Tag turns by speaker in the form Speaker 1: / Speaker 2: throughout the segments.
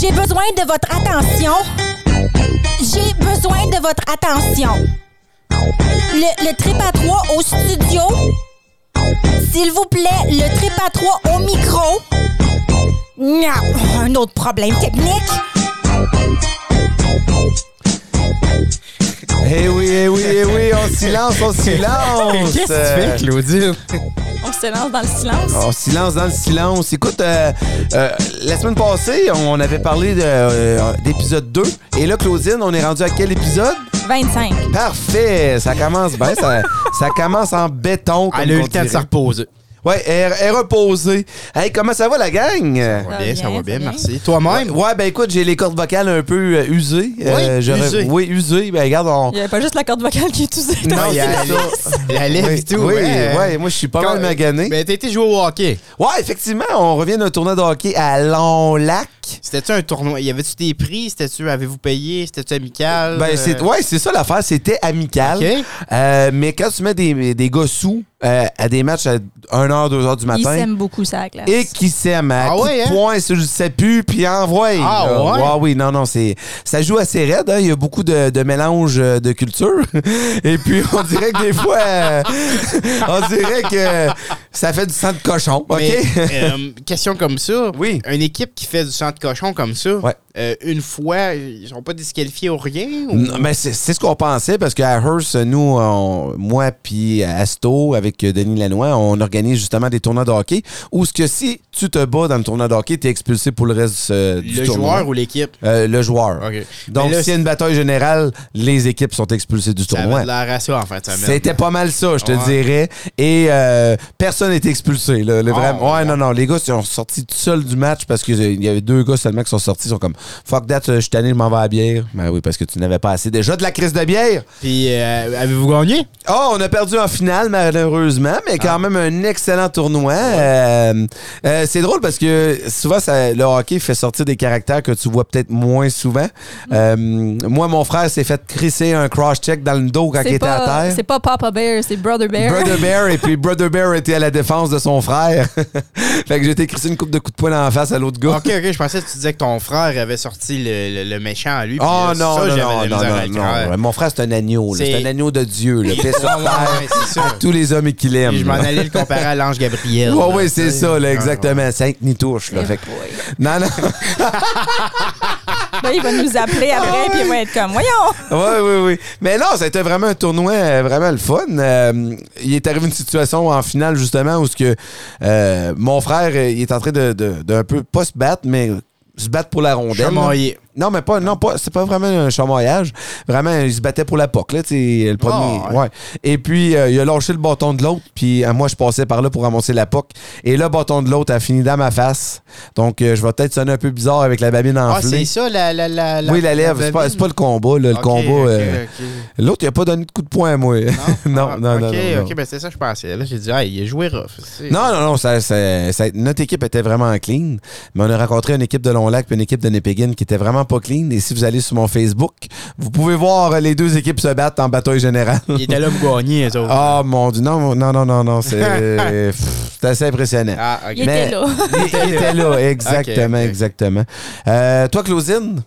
Speaker 1: J'ai besoin de votre attention. J'ai besoin de votre attention. Le, le trip à 3 au studio. S'il vous plaît, le trip à 3 au micro. Non, un autre problème technique.
Speaker 2: Eh oui, eh oui, eh oui, on silence, on silence.
Speaker 3: Qu'est-ce que tu fais, Claudie?
Speaker 4: On se lance dans le silence.
Speaker 2: On silence dans le silence. Écoute, euh, euh, la semaine passée, on avait parlé de, euh, d'épisode 2. Et là, Claudine, on est rendu à quel épisode?
Speaker 4: 25.
Speaker 2: Parfait! Ça commence bien. ça, ça commence en béton. Comme
Speaker 3: Elle a eu
Speaker 2: on
Speaker 3: le temps de
Speaker 2: dirait.
Speaker 3: se reposer.
Speaker 2: Ouais, elle elle est reposée. Hey, comment ça va, la gang?
Speaker 3: Ça
Speaker 4: va
Speaker 3: va bien, ça
Speaker 4: bien,
Speaker 3: va
Speaker 4: ça
Speaker 3: bien,
Speaker 4: va
Speaker 3: merci. Toi-même?
Speaker 2: Ouais, ben écoute, j'ai les cordes vocales un peu euh, usées.
Speaker 3: Oui,
Speaker 2: je re-
Speaker 3: usées.
Speaker 2: Oui, usées. Ben regarde, on...
Speaker 4: Il n'y avait pas juste la corde vocale qui est usée.
Speaker 2: Non,
Speaker 3: il y a la lèvre
Speaker 2: Oui,
Speaker 3: et tout.
Speaker 2: oui,
Speaker 3: hein?
Speaker 2: ouais, moi, je suis pas
Speaker 3: Quand-
Speaker 2: mal magané.
Speaker 3: Ben, t'as été jouer au hockey.
Speaker 2: Ouais, effectivement, on revient d'un tournoi de hockey à Long-Lac.
Speaker 3: C'était-tu un tournoi? Y avait-tu des prix? C'était-tu, avez-vous payé? C'était-tu amical?
Speaker 2: Ben, c'est, ouais, c'est ça l'affaire, c'était amical.
Speaker 3: Euh. OK.
Speaker 2: Euh, mais quand tu mets des, des gars sous euh, à des matchs à 1h, 2h du
Speaker 4: Ils
Speaker 2: matin.
Speaker 4: s'aiment beaucoup, ça, la classe.
Speaker 2: Et qui s'aiment à
Speaker 3: Ah
Speaker 2: coups
Speaker 3: ouais,
Speaker 2: de
Speaker 3: hein?
Speaker 2: poing sur le sapu, puis envoie.
Speaker 3: Ah
Speaker 2: là.
Speaker 3: ouais?
Speaker 2: oui, non, non, c'est ça joue assez raide. hein. Il y a beaucoup de, de mélange euh, de cultures. Et puis, on dirait que des fois, euh, on dirait que ça fait du sang de cochon, OK?
Speaker 3: Mais, euh, question comme ça.
Speaker 2: Oui.
Speaker 3: Une équipe qui fait du sang de cochon comme ça,
Speaker 2: Ouais.
Speaker 3: euh, une fois, ils sont pas disqualifiés ou rien? ou-
Speaker 2: Non, mais c'est c'est ce qu'on pensait parce qu'à Hearst, nous, on- moi puis Asto avec Denis Lanois, on organise justement des tournois de hockey où ce que si tu te bats dans le tournoi de hockey, t'es expulsé pour le reste euh, du
Speaker 3: Le
Speaker 2: tournoi.
Speaker 3: joueur ou l'équipe?
Speaker 2: Euh, le joueur.
Speaker 3: OK.
Speaker 2: Donc,
Speaker 3: Mais là,
Speaker 2: s'il y a une bataille générale, les équipes sont expulsées du
Speaker 3: Ça avait
Speaker 2: tournoi.
Speaker 3: de l'air à ça, en fait. ça, man.
Speaker 2: C'était pas mal ça, je te
Speaker 3: Ouais.
Speaker 2: dirais. Et euh, personne n'est expulsé. Là, Le
Speaker 3: Ah,
Speaker 2: vrai- ouais,
Speaker 3: ouais.
Speaker 2: non, non. Les gars sont sortis tout seuls du match parce qu'il y avait deux gars seulement qui sont sortis. Ils sont comme Fuck that, euh, je suis tanné, je m'en vais à la bière. Ben oui, parce que tu n'avais pas assez déjà de la crise de bière.
Speaker 3: Puis, euh, avez-vous gagné?
Speaker 2: Oh, on a perdu en finale, malheureusement, mais
Speaker 4: Ah.
Speaker 2: quand même un excellent tournoi. Euh, euh, c'est drôle parce que souvent, ça, le hockey fait sortir des caractères que tu vois peut-être moins souvent.
Speaker 4: Mm.
Speaker 2: Euh, moi, mon frère s'est fait crisser un cross-check dans le dos quand il
Speaker 4: c'est
Speaker 2: était à
Speaker 4: pas,
Speaker 2: terre.
Speaker 4: c'est pas Papa Bear, c'est Brother Bear.
Speaker 2: Brother Bear, et puis Brother Bear était à la défense de son frère. fait que j'ai été crissé une coupe de coups de poing en face à l'autre gars.
Speaker 3: Ok, ok, je pensais que tu disais que ton frère avait sorti le, le- le méchant à lui. puis,
Speaker 2: Oh
Speaker 3: euh,
Speaker 2: non,
Speaker 3: ça,
Speaker 2: non,
Speaker 3: j'avais
Speaker 2: non,
Speaker 3: de la
Speaker 2: non,
Speaker 3: misère à le
Speaker 2: non,
Speaker 3: croire.
Speaker 2: non. Mon frère, c'est un agneau. là. C'est
Speaker 3: C'est-
Speaker 2: un agneau de Dieu. Le paix sur
Speaker 3: Ouais,
Speaker 2: terre
Speaker 3: ouais, ouais, c'est
Speaker 2: à
Speaker 3: ça.
Speaker 2: tous les hommes et qu'il aime.
Speaker 3: Puis je m'en allais le comparer à l'ange Gabriel.
Speaker 2: Oui,
Speaker 3: là,
Speaker 2: oui,
Speaker 3: tu
Speaker 2: c'est
Speaker 3: sais.
Speaker 2: ça, là,
Speaker 3: Ah,
Speaker 2: exactement. Cinq ni touche, là.
Speaker 4: Eh
Speaker 2: Fait que-
Speaker 4: boy.
Speaker 2: Non, non.
Speaker 4: Ben, il va nous appeler après, puis il va être comme, voyons!
Speaker 2: oui, oui, oui. Mais non, c'était vraiment un tournoi euh, vraiment le fun. Euh, il est arrivé une situation en finale, justement, où ce que, euh, mon frère, euh, il est en train de, de- d'un peu, pas se battre, mais se battre pour la rondelle. là.
Speaker 3: Chamailler.
Speaker 2: Non, mais pas, non, pas, c'est pas vraiment un chamaillage. Vraiment, il se battait pour la POC, là, tu sais, le premier.
Speaker 3: Ah,
Speaker 2: ouais.
Speaker 3: ouais.
Speaker 2: Et puis, euh, il a lâché le bâton de l'autre, puis euh, moi, je passais par là pour ramasser la POC. Et le bâton de l'autre a fini dans ma face. Donc, euh, je vais peut-être sonner un peu bizarre avec la babine
Speaker 3: Ah, c'est
Speaker 2: enflée.
Speaker 3: ça, la, la, la,
Speaker 2: oui, la lèvre. C'est pas, c'est pas le combat, là, le combat. euh, L'autre, il a pas donné de coup de poing à moi. Non, non, non, non,
Speaker 3: Ok,
Speaker 2: non.
Speaker 3: ok, ben c'est ça que je pensais. Là, j'ai dit, ah, il a joué rough. C'est-
Speaker 2: Non, non, non. ça- ça- ça- notre équipe était vraiment clean. Mais on a rencontré une équipe de Long Lac et une équipe de Népéguin qui était vraiment pas clean. Et si vous allez sur mon Facebook, vous pouvez voir euh, les deux équipes se battre en bataille générale.
Speaker 3: Il était là pour gagner, eux autres.
Speaker 2: Ah mon dieu, non, non, non, non, non, c'est pff, c'est assez impressionnant.
Speaker 3: Ah, ok.
Speaker 4: Il était
Speaker 2: Mais-
Speaker 4: là.
Speaker 2: Il était là, exactement,
Speaker 3: Ok, ok.
Speaker 2: exactement. Euh, toi, Claudine?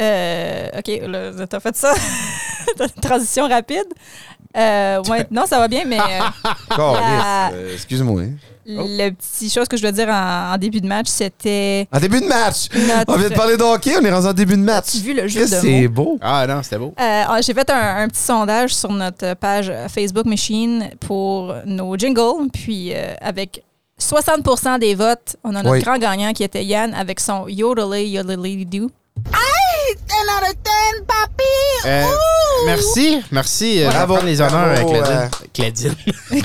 Speaker 4: Euh, OK, là, t'as fait ça. T'as une transition rapide. Euh, ouais, non, ça va bien, mais euh,
Speaker 2: Calisse, euh, Excuse-moi. hein.
Speaker 4: la petite chose que je dois dire en, en début de match, c'était...
Speaker 2: En début de match!
Speaker 4: Notre-
Speaker 2: On vient de parler de hockey, on est rendu en début de match.
Speaker 4: As-tu vu le jeu
Speaker 2: Qu'est-ce
Speaker 4: de
Speaker 2: que C'est beau.
Speaker 3: Ah, non, c'était beau.
Speaker 4: Euh, ah, J'ai fait un, un petit sondage sur notre page Facebook Machine pour nos jingles. Puis euh, avec 60 des votes, on a notre
Speaker 2: Oui.
Speaker 4: grand gagnant qui était Yann avec son Yodelay Yodelay Do.
Speaker 3: Euh, merci, merci. euh, Je vais
Speaker 2: Bravo,
Speaker 3: prendre les honneurs
Speaker 2: bravo, euh.
Speaker 3: à Claudine. Claudine.
Speaker 2: La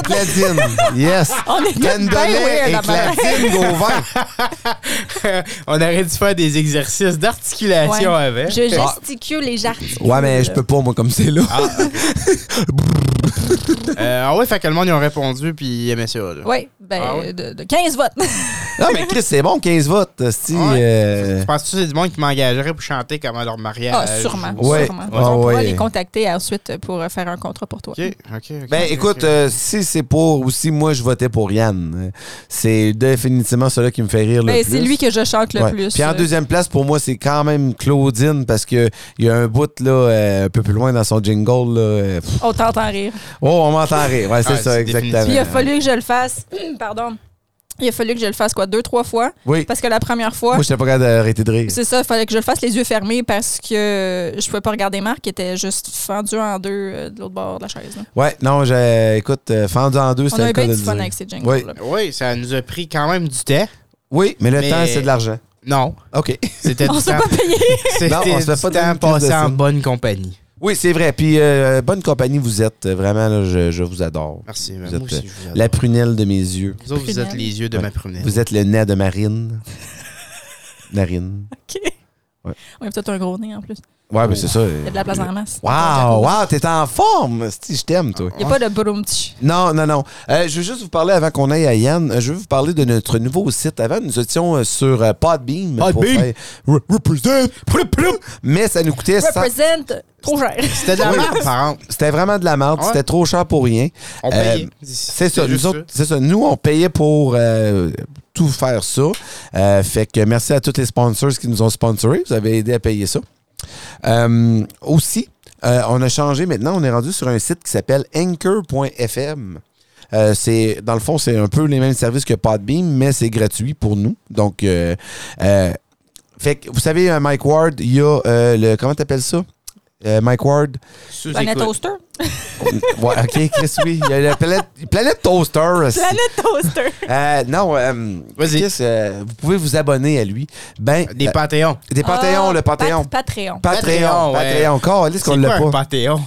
Speaker 4: Claudine,
Speaker 2: Claudine, yes.
Speaker 4: on est tous bien
Speaker 2: Candelet
Speaker 4: weird
Speaker 2: et
Speaker 4: à part.
Speaker 2: Claudine Gauvin.
Speaker 3: On aurait dû faire des exercices d'articulation
Speaker 4: Ouais.
Speaker 3: avec.
Speaker 4: Je gesticule et j'articule.
Speaker 2: Ouais, mais je peux pas, moi, comme c'est là.
Speaker 3: ah Euh, ah ouais, fait que le monde, ils ont répondu, puis ils aimaient ça. là.
Speaker 4: Oui, Ben,
Speaker 3: Ah ouais?
Speaker 4: de, de 15 votes.
Speaker 2: Non, mais Chris, c'est bon, 15 votes. hostie,
Speaker 3: Ouais.
Speaker 2: euh,
Speaker 3: Tu penses-tu que c'est du monde qui m'engagerait pour chanter comme à leur mariage?
Speaker 4: Ah, sûrement.
Speaker 2: Ouais.
Speaker 4: sûrement.
Speaker 2: Ah,
Speaker 4: on pourra
Speaker 2: ouais.
Speaker 4: les contacter ensuite pour euh, faire un contrat pour toi.
Speaker 3: OK, OK, OK.
Speaker 2: Ben
Speaker 3: ok,
Speaker 2: écoute,
Speaker 3: ok.
Speaker 2: euh, si c'est pour aussi moi je votais pour Yann. C'est définitivement celui qui me fait rire le
Speaker 4: Ben,
Speaker 2: plus.
Speaker 4: c'est lui que je chante le
Speaker 2: Ouais.
Speaker 4: plus. euh,
Speaker 2: Puis en deuxième place pour moi c'est quand même Claudine parce que il y a un bout là euh, un peu plus loin dans son jingle là. euh, pff.
Speaker 4: On t'entend rire.
Speaker 2: Oh on m'entend rire. Ouais, c'est
Speaker 3: Ouais,
Speaker 2: ça
Speaker 3: c'est
Speaker 2: exactement.
Speaker 4: Puis il a fallu que je le fasse. Pardon. Il a fallu que je le fasse, quoi, deux, trois fois.
Speaker 2: Oui.
Speaker 4: Parce que la première fois,
Speaker 2: Moi j'étais pas capable d'arrêter de rire.
Speaker 4: c'est ça, il fallait que je le fasse les yeux fermés parce que je pouvais pas regarder Marc, qui était juste fendu en deux euh, de l'autre bord de la chaise. là.
Speaker 2: Ouais, non, j'ai écoute euh, fendu en deux,
Speaker 4: On
Speaker 2: c'est
Speaker 4: a
Speaker 2: le
Speaker 4: eu
Speaker 2: cas
Speaker 4: bien
Speaker 2: de
Speaker 4: du
Speaker 2: le
Speaker 4: fun
Speaker 2: dire.
Speaker 4: avec ces jingles
Speaker 2: Oui.
Speaker 4: là.
Speaker 3: Oui, ça nous a pris quand même du temps.
Speaker 2: Oui, mais le
Speaker 3: Mais-
Speaker 2: temps c'est de l'argent.
Speaker 3: Non,
Speaker 2: OK.
Speaker 3: c'était du
Speaker 4: On s'est
Speaker 3: temps.
Speaker 4: pas payé.
Speaker 3: C'était
Speaker 2: Non, on se fait
Speaker 3: du
Speaker 2: pas donner
Speaker 3: temps
Speaker 2: une pièce de
Speaker 3: passé en
Speaker 2: scène.
Speaker 3: bonne compagnie.
Speaker 2: Oui, c'est vrai. Puis euh, bonne compagnie vous êtes vraiment là, je, je vous adore.
Speaker 3: Merci.
Speaker 2: Vous
Speaker 3: Moi
Speaker 2: êtes,
Speaker 3: aussi, je vous adore.
Speaker 2: La prunelle de mes yeux.
Speaker 3: Vous autres, vous êtes les yeux de
Speaker 2: Ouais.
Speaker 3: ma prunelle.
Speaker 2: Vous êtes le nez de Marine. Narine.
Speaker 4: OK.
Speaker 2: Ouais.
Speaker 4: On a peut-être un gros nez en plus.
Speaker 2: Ouais, mais c'est ça.
Speaker 4: Il y a de la place en masse.
Speaker 2: Wow, wow, t'es en forme. Si je t'aime, toi.
Speaker 4: Il n'y a pas de brumtch.
Speaker 2: Non, non, non. Euh, je veux juste vous parler avant qu'on aille à Yann. euh, Je veux vous parler de notre nouveau site. Avant, nous étions euh, sur euh, Podbeam. pour
Speaker 3: Podbeam.
Speaker 2: faire re- represent. Plou, plou. Mais ça nous coûtait. cent-
Speaker 4: Represent trop cher.
Speaker 3: C'était de la
Speaker 2: Oui.
Speaker 3: merde, par contre.
Speaker 2: C'était vraiment de la merde.
Speaker 3: Ouais.
Speaker 2: C'était trop cher pour rien.
Speaker 3: On
Speaker 2: Euh,
Speaker 3: payait.
Speaker 2: C'est ça,
Speaker 3: C'était
Speaker 2: nous
Speaker 3: juste
Speaker 2: autres, c'est ça. Nous, on payait pour euh, tout faire ça. Euh, fait que merci à tous les sponsors qui nous ont sponsorés. Vous avez aidé à payer ça. Euh, aussi, euh, on a changé maintenant. On est rendu sur un site qui s'appelle anchor.fm. Euh, c'est dans le fond, c'est un peu les mêmes services que Podbeam, mais c'est gratuit pour nous. Donc, euh, euh, fait que vous savez, euh, Mike Ward, il y a euh, le comment t'appelles ça, Euh, Mike Ward,
Speaker 3: sous
Speaker 4: Planète
Speaker 3: écoute.
Speaker 4: Toaster.
Speaker 2: ouais, ok, Chris, oui. Il y a la planète, planète Toaster. aussi.
Speaker 4: Planète Toaster.
Speaker 2: Euh, non, euh,
Speaker 3: Vas-y.
Speaker 2: Chris, euh, vous pouvez vous abonner à lui. Ben,
Speaker 3: Des
Speaker 2: euh,
Speaker 3: panthéons.
Speaker 2: des Panthéons,
Speaker 4: Ah,
Speaker 2: le Panthéon.
Speaker 4: Pat- Patreon.
Speaker 2: Patreon,
Speaker 3: Patreon, ouais.
Speaker 2: Patreon. Encore, est-ce
Speaker 3: C'est
Speaker 2: qu'on l'a
Speaker 3: quoi un
Speaker 2: pas?
Speaker 3: panthéon?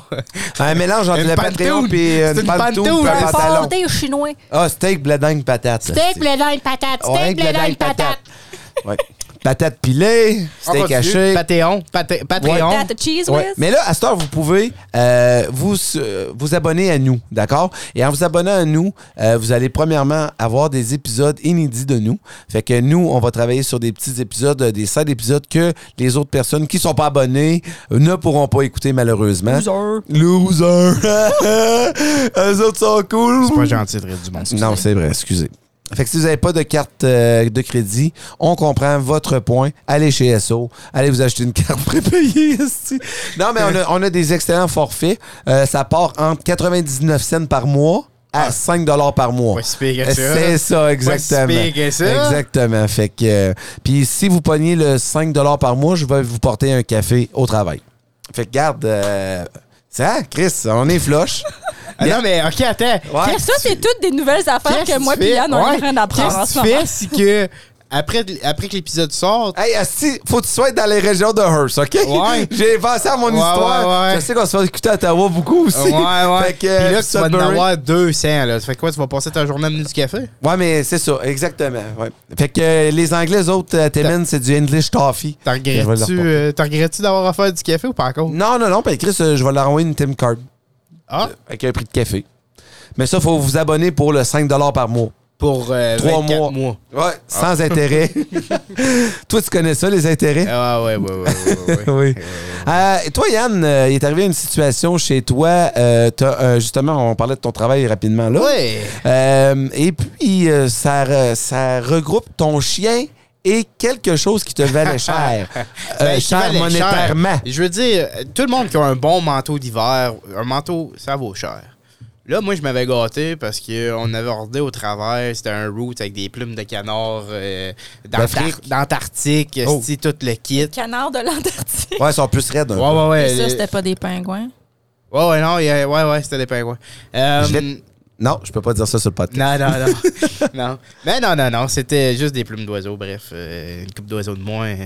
Speaker 2: Un mélange entre
Speaker 3: Une
Speaker 2: le Patreon
Speaker 3: pantoune.
Speaker 2: et
Speaker 3: C'est
Speaker 2: une
Speaker 3: une
Speaker 2: pantoune
Speaker 3: pantoune.
Speaker 2: puis un
Speaker 3: Un
Speaker 2: pantalon.
Speaker 4: Fondé chinois.
Speaker 2: Ah, steak, bledingue, patate.
Speaker 1: Steak, blé patate.
Speaker 2: Ouais,
Speaker 1: Steak, blé
Speaker 2: bledingue,
Speaker 1: patate.
Speaker 2: Ouais. Patate pilée,
Speaker 3: On
Speaker 2: steak
Speaker 3: Ah, continue.
Speaker 2: haché.
Speaker 3: Pathéon. Pathé- Pathéon.
Speaker 4: Pat Cheese
Speaker 2: Ouais.
Speaker 4: with.
Speaker 2: Mais là, à cette heure, vous pouvez euh, vous, euh, vous abonner à nous, d'accord? Et en vous abonnant à nous, euh, vous allez premièrement avoir des épisodes inédits de nous. Fait que nous, on va travailler sur des petits épisodes, euh, des 100 épisodes que les autres personnes qui sont pas abonnées euh, ne pourront pas écouter malheureusement.
Speaker 4: Loser.
Speaker 2: Loser! Eux autres sont cool!
Speaker 3: C'est pas gentil de rire du monde.
Speaker 2: Non, c'est vrai, excusez. Fait que si vous n'avez pas de carte euh, de crédit, on comprend votre point. Allez chez SO. Allez vous acheter une carte prépayée. esti. non, mais on a, on a des excellents forfaits. Euh, ça part entre 99 cents par mois à 5 par mois.
Speaker 3: Pas si Ah. pire que ça.
Speaker 2: C'est ça, exactement.
Speaker 3: Pas si pire que ça.
Speaker 2: Exactement. Fait que, euh, puis si vous pognez le 5 par mois, je vais vous porter un café au travail. Fait que, garde, euh, ça, Chris, on est floche.
Speaker 3: Ah non, mais OK, attends.
Speaker 2: Ouais.
Speaker 4: Ça, c'est toutes des nouvelles affaires
Speaker 3: Qu'est-ce
Speaker 4: que moi
Speaker 3: tu fais?
Speaker 4: et Yann, on est en
Speaker 3: Ouais.
Speaker 4: train d'apprendre en
Speaker 3: Qu'est-ce
Speaker 4: ce
Speaker 3: que tu
Speaker 4: moment.
Speaker 3: fais, c'est que après, après que l'épisode sort,
Speaker 2: Hey, Asti, faut que tu sois dans les régions de Hearst, OK?
Speaker 3: Ouais.
Speaker 2: J'ai pensé à mon
Speaker 3: Ouais,
Speaker 2: histoire.
Speaker 3: ouais, ouais.
Speaker 2: Je sais qu'on se fait écouter à Ottawa beaucoup aussi.
Speaker 3: Ouais, ouais.
Speaker 2: Fait que,
Speaker 3: Puis
Speaker 2: euh,
Speaker 3: là, tu vas en
Speaker 2: Sudbury-
Speaker 3: avoir 200. Là. Fait que quoi, tu vas passer ta journée à mener du café?
Speaker 2: Ouais, mais c'est ça, exactement. Ouais. Fait que euh, les Anglais, eux autres, euh, t'amènent, c'est du English Toffee.
Speaker 3: T'en
Speaker 2: Je vais leur
Speaker 3: regrettes-tu
Speaker 2: porter.
Speaker 3: euh, t'en regrettes-tu d'avoir offert du café ou pas encore?
Speaker 2: Non, non, non. Ben, Chris, euh, je vais leur envoyer une Tim Card
Speaker 3: Ah,
Speaker 2: avec un prix de café. Mais ça, faut vous abonner pour le 5 par mois.
Speaker 3: pour euh,
Speaker 2: 3 mois.
Speaker 3: 24 mois.
Speaker 2: Ouais, sans intérêt. Toi, tu connais ça, les intérêts?
Speaker 3: Ah ouais, ouais, ouais, ouais, ouais,
Speaker 2: oui.
Speaker 3: ouais.
Speaker 2: Euh, toi, Yann, euh, il est arrivé une situation chez toi. euh, t'as, euh, justement, on parlait de ton travail rapidement là.
Speaker 3: Ouais.
Speaker 2: Euh, et puis, euh, ça, re- ça regroupe ton chien et quelque chose qui te valait cher. Euh,
Speaker 3: Ben, qui
Speaker 2: cher
Speaker 3: valait
Speaker 2: monétairement.
Speaker 3: cher. Je veux dire, tout le monde qui a un bon manteau d'hiver, un manteau, ça vaut cher. Là, moi, je m'avais gâté parce qu'on avait ordé au travers, c'était un root avec des plumes de canard euh, d'Antar-
Speaker 2: D'Afrique.
Speaker 3: d'Antarctique,
Speaker 2: Oh.
Speaker 3: esti, tout le kit.
Speaker 4: Canard de l'Antarctique.
Speaker 2: Ouais, ils sont plus raides. un
Speaker 3: Ouais,
Speaker 2: peu.
Speaker 3: ouais, ouais.
Speaker 4: Et ça,
Speaker 3: le-
Speaker 4: c'était pas des pingouins.
Speaker 3: Ouais, ouais, non, il y a- ouais, ouais, c'était des pingouins. Euh,
Speaker 2: Je l'ai- Non, je peux pas dire ça sur le podcast.
Speaker 3: Non, non, non. non. Mais non, non, non, c'était juste des plumes d'oiseaux, bref. euh, une coupe d'oiseaux de moins, euh,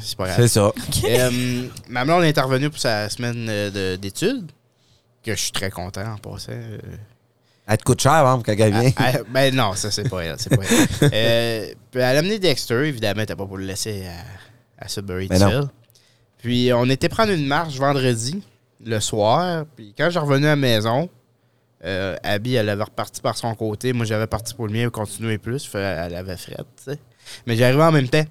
Speaker 3: c'est pas grave.
Speaker 2: C'est ça.
Speaker 3: Euh, ma blonde est intervenue pour sa semaine euh, de- d'études, que je suis très content en passant. euh.
Speaker 2: Elle te coûte cher, hein, quand elle vient.
Speaker 3: Ah, ah, ben non, ça c'est pas elle, c'est pas elle. Euh, puis elle a amené Dexter, évidemment, t'as pas pour le laisser à, à Sudbury
Speaker 2: Ben
Speaker 3: tout
Speaker 2: non.
Speaker 3: seul. Puis on était prendre une marche vendredi, le soir, puis quand je suis revenu à la maison, Euh, Abby, elle avait reparti par son côté. Moi, j'avais parti pour le mien, continuer plus. Fait, elle avait fret, tu sais. Mais j'arrivais en même temps.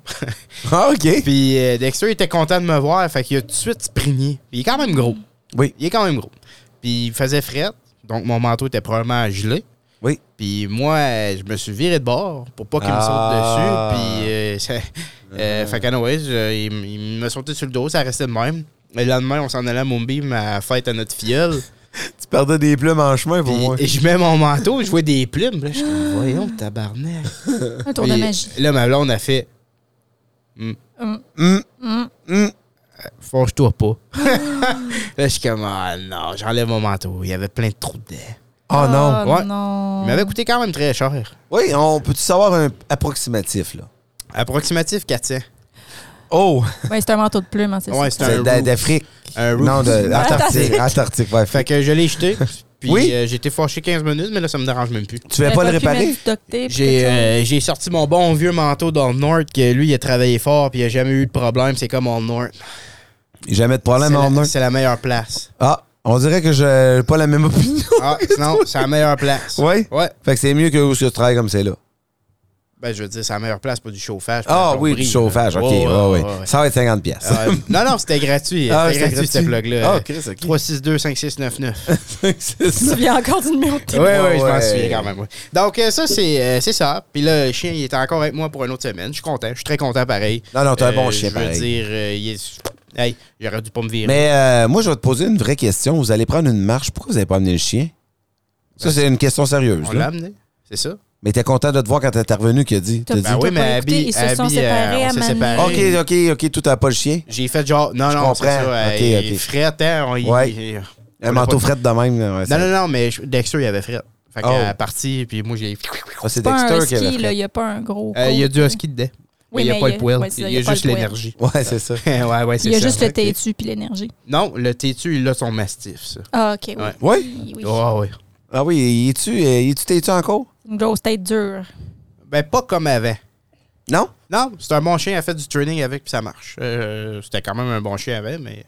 Speaker 2: Ah, OK.
Speaker 3: Puis euh, Dexter était content de me voir. Fait qu'il a tout de suite sprigné. Il est quand même gros.
Speaker 2: Oui.
Speaker 3: Il est quand même gros. Puis il faisait fret. Donc mon manteau était probablement gelé.
Speaker 2: Oui.
Speaker 3: Puis moi, euh, je me suis viré de bord pour pas qu'il
Speaker 2: Ah.
Speaker 3: me saute dessus. Puis, euh, ça- euh, fait qu'à Noël, je- il, il me sautait sur le dos, ça restait de même. Le lendemain, on s'en allait à Moonbeam à fête à notre filleule.
Speaker 2: Tu perdais des plumes en chemin pour
Speaker 3: Puis-
Speaker 2: moi.
Speaker 3: et je mets mon manteau, je vois des plumes. Puis Là, je suis
Speaker 2: Ah.
Speaker 3: comme, voyons, tabarnak.
Speaker 4: Un tour de
Speaker 3: Puis
Speaker 4: magie.
Speaker 3: Là, ma blonde a fait,
Speaker 4: Hum.
Speaker 2: Hum,
Speaker 4: Hum.
Speaker 2: hum.
Speaker 3: forge-toi pas. là, je suis comme, ah non, j'enlève mon manteau. Il y avait plein de trous dedans.
Speaker 2: Oh non.
Speaker 3: Ouais.
Speaker 4: non.
Speaker 3: Il m'avait coûté quand même très cher.
Speaker 2: Oui, on peut-tu savoir un approximatif, là?
Speaker 3: Approximatif 400.
Speaker 2: Oh!
Speaker 4: Ouais, c'est un manteau de plume, hein, c'est
Speaker 3: Ouais,
Speaker 4: ça.
Speaker 3: c'est un
Speaker 2: C'est d'a-
Speaker 3: roof.
Speaker 2: d'Afrique.
Speaker 3: Un roof.
Speaker 2: Non, de
Speaker 4: Antarctique.
Speaker 2: Antarctique. Antarctique, ouais.
Speaker 3: Fait que je l'ai jeté. Puis
Speaker 2: Oui.
Speaker 3: euh, j'ai été fâché 15 minutes, mais là, ça me dérange même plus.
Speaker 2: tu vas pas le
Speaker 4: T'aurais pu mettre
Speaker 2: réparer?
Speaker 4: du duct tape,
Speaker 3: J'ai
Speaker 4: quelque chose.
Speaker 3: euh, j'ai sorti mon bon vieux manteau d'Old North que lui, il a travaillé fort puis il a jamais eu de problème. C'est comme Old North.
Speaker 2: Jamais de problème,
Speaker 3: C'est la-
Speaker 2: en un.
Speaker 3: C'est la meilleure place.
Speaker 2: Ah, on dirait que j'ai pas la même opinion.
Speaker 3: Ah, non, c'est la meilleure place.
Speaker 2: Ouais?
Speaker 3: Ouais.
Speaker 2: Fait que c'est mieux que où est-ce que tu travailles comme c'est là. ben
Speaker 3: Ben, je veux dire, c'est la meilleure place pour du chauffage. pour
Speaker 2: Ah
Speaker 3: la
Speaker 2: oui,
Speaker 3: plomberie,
Speaker 2: du chauffage,
Speaker 3: là.
Speaker 2: ok.
Speaker 3: Ouais, ouais,
Speaker 2: ouais,
Speaker 3: ouais,
Speaker 2: ouais.
Speaker 3: ouais.
Speaker 2: Ça va être 50 pièces.
Speaker 3: Ah, non, non, c'était gratuit.
Speaker 2: Ah,
Speaker 3: c'était
Speaker 2: c'était
Speaker 3: gratuit, ce
Speaker 2: gratuit.
Speaker 3: plug-là.
Speaker 2: Ah, Chris, ok.
Speaker 3: 362 5699.
Speaker 4: Tu te souviens encore du numéro de
Speaker 3: Oui,
Speaker 4: téléphone?
Speaker 3: oui, je m'en
Speaker 2: Ouais.
Speaker 3: souviens quand même. ouais. Donc, euh, ça, c'est euh, c'est ça. Puis là, le chien, il était encore avec moi pour une autre semaine. Je suis content. Je suis très content, pareil. Euh,
Speaker 2: Non, non, t'as un bon chien,
Speaker 3: je veux
Speaker 2: pareil.
Speaker 3: dire, euh, il est... Hey, j'aurais dû pas me virer.
Speaker 2: Mais euh, moi, je vais te poser une vraie question. Vous allez prendre une marche. Pourquoi vous avez pas amené le chien? Ça, c'est une question sérieuse.
Speaker 3: On
Speaker 2: là.
Speaker 3: l'a amené, c'est ça?
Speaker 2: Mais t'es content de te voir quand t'es revenu qui a dit.
Speaker 4: T'as
Speaker 2: T'as dit
Speaker 4: pas
Speaker 3: Ben oui,
Speaker 4: pas
Speaker 3: mais
Speaker 4: écouté,
Speaker 3: Abby,
Speaker 4: ils se sont
Speaker 3: Abby,
Speaker 4: séparés
Speaker 3: euh,
Speaker 4: à
Speaker 3: on s'est
Speaker 4: Mané.
Speaker 3: séparés.
Speaker 2: OK, OK, OK, tout t'as pas le chien.
Speaker 3: J'ai fait genre, non,
Speaker 2: Je
Speaker 3: non, c'est
Speaker 2: comprends.
Speaker 3: ça.
Speaker 2: Ok,
Speaker 3: euh,
Speaker 2: ok.
Speaker 3: il frette, hein, on- il-
Speaker 2: Ouais.
Speaker 3: il- on
Speaker 2: Un
Speaker 3: l'a
Speaker 2: manteau
Speaker 3: pas-
Speaker 2: fret de même. là, ouais, ça-
Speaker 3: Non, non, non, mais je- Dexter, il avait frette. Fait qu'elle
Speaker 2: Oh.
Speaker 3: est partie, puis moi, j'ai.
Speaker 2: Ah, c'est
Speaker 4: C'est pas un
Speaker 2: Dexter qui
Speaker 4: ski,
Speaker 2: avait
Speaker 4: là,
Speaker 2: fret.
Speaker 4: il n'y a pas un gros.
Speaker 3: Euh, Il y a
Speaker 4: côte.
Speaker 3: du husky dedans. mais
Speaker 4: Oui,
Speaker 3: il n'y a
Speaker 4: mais
Speaker 3: pas
Speaker 4: il y
Speaker 3: le
Speaker 4: a-
Speaker 3: poil.
Speaker 4: ouais, c'est
Speaker 3: il
Speaker 4: ça,
Speaker 3: y a
Speaker 4: pas
Speaker 3: juste
Speaker 4: le poil.
Speaker 3: l'énergie.
Speaker 2: Ouais, c'est ça.
Speaker 3: ouais, ouais, c'est
Speaker 4: Il y a
Speaker 3: ça.
Speaker 4: juste le
Speaker 3: Ok.
Speaker 4: têtu puis l'énergie.
Speaker 3: Non, le têtu, il a son mastif, ça.
Speaker 4: Ah, OK, oui.
Speaker 3: Ouais.
Speaker 2: Oui?
Speaker 4: Oui, oui.
Speaker 3: Ah oui.
Speaker 2: Ah oui, es-tu euh, es-tu t'es-tu encore?
Speaker 4: Une grosse tête dure.
Speaker 3: Ben, pas comme avant.
Speaker 2: Non?
Speaker 3: Non, c'est un bon chien, elle a fait du training avec, puis ça marche. Euh, C'était quand même un bon chien avant, mais.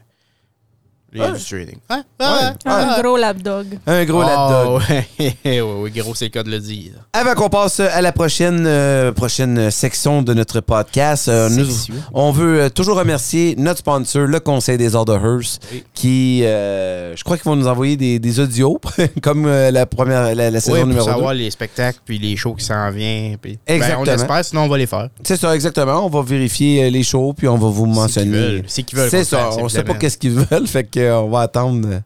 Speaker 3: Il y a
Speaker 2: Ouais.
Speaker 3: du training. Ouais, ouais, ouais.
Speaker 4: Un gros lapdog.
Speaker 2: Un gros lapdog.
Speaker 3: là Ouais. ouais, ouais, gros, c'est le cas de le dire.
Speaker 2: Avant qu'on passe à la prochaine, euh, prochaine section de notre podcast, euh, nous,
Speaker 3: Section.
Speaker 2: on veut euh, toujours remercier notre sponsor, le Conseil des Arts de Hearst,
Speaker 3: Oui.
Speaker 2: qui, euh, je crois qu'ils vont nous envoyer des, des audios, comme euh, la première, la, la saison
Speaker 3: Oui, pour
Speaker 2: numéro 2.
Speaker 3: savoir les spectacles, puis les shows qui s'en viennent. Puis... Ben,
Speaker 2: Exactement.
Speaker 3: on espère, sinon on va les faire.
Speaker 2: C'est ça, exactement. On va vérifier euh, les shows, puis on va vous
Speaker 3: qu'ils
Speaker 2: mentionner.
Speaker 3: veulent. C'est qu'ils veulent
Speaker 2: C'est
Speaker 3: qu'on
Speaker 2: ça.
Speaker 3: fasse,
Speaker 2: On sait pas
Speaker 3: évidemment.
Speaker 2: qu'est-ce qu'ils veulent, fait qu'on va attendre. euh,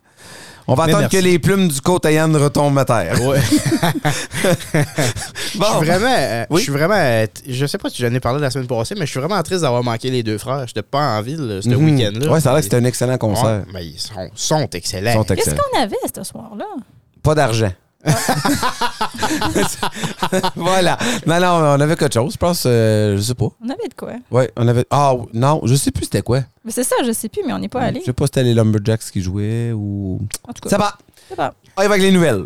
Speaker 2: On va
Speaker 3: Mais
Speaker 2: attendre
Speaker 3: merci.
Speaker 2: que les plumes du côte Ayan retombent à terre.
Speaker 3: Ouais.
Speaker 2: Bon.
Speaker 3: Je suis vraiment. euh,
Speaker 2: Ah, Oui.
Speaker 3: Je suis vraiment. euh, t- Je sais pas si j'en ai parlé la semaine passée, mais je suis vraiment triste d'avoir manqué les deux frères. J'étais pas en ville euh, ce
Speaker 2: Mhm.
Speaker 3: week-end-là.
Speaker 2: Ouais, ça a l'air que c'était un excellent
Speaker 3: Ouais,
Speaker 2: concert.
Speaker 3: mais ils sont, sont excellents.
Speaker 2: Ils sont
Speaker 4: Qu'est-ce
Speaker 2: excellents.
Speaker 4: qu'on avait ce soir-là?
Speaker 2: Pas d'argent. voilà. Non, non, on avait quelque chose, je pense. euh, je sais pas.
Speaker 4: On avait de quoi?
Speaker 2: Ouais, on avait. Ah, ou- non, je sais plus c'était quoi.
Speaker 4: Mais c'est ça, je sais plus, mais on n'est
Speaker 3: Mm,
Speaker 4: pas
Speaker 2: Je
Speaker 4: allé.
Speaker 2: sais pas si c'était les Lumberjacks qui jouaient ou.
Speaker 4: En tout cas,
Speaker 2: Ça va.
Speaker 4: c'est pas.
Speaker 2: On y va avec les nouvelles.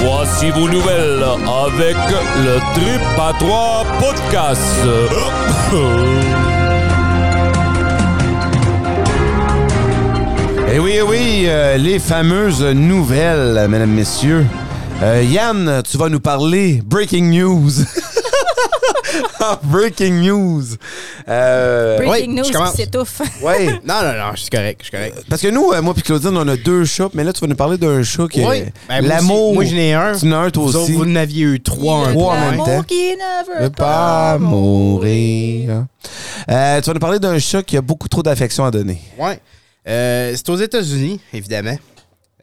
Speaker 5: Voici vos nouvelles avec le Trip à 3 podcast.
Speaker 2: Eh oui, eh oui, euh, les fameuses nouvelles, mesdames, messieurs. Euh, Yann, tu vas nous parler Breaking News. breaking News. Euh,
Speaker 4: Breaking
Speaker 3: oui, je
Speaker 4: news
Speaker 3: commence.
Speaker 4: qui s'étouffe.
Speaker 2: ouais.
Speaker 3: Non, non, non, je suis correct. Je suis correct.
Speaker 2: Parce que nous, euh, moi puis Claudine, on a deux chats, mais là, tu vas nous parler d'un chat qui
Speaker 3: Oui.
Speaker 2: est
Speaker 3: Ben, moi aussi.
Speaker 2: l'amour.
Speaker 3: Moi, je n'ai un.
Speaker 2: Tu en as un, toi
Speaker 3: Vous, autres,
Speaker 2: aussi.
Speaker 3: vous en aviez eu
Speaker 2: un
Speaker 3: trois. un
Speaker 2: trois
Speaker 3: peu.
Speaker 2: en même temps.
Speaker 4: L'amour qui ne
Speaker 2: Ne
Speaker 4: veut
Speaker 2: pas mourir. Euh, tu vas nous parler d'un chat qui a beaucoup trop d'affection à donner.
Speaker 3: Ouais. Euh, c'est aux États-Unis, évidemment.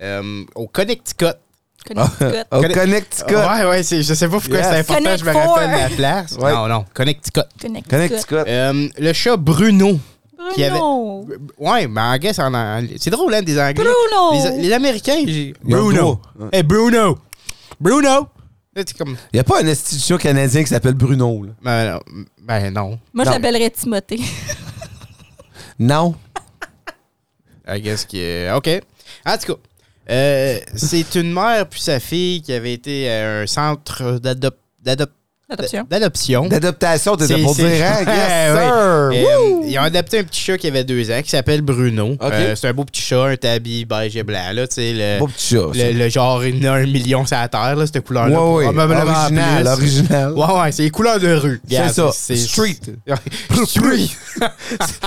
Speaker 3: Euh, au Connecticut.
Speaker 4: Connecticut.
Speaker 2: Au
Speaker 3: Conne-
Speaker 2: Connecticut.
Speaker 3: Ouais, ouais, c'est- je sais pas pourquoi
Speaker 2: Yes.
Speaker 3: c'est important, je me
Speaker 4: Connect
Speaker 3: rappelle
Speaker 4: Four.
Speaker 3: ma place.
Speaker 2: Ouais.
Speaker 3: Non, non, Connecticut.
Speaker 4: Connecticut.
Speaker 2: Connecticut.
Speaker 3: Euh, le chat Bruno. Qui avait-
Speaker 4: Bruno.
Speaker 3: Ouais, mais en anglais, c'est en anglais. C'est drôle, hein, des anglais.
Speaker 4: Bruno.
Speaker 3: Les, les Américains, j'ai.
Speaker 2: Ils ont le
Speaker 3: Bruno.
Speaker 2: droit.
Speaker 3: Hey, Bruno. Bruno. Là, t'es comme.
Speaker 2: Il n'y a pas un institution canadien qui s'appelle Bruno. là.
Speaker 3: Ben non. Ben non.
Speaker 4: Moi, je
Speaker 2: Non.
Speaker 4: l'appellerais Timothée.
Speaker 2: Non.
Speaker 3: I guess que. OK. En tout cas, euh, c'est une mère puis sa fille qui avait été à un centre d'adop- d'adop-
Speaker 4: Adoption.
Speaker 3: d'adoption.
Speaker 2: D'adoption, t'étais
Speaker 3: C'est-
Speaker 2: pour
Speaker 3: c'est-
Speaker 2: dire, hein?
Speaker 3: Ouais,
Speaker 2: Yes,
Speaker 3: ouais.
Speaker 2: sir!
Speaker 3: Euh, ils ont adopté un petit chat qui avait deux ans qui s'appelle Bruno.
Speaker 2: Ok.
Speaker 3: Euh, c'est un beau petit chat, un tabi beige et blanc. Là, tu sais, le,
Speaker 2: Beau petit chat, ça.
Speaker 3: euh, le, le genre, il y en a un million sur la terre, là, cette couleur-là.
Speaker 2: Ouais, ouais.
Speaker 3: Probablement
Speaker 2: Original,
Speaker 3: plus.
Speaker 2: original.
Speaker 3: Ouais, ouais, c'est les couleurs de rue. Regarde,
Speaker 2: ça.
Speaker 3: c'est-
Speaker 2: Street.
Speaker 3: Street.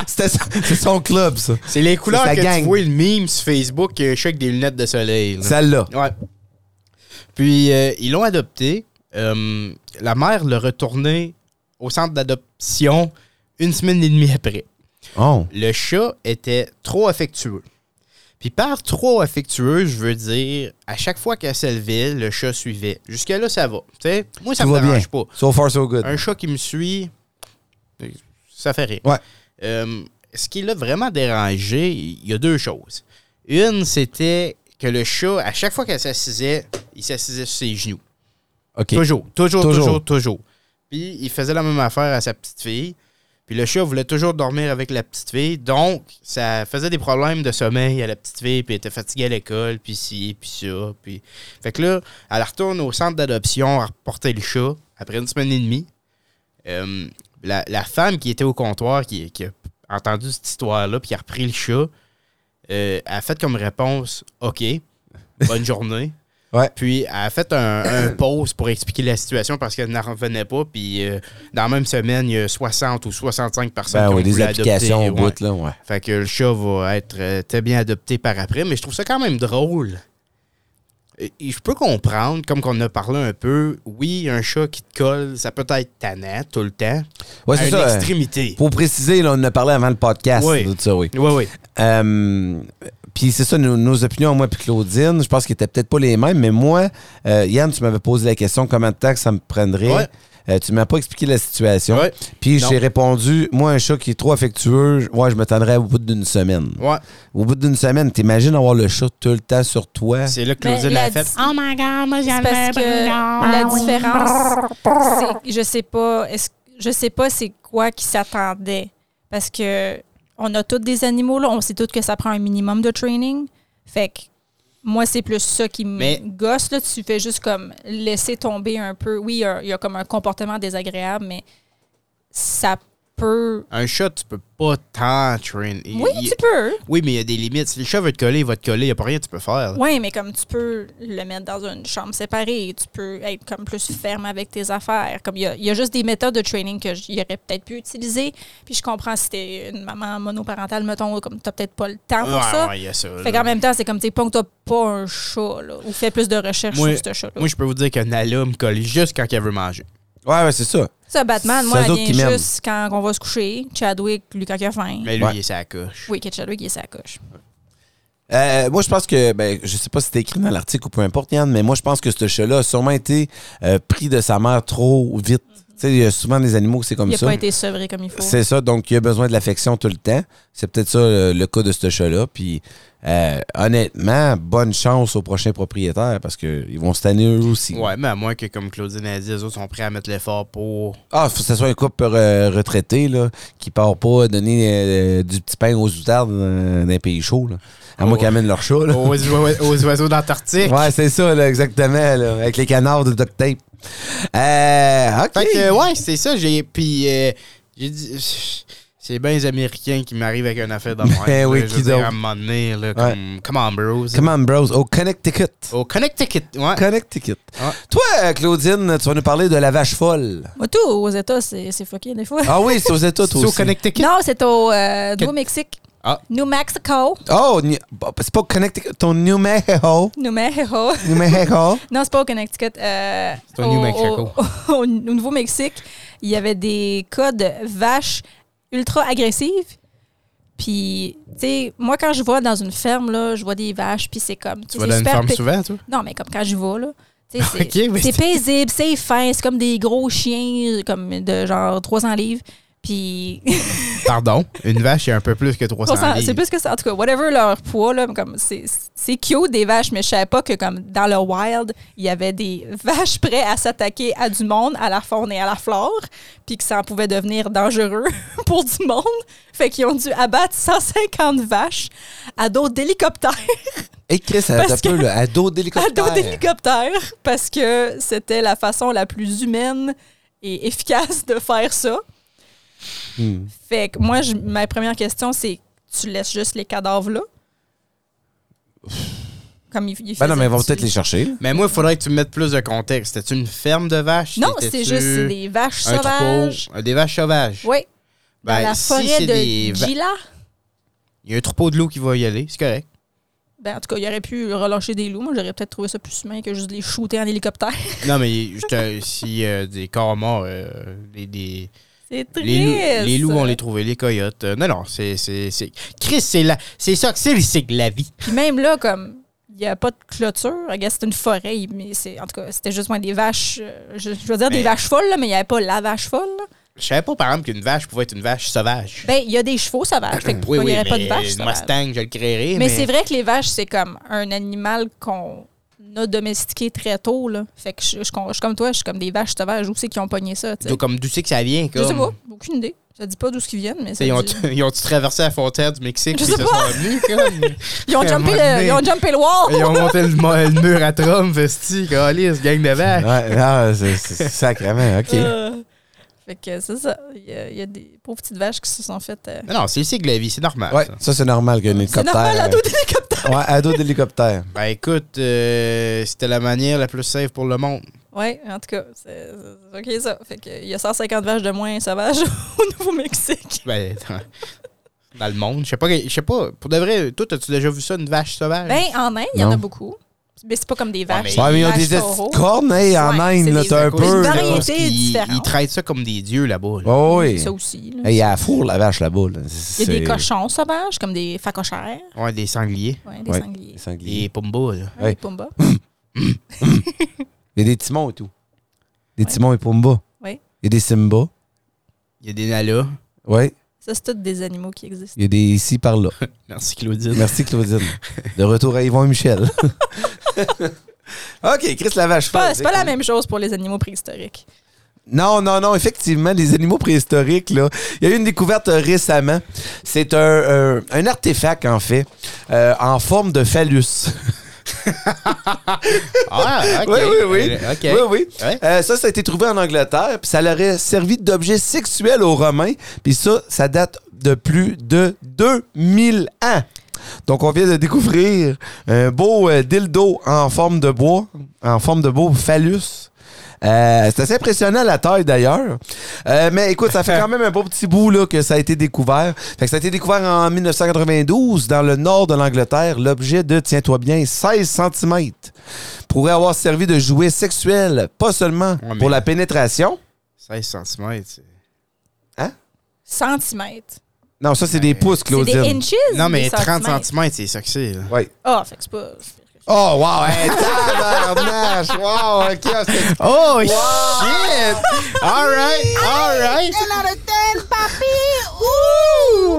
Speaker 2: C'était ça- C'est son club, ça.
Speaker 3: C'est les couleurs
Speaker 2: C'est sa
Speaker 3: que
Speaker 2: gang.
Speaker 3: tu vois le meme sur Facebook, euh, je suis avec des lunettes de soleil. là.
Speaker 2: Celle-là.
Speaker 3: Ouais. Puis euh, ils l'ont adopté. Euh, la mère l'a retourné au centre d'adoption une semaine et demie après.
Speaker 2: Oh.
Speaker 3: Le chat était trop affectueux. Puis par trop affectueux, je veux dire, à chaque fois qu'elle s'élevait, le chat suivait. Jusque-là, ça va. Tu sais, moi, ça
Speaker 2: Tout
Speaker 3: me
Speaker 2: va bien.
Speaker 3: dérange pas.
Speaker 2: So far, so good.
Speaker 3: Un chat qui me suit, ça fait rire.
Speaker 2: Ouais.
Speaker 3: Euh, ce qui l'a vraiment dérangé, il y a deux choses. Une, c'était que le chat, à chaque fois qu'elle s'assisait, il s'assisait sur ses genoux.
Speaker 2: OK.
Speaker 3: Toujours, toujours,
Speaker 2: Toujours.
Speaker 3: toujours, toujours, Puis il faisait la même affaire à sa petite fille. Puis le chat voulait toujours dormir avec la petite fille. Donc, ça faisait des problèmes de sommeil à la petite fille. Puis elle était fatiguée à l'école, puis ci, puis ça. Puis... Fait que là, elle retourne au centre d'adoption à reporter le chat après une semaine et demie. Euh, la, la femme qui était au comptoir, qui, qui a entendu cette histoire-là, puis qui a repris le chat, euh, a fait comme réponse OK, bonne journée.
Speaker 2: Ouais.
Speaker 3: Puis elle a fait un, un pause pour expliquer la situation parce qu'elle n'en revenait pas. Puis euh, dans la même semaine, il y a 60 ou 65 personnes
Speaker 2: Ben
Speaker 3: qui ont
Speaker 2: oui, des
Speaker 3: voulu adopter,
Speaker 2: applications au
Speaker 3: ouais.
Speaker 2: bout, là, ouais.
Speaker 3: Fait que le chat va être euh, très bien adopté par après, mais je trouve ça quand même drôle. Et- et je peux comprendre, comme qu'on a parlé un peu, oui, un chat qui te colle, ça peut être tannant tout le temps.
Speaker 2: Ouais,
Speaker 3: à
Speaker 2: c'est
Speaker 3: une
Speaker 2: ça. hein.
Speaker 3: extrémité.
Speaker 2: Pour préciser, là, on en a parlé avant le podcast.
Speaker 3: Oui.
Speaker 2: de ça, oui.
Speaker 3: Oui, oui.
Speaker 2: Euh, puis c'est ça, nos, nos opinions, moi puis Claudine, je pense qu'ils étaient peut-être pas les mêmes, mais moi, euh, Yann, tu m'avais posé la question comment de temps que ça me prendrait.
Speaker 3: Ouais.
Speaker 2: Euh, tu m'as pas expliqué la situation.
Speaker 3: Ouais.
Speaker 2: Puis
Speaker 3: Non.
Speaker 2: j'ai répondu, moi, un chat qui est trop affectueux, je- ouais, je me tannerais au bout d'une semaine.
Speaker 3: Ouais.
Speaker 2: Au bout d'une semaine, t'imagines avoir le chat tout le temps sur toi.
Speaker 3: C'est là que Claudine
Speaker 4: la
Speaker 3: a fait.
Speaker 4: dis-
Speaker 6: Oh my god, moi
Speaker 4: C'est
Speaker 6: j'aime
Speaker 4: parce que la différence, c'est je sais pas, est-ce- je sais pas c'est quoi qui s'attendait parce que on a tous des animaux là, on sait tous que ça prend un minimum de training. Fait que moi c'est plus ça qui
Speaker 3: Mais-
Speaker 4: me gosse là, tu fais juste comme laisser tomber un peu. Oui, il y a- il y, a comme un comportement désagréable mais ça peut
Speaker 3: Un chat, tu peux pas tant traîner. Il-
Speaker 4: Oui,
Speaker 3: il-
Speaker 4: tu peux.
Speaker 3: Oui, mais il y a des limites. Si le chat veut te coller, il va te coller. Il n'y a pas rien que tu peux faire.
Speaker 4: Oui, mais comme tu peux le mettre dans une chambre séparée, tu peux être comme plus ferme avec tes affaires. Comme il y a, il y a juste des méthodes de training que j'aurais peut-être pu utiliser. Puis je comprends si t'es une maman monoparentale, mettons, comme t'as peut-être pas le temps pour
Speaker 3: ouais,
Speaker 4: ça.
Speaker 3: ouais, il y a ça.
Speaker 4: Fait
Speaker 3: là.
Speaker 4: qu'en même temps, c'est comme t'es pas que t'as pas un chat, là, ou fais plus de recherches
Speaker 3: Moi-
Speaker 4: sur ce chat-là.
Speaker 3: Moi, je peux vous dire que Nala me colle juste quand elle veut manger.
Speaker 2: Ouais, ouais, c'est ça.
Speaker 4: Ça, Batman,
Speaker 2: C'est
Speaker 4: moi,
Speaker 2: eux
Speaker 4: elle
Speaker 2: autres qui
Speaker 4: vient
Speaker 2: m'aiment.
Speaker 4: juste quand on va se coucher. Chadwick, lui, quand il a faim.
Speaker 3: Mais lui,
Speaker 2: Ouais.
Speaker 3: il est sa coche.
Speaker 4: Oui, que Chadwick, il est sa coche.
Speaker 2: Euh, moi, je pense que, ben, je sais pas si c'est écrit dans l'article ou peu importe, Yann, mais moi, je pense que ce chat-là a sûrement été euh, pris de sa mère trop vite. Tu sais, il y a souvent des animaux que c'est comme
Speaker 4: Mhm. Il a
Speaker 2: ça.
Speaker 4: pas été sevré comme il faut.
Speaker 2: C'est ça, donc il a besoin de l'affection tout le temps. C'est peut-être ça euh, le, cas de ce chat-là. Puis euh, honnêtement, bonne chance aux prochains propriétaires parce qu'ils vont se tanner eux aussi.
Speaker 3: Ouais, mais à moins que, comme Claudine a dit, les autres sont prêts à mettre l'effort pour.
Speaker 2: Ah, faut que ce soit un couple euh, retraité là, qui part pas donner euh, du petit pain aux outardes euh, d'un pays chaud. Là.
Speaker 4: Ah
Speaker 2: À moins
Speaker 3: Oh.
Speaker 2: qu'ils amènent leur chat. Là.
Speaker 3: aux, oise- aux oiseaux d'Antarctique.
Speaker 2: Ouais, c'est ça, là, exactement, là, avec les canards de duct tape. Euh, OK.
Speaker 3: Fait que, ouais, c'est ça. J'ai, puis, euh, j'ai dit. C'est bien les Américains qui m'arrivent avec une affaire de même.
Speaker 2: Ben
Speaker 3: là,
Speaker 2: oui,
Speaker 3: je veux
Speaker 2: qui
Speaker 3: dire,
Speaker 2: d'autre?
Speaker 3: À un moment donné, là, comme, come on, bros.
Speaker 2: Come on, bros. Au Connecticut.
Speaker 3: Au Connecticut, ouais.
Speaker 2: Connecticut.
Speaker 3: Ouais.
Speaker 2: Toi, euh, Claudine, tu vas nous parler de la vache folle.
Speaker 4: Moi, tout aux États, c'est c'est fucké des fois.
Speaker 2: Ah oui, c'est aux États, toi
Speaker 3: C'est au
Speaker 2: aussi.
Speaker 3: Connecticut.
Speaker 4: Non, c'est au euh,
Speaker 3: Que-
Speaker 4: Nouveau-Mexique.
Speaker 3: Ah.
Speaker 4: New Mexico.
Speaker 2: Oh, Ni- bah, c'est pas Connecticut, ton New Mexico.
Speaker 4: New Mexico.
Speaker 2: New Mexico.
Speaker 4: Non, c'est pas au Connecticut. euh,
Speaker 3: C'est au New Mexico.
Speaker 4: au- au Nouveau-Mexique, il y avait des cas de vaches ultra agressives. Puis, tu sais, moi, quand je vois dans une ferme, là, je vois des vaches, puis c'est comme.
Speaker 3: Tu
Speaker 4: tu sais,
Speaker 3: vas dans
Speaker 4: c'est
Speaker 3: une
Speaker 4: super
Speaker 3: ferme
Speaker 4: pa-
Speaker 3: souvent, toi?
Speaker 4: Non, mais comme quand je vois, là. tu sais, C'est
Speaker 3: Ok, mais
Speaker 4: c'est
Speaker 3: c'est-
Speaker 4: paisible, c'est fin, c'est comme des gros chiens comme de genre 300 livres. Puis
Speaker 3: Pardon, une vache, il y a un peu plus que 300
Speaker 4: 300,
Speaker 3: livres.
Speaker 4: C'est plus que ça. En tout cas, whatever leur poids, là, comme c'est, c'est cute des vaches, mais je savais pas que comme dans le wild, il y avait des vaches prêtes à s'attaquer à du monde, à la faune et à la flore, puis que ça en pouvait devenir dangereux pour du monde. Fait qu'ils ont dû abattre 150 vaches à dos d'hélicoptère,
Speaker 2: Et Chris, ça
Speaker 4: Parce
Speaker 2: un peu,
Speaker 4: que-
Speaker 2: là, à dos
Speaker 3: euh,
Speaker 4: à dos
Speaker 2: d'hélicoptère.
Speaker 4: d'hélicoptère, parce que c'était la façon la plus humaine et efficace de faire ça.
Speaker 2: Hmm.
Speaker 4: Fait que moi, je- ma première question, c'est tu laisses juste les cadavres là? Comme il, il
Speaker 2: Ben non, mais ils vont
Speaker 4: faisait-
Speaker 2: peut-être les chercher.
Speaker 3: Mais moi, il faudrait que tu me mettes plus de contexte. C'était-tu une ferme de vaches?
Speaker 4: Non,
Speaker 3: C'était-tu
Speaker 4: c'est juste c'est des vaches
Speaker 3: un
Speaker 4: sauvages.
Speaker 3: troupeau? Euh, Des vaches sauvages.
Speaker 4: Oui. Dans
Speaker 3: Ben,
Speaker 4: la
Speaker 3: si
Speaker 4: forêt
Speaker 3: c'est
Speaker 4: de
Speaker 3: des va-
Speaker 4: Gila.
Speaker 3: Il y a un troupeau de loups qui va y aller, c'est correct.
Speaker 4: Ben, en tout cas, il aurait pu relâcher des loups. Moi, j'aurais peut-être trouvé ça plus humain que juste les shooter en hélicoptère.
Speaker 3: Non, mais je te- si euh, des corps morts, euh, des- des-
Speaker 4: C'est triste.
Speaker 3: les, loups, les loups, on les trouvait, les coyotes. euh, non, non, c'est. c'est- c'est- Chris, c'est la- c'est ça que c'est, c'est de la vie.
Speaker 4: Puis même là, comme il n'y a pas de clôture, I guess c'est une forêt, il- mais c'est en tout cas, c'était juste moins des vaches, euh, je, je veux dire
Speaker 3: Mais-
Speaker 4: des vaches folles, là, mais il n'y avait pas la vache folle. là.
Speaker 3: Je savais pas, par exemple, qu'une vache pouvait être une vache sauvage.
Speaker 4: Ben, il y a des chevaux sauvages, fait que pourquoi il n'y aurait pas de vache
Speaker 3: une
Speaker 4: sauvage?
Speaker 3: Mustang, je le créerais.
Speaker 4: Mais,
Speaker 3: Mais,
Speaker 4: c'est vrai que les vaches, c'est comme un animal qu'on a domestiqué très tôt, là. Fait que je, je- je suis comme toi, je suis comme des vaches sauvages, où c'est qu'ils ont pogné ça, tu sais?
Speaker 3: Donc, comme d'où c'est que ça vient,
Speaker 4: Je
Speaker 3: comme.
Speaker 4: sais pas, aucune idée. Ça dit pas d'où ce qu'ils viennent, mais ça
Speaker 3: T'sais, Ils ont,
Speaker 4: dit-
Speaker 3: ils ont-tu traversé la frontière du Mexique
Speaker 4: Je
Speaker 3: puis
Speaker 4: sais
Speaker 3: ils se
Speaker 4: pas.
Speaker 3: sont venus, comme.
Speaker 4: Ils ont jumpé
Speaker 3: moment
Speaker 4: le, ils ont jumpé le wall!
Speaker 3: ils ont monté le, mo- le mur à Trump, vesti, calice, gang de vaches.
Speaker 2: Ouais, non, c'est c'est sacrément, OK.
Speaker 4: Euh, fait que c'est ça. Il y, a, il y a des pauvres petites vaches qui se sont faites. euh,
Speaker 3: Non, non, c'est ici que la vie, c'est normal.
Speaker 2: Ouais,
Speaker 3: ça.
Speaker 2: ça, c'est normal qu'un
Speaker 4: C'est
Speaker 2: hélicoptère.
Speaker 4: normal à
Speaker 2: euh,
Speaker 4: dos d'hélicoptère.
Speaker 2: Ouais, à dos d'hélicoptère.
Speaker 3: Ben écoute, euh, c'était la manière la plus safe pour le monde.
Speaker 4: Ouais, en tout cas, c'est c'est OK ça. Fait que, il y a 150 vaches de moins sauvages au Nouveau-Mexique.
Speaker 3: Ben, dans, dans le monde. Je sais pas, je sais pas. Pour de vrai, toi, as-tu déjà vu ça, une vache sauvage?
Speaker 4: Ben, en Inde, il y en a
Speaker 2: Non.
Speaker 4: beaucoup. Mais c'est pas comme des vaches.
Speaker 3: mais-
Speaker 2: Ouais, mais ils ont
Speaker 4: vaches
Speaker 2: des
Speaker 4: taureaux.
Speaker 2: petites cornes, hey, en
Speaker 4: Ouais,
Speaker 2: Inde,
Speaker 4: c'est
Speaker 2: là,
Speaker 4: des-
Speaker 2: t'as un
Speaker 4: c'est
Speaker 2: peu.
Speaker 4: une
Speaker 2: là.
Speaker 4: variété.
Speaker 3: ils,
Speaker 4: différente.
Speaker 3: ils traitent ça comme des dieux là-bas. là.
Speaker 2: Oh, oui.
Speaker 4: Ça aussi. là.
Speaker 2: Hey, il y a la four, la vache, là-bas. là.
Speaker 4: il y a
Speaker 2: C'est-
Speaker 4: des cochons sauvages, comme des facochères,
Speaker 3: Ouais, des sangliers.
Speaker 4: ouais, des
Speaker 2: Ouais.
Speaker 4: sangliers,
Speaker 2: Des sangliers.
Speaker 3: Des pumbas, là.
Speaker 4: ouais,
Speaker 2: Ouais.
Speaker 4: des pumbas.
Speaker 2: Il y a des timons et tout. Des
Speaker 4: Ouais.
Speaker 2: timons et Pumba.
Speaker 4: Ouais.
Speaker 2: Il y a des Simba.
Speaker 3: Il y a des nalas.
Speaker 2: Oui.
Speaker 4: Ça, c'est tous des animaux qui existent.
Speaker 2: Il y a des ici par là.
Speaker 3: Merci, Claudine.
Speaker 2: Merci, Claudine. De retour à Yvon et Michel. OK, Chris la vache
Speaker 4: C'est pas,
Speaker 2: folle.
Speaker 4: c'est pas la même chose pour les animaux préhistoriques.
Speaker 2: Non, non, non, effectivement, les animaux préhistoriques, là. Il y a eu une découverte euh, récemment. C'est un, euh, un artefact, en fait, euh, en forme de phallus.
Speaker 3: Ah, OK.
Speaker 2: Oui, oui, oui.
Speaker 3: Euh, OK.
Speaker 2: Oui, oui.
Speaker 3: Ouais.
Speaker 2: Euh, ça, ça a été trouvé en Angleterre, puis ça leur aurait servi d'objet sexuel aux Romains, puis ça, ça date de plus de 2000 ans. Donc, on vient de découvrir un beau euh, dildo en forme de bois, en forme de beau phallus. Euh, c'est assez impressionnant la taille d'ailleurs. Euh, mais écoute, ça fait quand même un beau petit bout là, que ça a été découvert. Fait que ça a été découvert en 1992 dans le nord de l'Angleterre. L'objet de, tiens-toi bien, 16 cm pourrait avoir servi de jouet sexuel, pas seulement
Speaker 3: Ouais,
Speaker 2: pour
Speaker 3: mais-
Speaker 2: la pénétration.
Speaker 3: 16 cm.
Speaker 4: Centimètres.
Speaker 2: Non, ça, c'est des pouces,
Speaker 4: C'est des
Speaker 2: Claudine.
Speaker 4: inches?
Speaker 3: Non, mais
Speaker 4: des
Speaker 3: 30
Speaker 4: centimètres?
Speaker 3: cm, c'est ça que c'est, là.
Speaker 2: Ouais.
Speaker 4: Ah, fait que c'est pas.
Speaker 2: Oh, wow, hey, tabarnache! Wow, OK, ah, on s'est-
Speaker 3: Oh, shit! All right, all right.
Speaker 2: Ouh,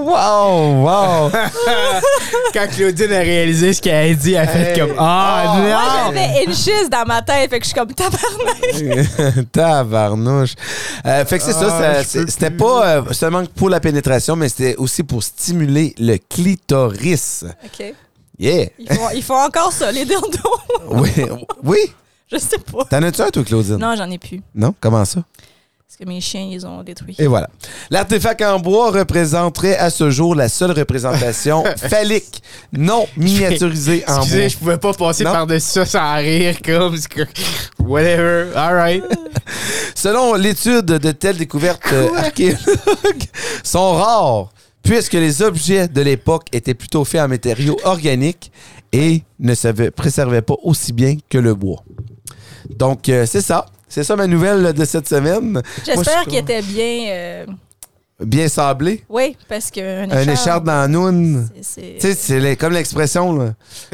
Speaker 2: Wow, wow!
Speaker 3: Quand Claudine a réalisé ce qu'elle a dit, elle a fait
Speaker 2: Hey.
Speaker 3: comme Ah
Speaker 2: Oh.
Speaker 4: Moi,
Speaker 3: non!
Speaker 4: j'avais inches dans ma tête, fait que je suis comme tabarnak.
Speaker 2: Tabarnouche. Euh, fait que c'est ça,
Speaker 3: Ah,
Speaker 2: ça,
Speaker 3: je
Speaker 2: c'est-
Speaker 3: peux
Speaker 2: c'était
Speaker 3: plus.
Speaker 2: pas euh, seulement pour la pénétration, mais c'était aussi pour stimuler le clitoris.
Speaker 4: OK.
Speaker 2: Yeah!
Speaker 4: Ils font, ils font encore ça, les dildos.
Speaker 2: Oui, oui.
Speaker 4: Je sais pas.
Speaker 2: T'en as-tu un, toi, Claudine?
Speaker 4: Non, j'en ai plus.
Speaker 2: Non? Comment ça?
Speaker 4: Parce que mes chiens, ils ont détruit.
Speaker 2: Et voilà. L'artefact en bois représenterait à ce jour la seule représentation phallique non miniaturisée en bois.
Speaker 3: Excusez, je pouvais pas passer
Speaker 2: Non.
Speaker 3: par-dessus ça sans rire, comme. c'est que- Whatever, all right.
Speaker 2: Selon l'étude de telles découvertes euh, archéologues sont rares puisque les objets de l'époque étaient plutôt faits en matériaux organiques et ne se v- préservaient pas aussi bien que le bois. Donc euh, c'est ça. C'est ça ma nouvelle de cette semaine. Moi,
Speaker 4: J'espère
Speaker 2: je-
Speaker 4: qu'ils étaient bien. euh,
Speaker 2: Bien sablé.
Speaker 4: Oui, parce qu'un écharpe.
Speaker 2: Un écharpe dans la noune.
Speaker 4: c'est-
Speaker 2: Tu sais,
Speaker 4: c'est-
Speaker 2: c'est les- comme l'expression, là.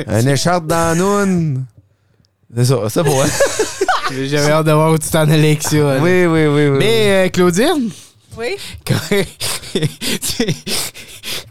Speaker 2: Un écharpe dans la noune. C'est ça, ça pour
Speaker 3: J'avais hâte de voir où tu t'en allais avec ça, là.
Speaker 2: Oui, oui, oui, oui. oui.
Speaker 3: Mais euh, Claudine,
Speaker 4: Oui.
Speaker 3: tu-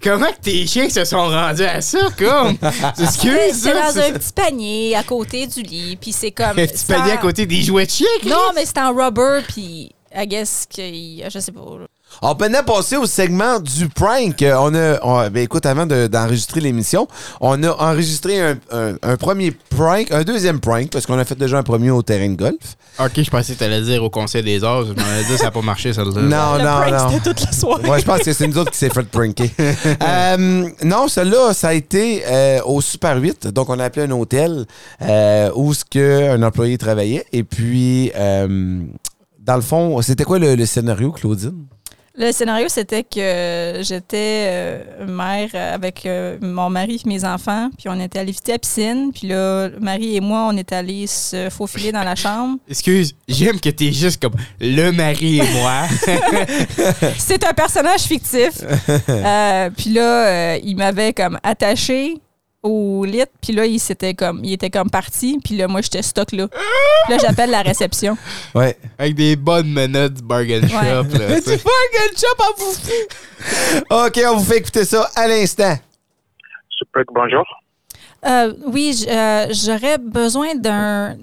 Speaker 3: comment que tes chiens se sont rendus à ça, comme? Excuse,
Speaker 4: C'est
Speaker 3: ça,
Speaker 4: dans
Speaker 3: c'est-
Speaker 4: un petit panier à côté du lit, puis c'est comme.
Speaker 3: Un petit
Speaker 4: c'est
Speaker 3: panier
Speaker 4: en-
Speaker 3: à côté des jouets de chiens, Chris?
Speaker 4: Non, mais c'est en rubber, puis
Speaker 7: I guess que il- je sais pas. là.
Speaker 2: On peut maintenant passer au segment du prank. Euh, On a, on- ben, écoute, avant de- d'enregistrer l'émission, on a enregistré un, un- un premier prank, un deuxième prank, parce qu'on a fait déjà un premier au terrain de golf.
Speaker 3: Ok, je pensais que t'allais dire au Conseil des arts. Je m'en allais dire, ça n'a pas marché,
Speaker 2: Non,
Speaker 3: celle-là.
Speaker 7: le
Speaker 2: Oh non,
Speaker 7: prank,
Speaker 2: non.
Speaker 7: c'était toute la soirée.
Speaker 2: Moi, je pense que c'est nous autres qui s'est fait pranker. Euh, non, celui-là, ça a été euh, au Super 8. Donc, on a appelé un hôtel euh, où ce que un employé travaillait. Et puis, euh, dans le fond, c'était quoi le, le scénario, Claudine?
Speaker 7: Le scénario, c'était que j'étais euh, mère avec euh, mon mari et mes enfants, puis on était allés visiter la piscine, puis là, Marie et moi, on est allés se faufiler dans la chambre.
Speaker 3: Excuse, j'aime que t'es juste comme le mari et moi.
Speaker 7: C'est un personnage fictif. Euh, puis là, euh, il m'avait comme attaché au lit, puis là, il s'était comme, il était comme parti, puis là, moi, j'étais stock là. Puis là, j'appelle la réception.
Speaker 2: Ouais.
Speaker 3: Avec des bonnes menottes du bargain shop. Là, tu sais.
Speaker 2: OK, on vous fait écouter ça à l'instant.
Speaker 6: Super, bonjour.
Speaker 4: Euh, oui, j- euh, j'aurais besoin d'un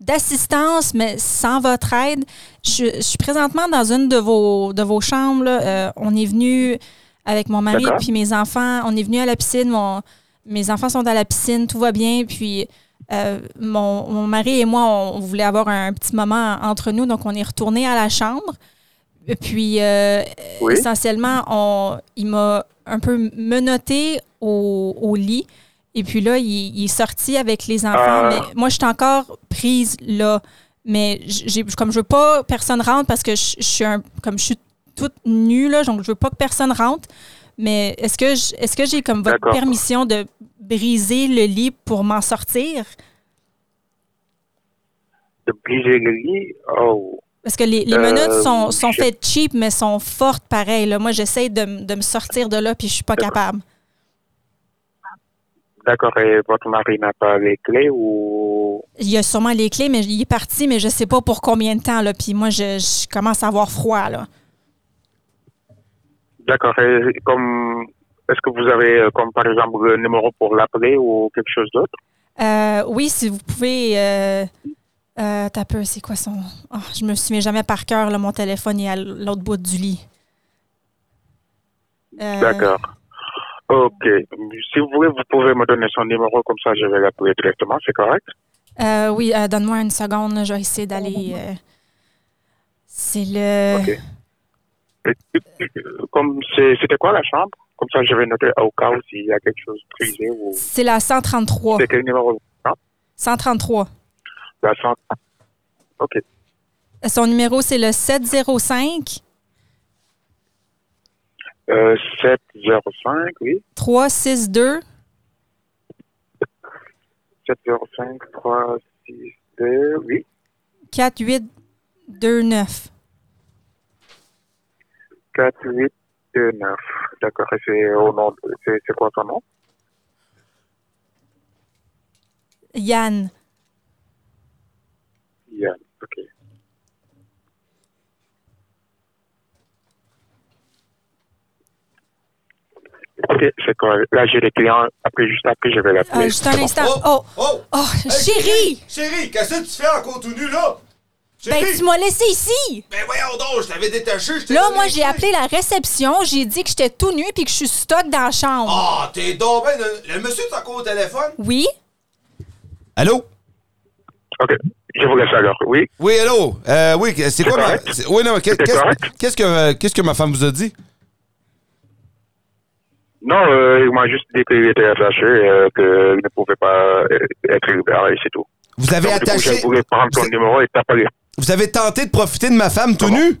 Speaker 4: d'assistance, mais sans votre aide. Je, je suis présentement dans une de vos, de vos chambres. là. Euh, on est venu avec mon mari
Speaker 6: D'accord.
Speaker 4: puis mes enfants. On est venu à la piscine. Mon- mes enfants sont à la piscine, tout va bien. Puis euh, mon, mon mari et moi, on, on voulait avoir un petit moment entre nous, donc on est retourné à la chambre. Puis euh,
Speaker 6: Oui.
Speaker 4: essentiellement, on, il m'a un peu menotté au, au lit. Et puis là, il, il est sorti avec les enfants.
Speaker 6: Ah.
Speaker 4: Mais moi, je suis encore prise là. Mais j'ai, comme je veux pas que personne rentre parce que je, je suis un, comme je suis toute nue là, donc je veux pas que personne rentre. Mais est-ce que je- est-ce que j'ai comme votre
Speaker 6: D'accord.
Speaker 4: permission de briser le lit pour m'en sortir?
Speaker 6: De briser le lit, oh.
Speaker 4: Parce que les, les
Speaker 6: Euh,
Speaker 4: menottes sont, sont
Speaker 6: je-
Speaker 4: faites cheap, mais sont fortes pareil. Là. Moi, j'essaie de, m- de me sortir de là, puis je
Speaker 6: Euh.
Speaker 4: suis pas capable.
Speaker 6: D'accord, et votre mari n'a pas les clés ou.
Speaker 4: Il y a sûrement les clés, mais il est parti, mais je sais pas pour combien de temps. Là. Puis moi, je, je commence à avoir froid. Là.
Speaker 6: D'accord, et comme. Est-ce que vous avez, euh, comme par exemple, le numéro pour l'appeler ou quelque chose d'autre
Speaker 4: Euh, oui, si vous pouvez... Euh, euh, t'as peu, c'est quoi son... Oh, je me souviens jamais par cœur. Là, mon téléphone est à l'autre bout du lit. Euh,
Speaker 6: D'accord. Ok. Si vous voulez, vous pouvez me donner son numéro, comme ça je vais l'appeler directement, c'est correct
Speaker 4: euh, oui, euh, donne-moi une seconde. là, je vais essayer d'aller... euh, C'est le...
Speaker 6: Ok. Comme c'est- c'était quoi la chambre Comme ça je vais noter au cas où s'il y a quelque chose de brisé ou.
Speaker 4: C'est la 133.
Speaker 6: C'est quel numéro
Speaker 4: 133.
Speaker 6: La chambre. Ok.
Speaker 4: Son numéro, c'est le 705
Speaker 6: Euh, 705, oui.
Speaker 4: 362
Speaker 6: 705 3 6 2 oui
Speaker 4: 4829.
Speaker 6: 4 8 2 9 d'accord et c'est au nom de- c'est c'est quoi son nom
Speaker 4: Yann.
Speaker 6: Yann ok ok c'est quoi là j'ai les clients après juste après je vais
Speaker 4: Euh,
Speaker 6: l'appeler
Speaker 4: juste un instant. Oh,
Speaker 2: Oh!
Speaker 4: oh, chérie!
Speaker 2: Chérie, qu'est-ce que tu fais en tout nu, là?
Speaker 4: Ben, tu m'as laissé ici!
Speaker 2: Ben voyons donc, je t'avais détaché, je t'ai
Speaker 4: Là,
Speaker 2: donné
Speaker 4: moi,
Speaker 2: les
Speaker 4: j'ai
Speaker 2: clés.
Speaker 4: appelé la réception, j'ai dit que j'étais tout nu puis que je suis stock dans la chambre.
Speaker 2: Ah, t'es donc ben... Le, le monsieur est encore au téléphone?
Speaker 4: Oui?
Speaker 2: Allô?
Speaker 6: ok je vous laisse alors oui
Speaker 2: Oui, allô? Euh, oui, que- c'est quoi ma...
Speaker 6: correct?
Speaker 2: c'est- Oui, non, mais qu'est-
Speaker 6: C'est
Speaker 2: qu'est-ce
Speaker 6: correct?
Speaker 2: qu'est-ce que, euh, qu'est-ce que ma femme vous a dit?
Speaker 6: non euh, il m'a juste dit qu'il était attaché euh, qu'il ne pouvait pas euh, être libéré c'est tout
Speaker 2: Vous avez
Speaker 6: Donc, du coup,
Speaker 2: attaché...
Speaker 6: je voulais prendre Ah son
Speaker 2: C'est-
Speaker 6: numéro et t'appeler
Speaker 2: Vous avez tenté de profiter de ma femme tout nue?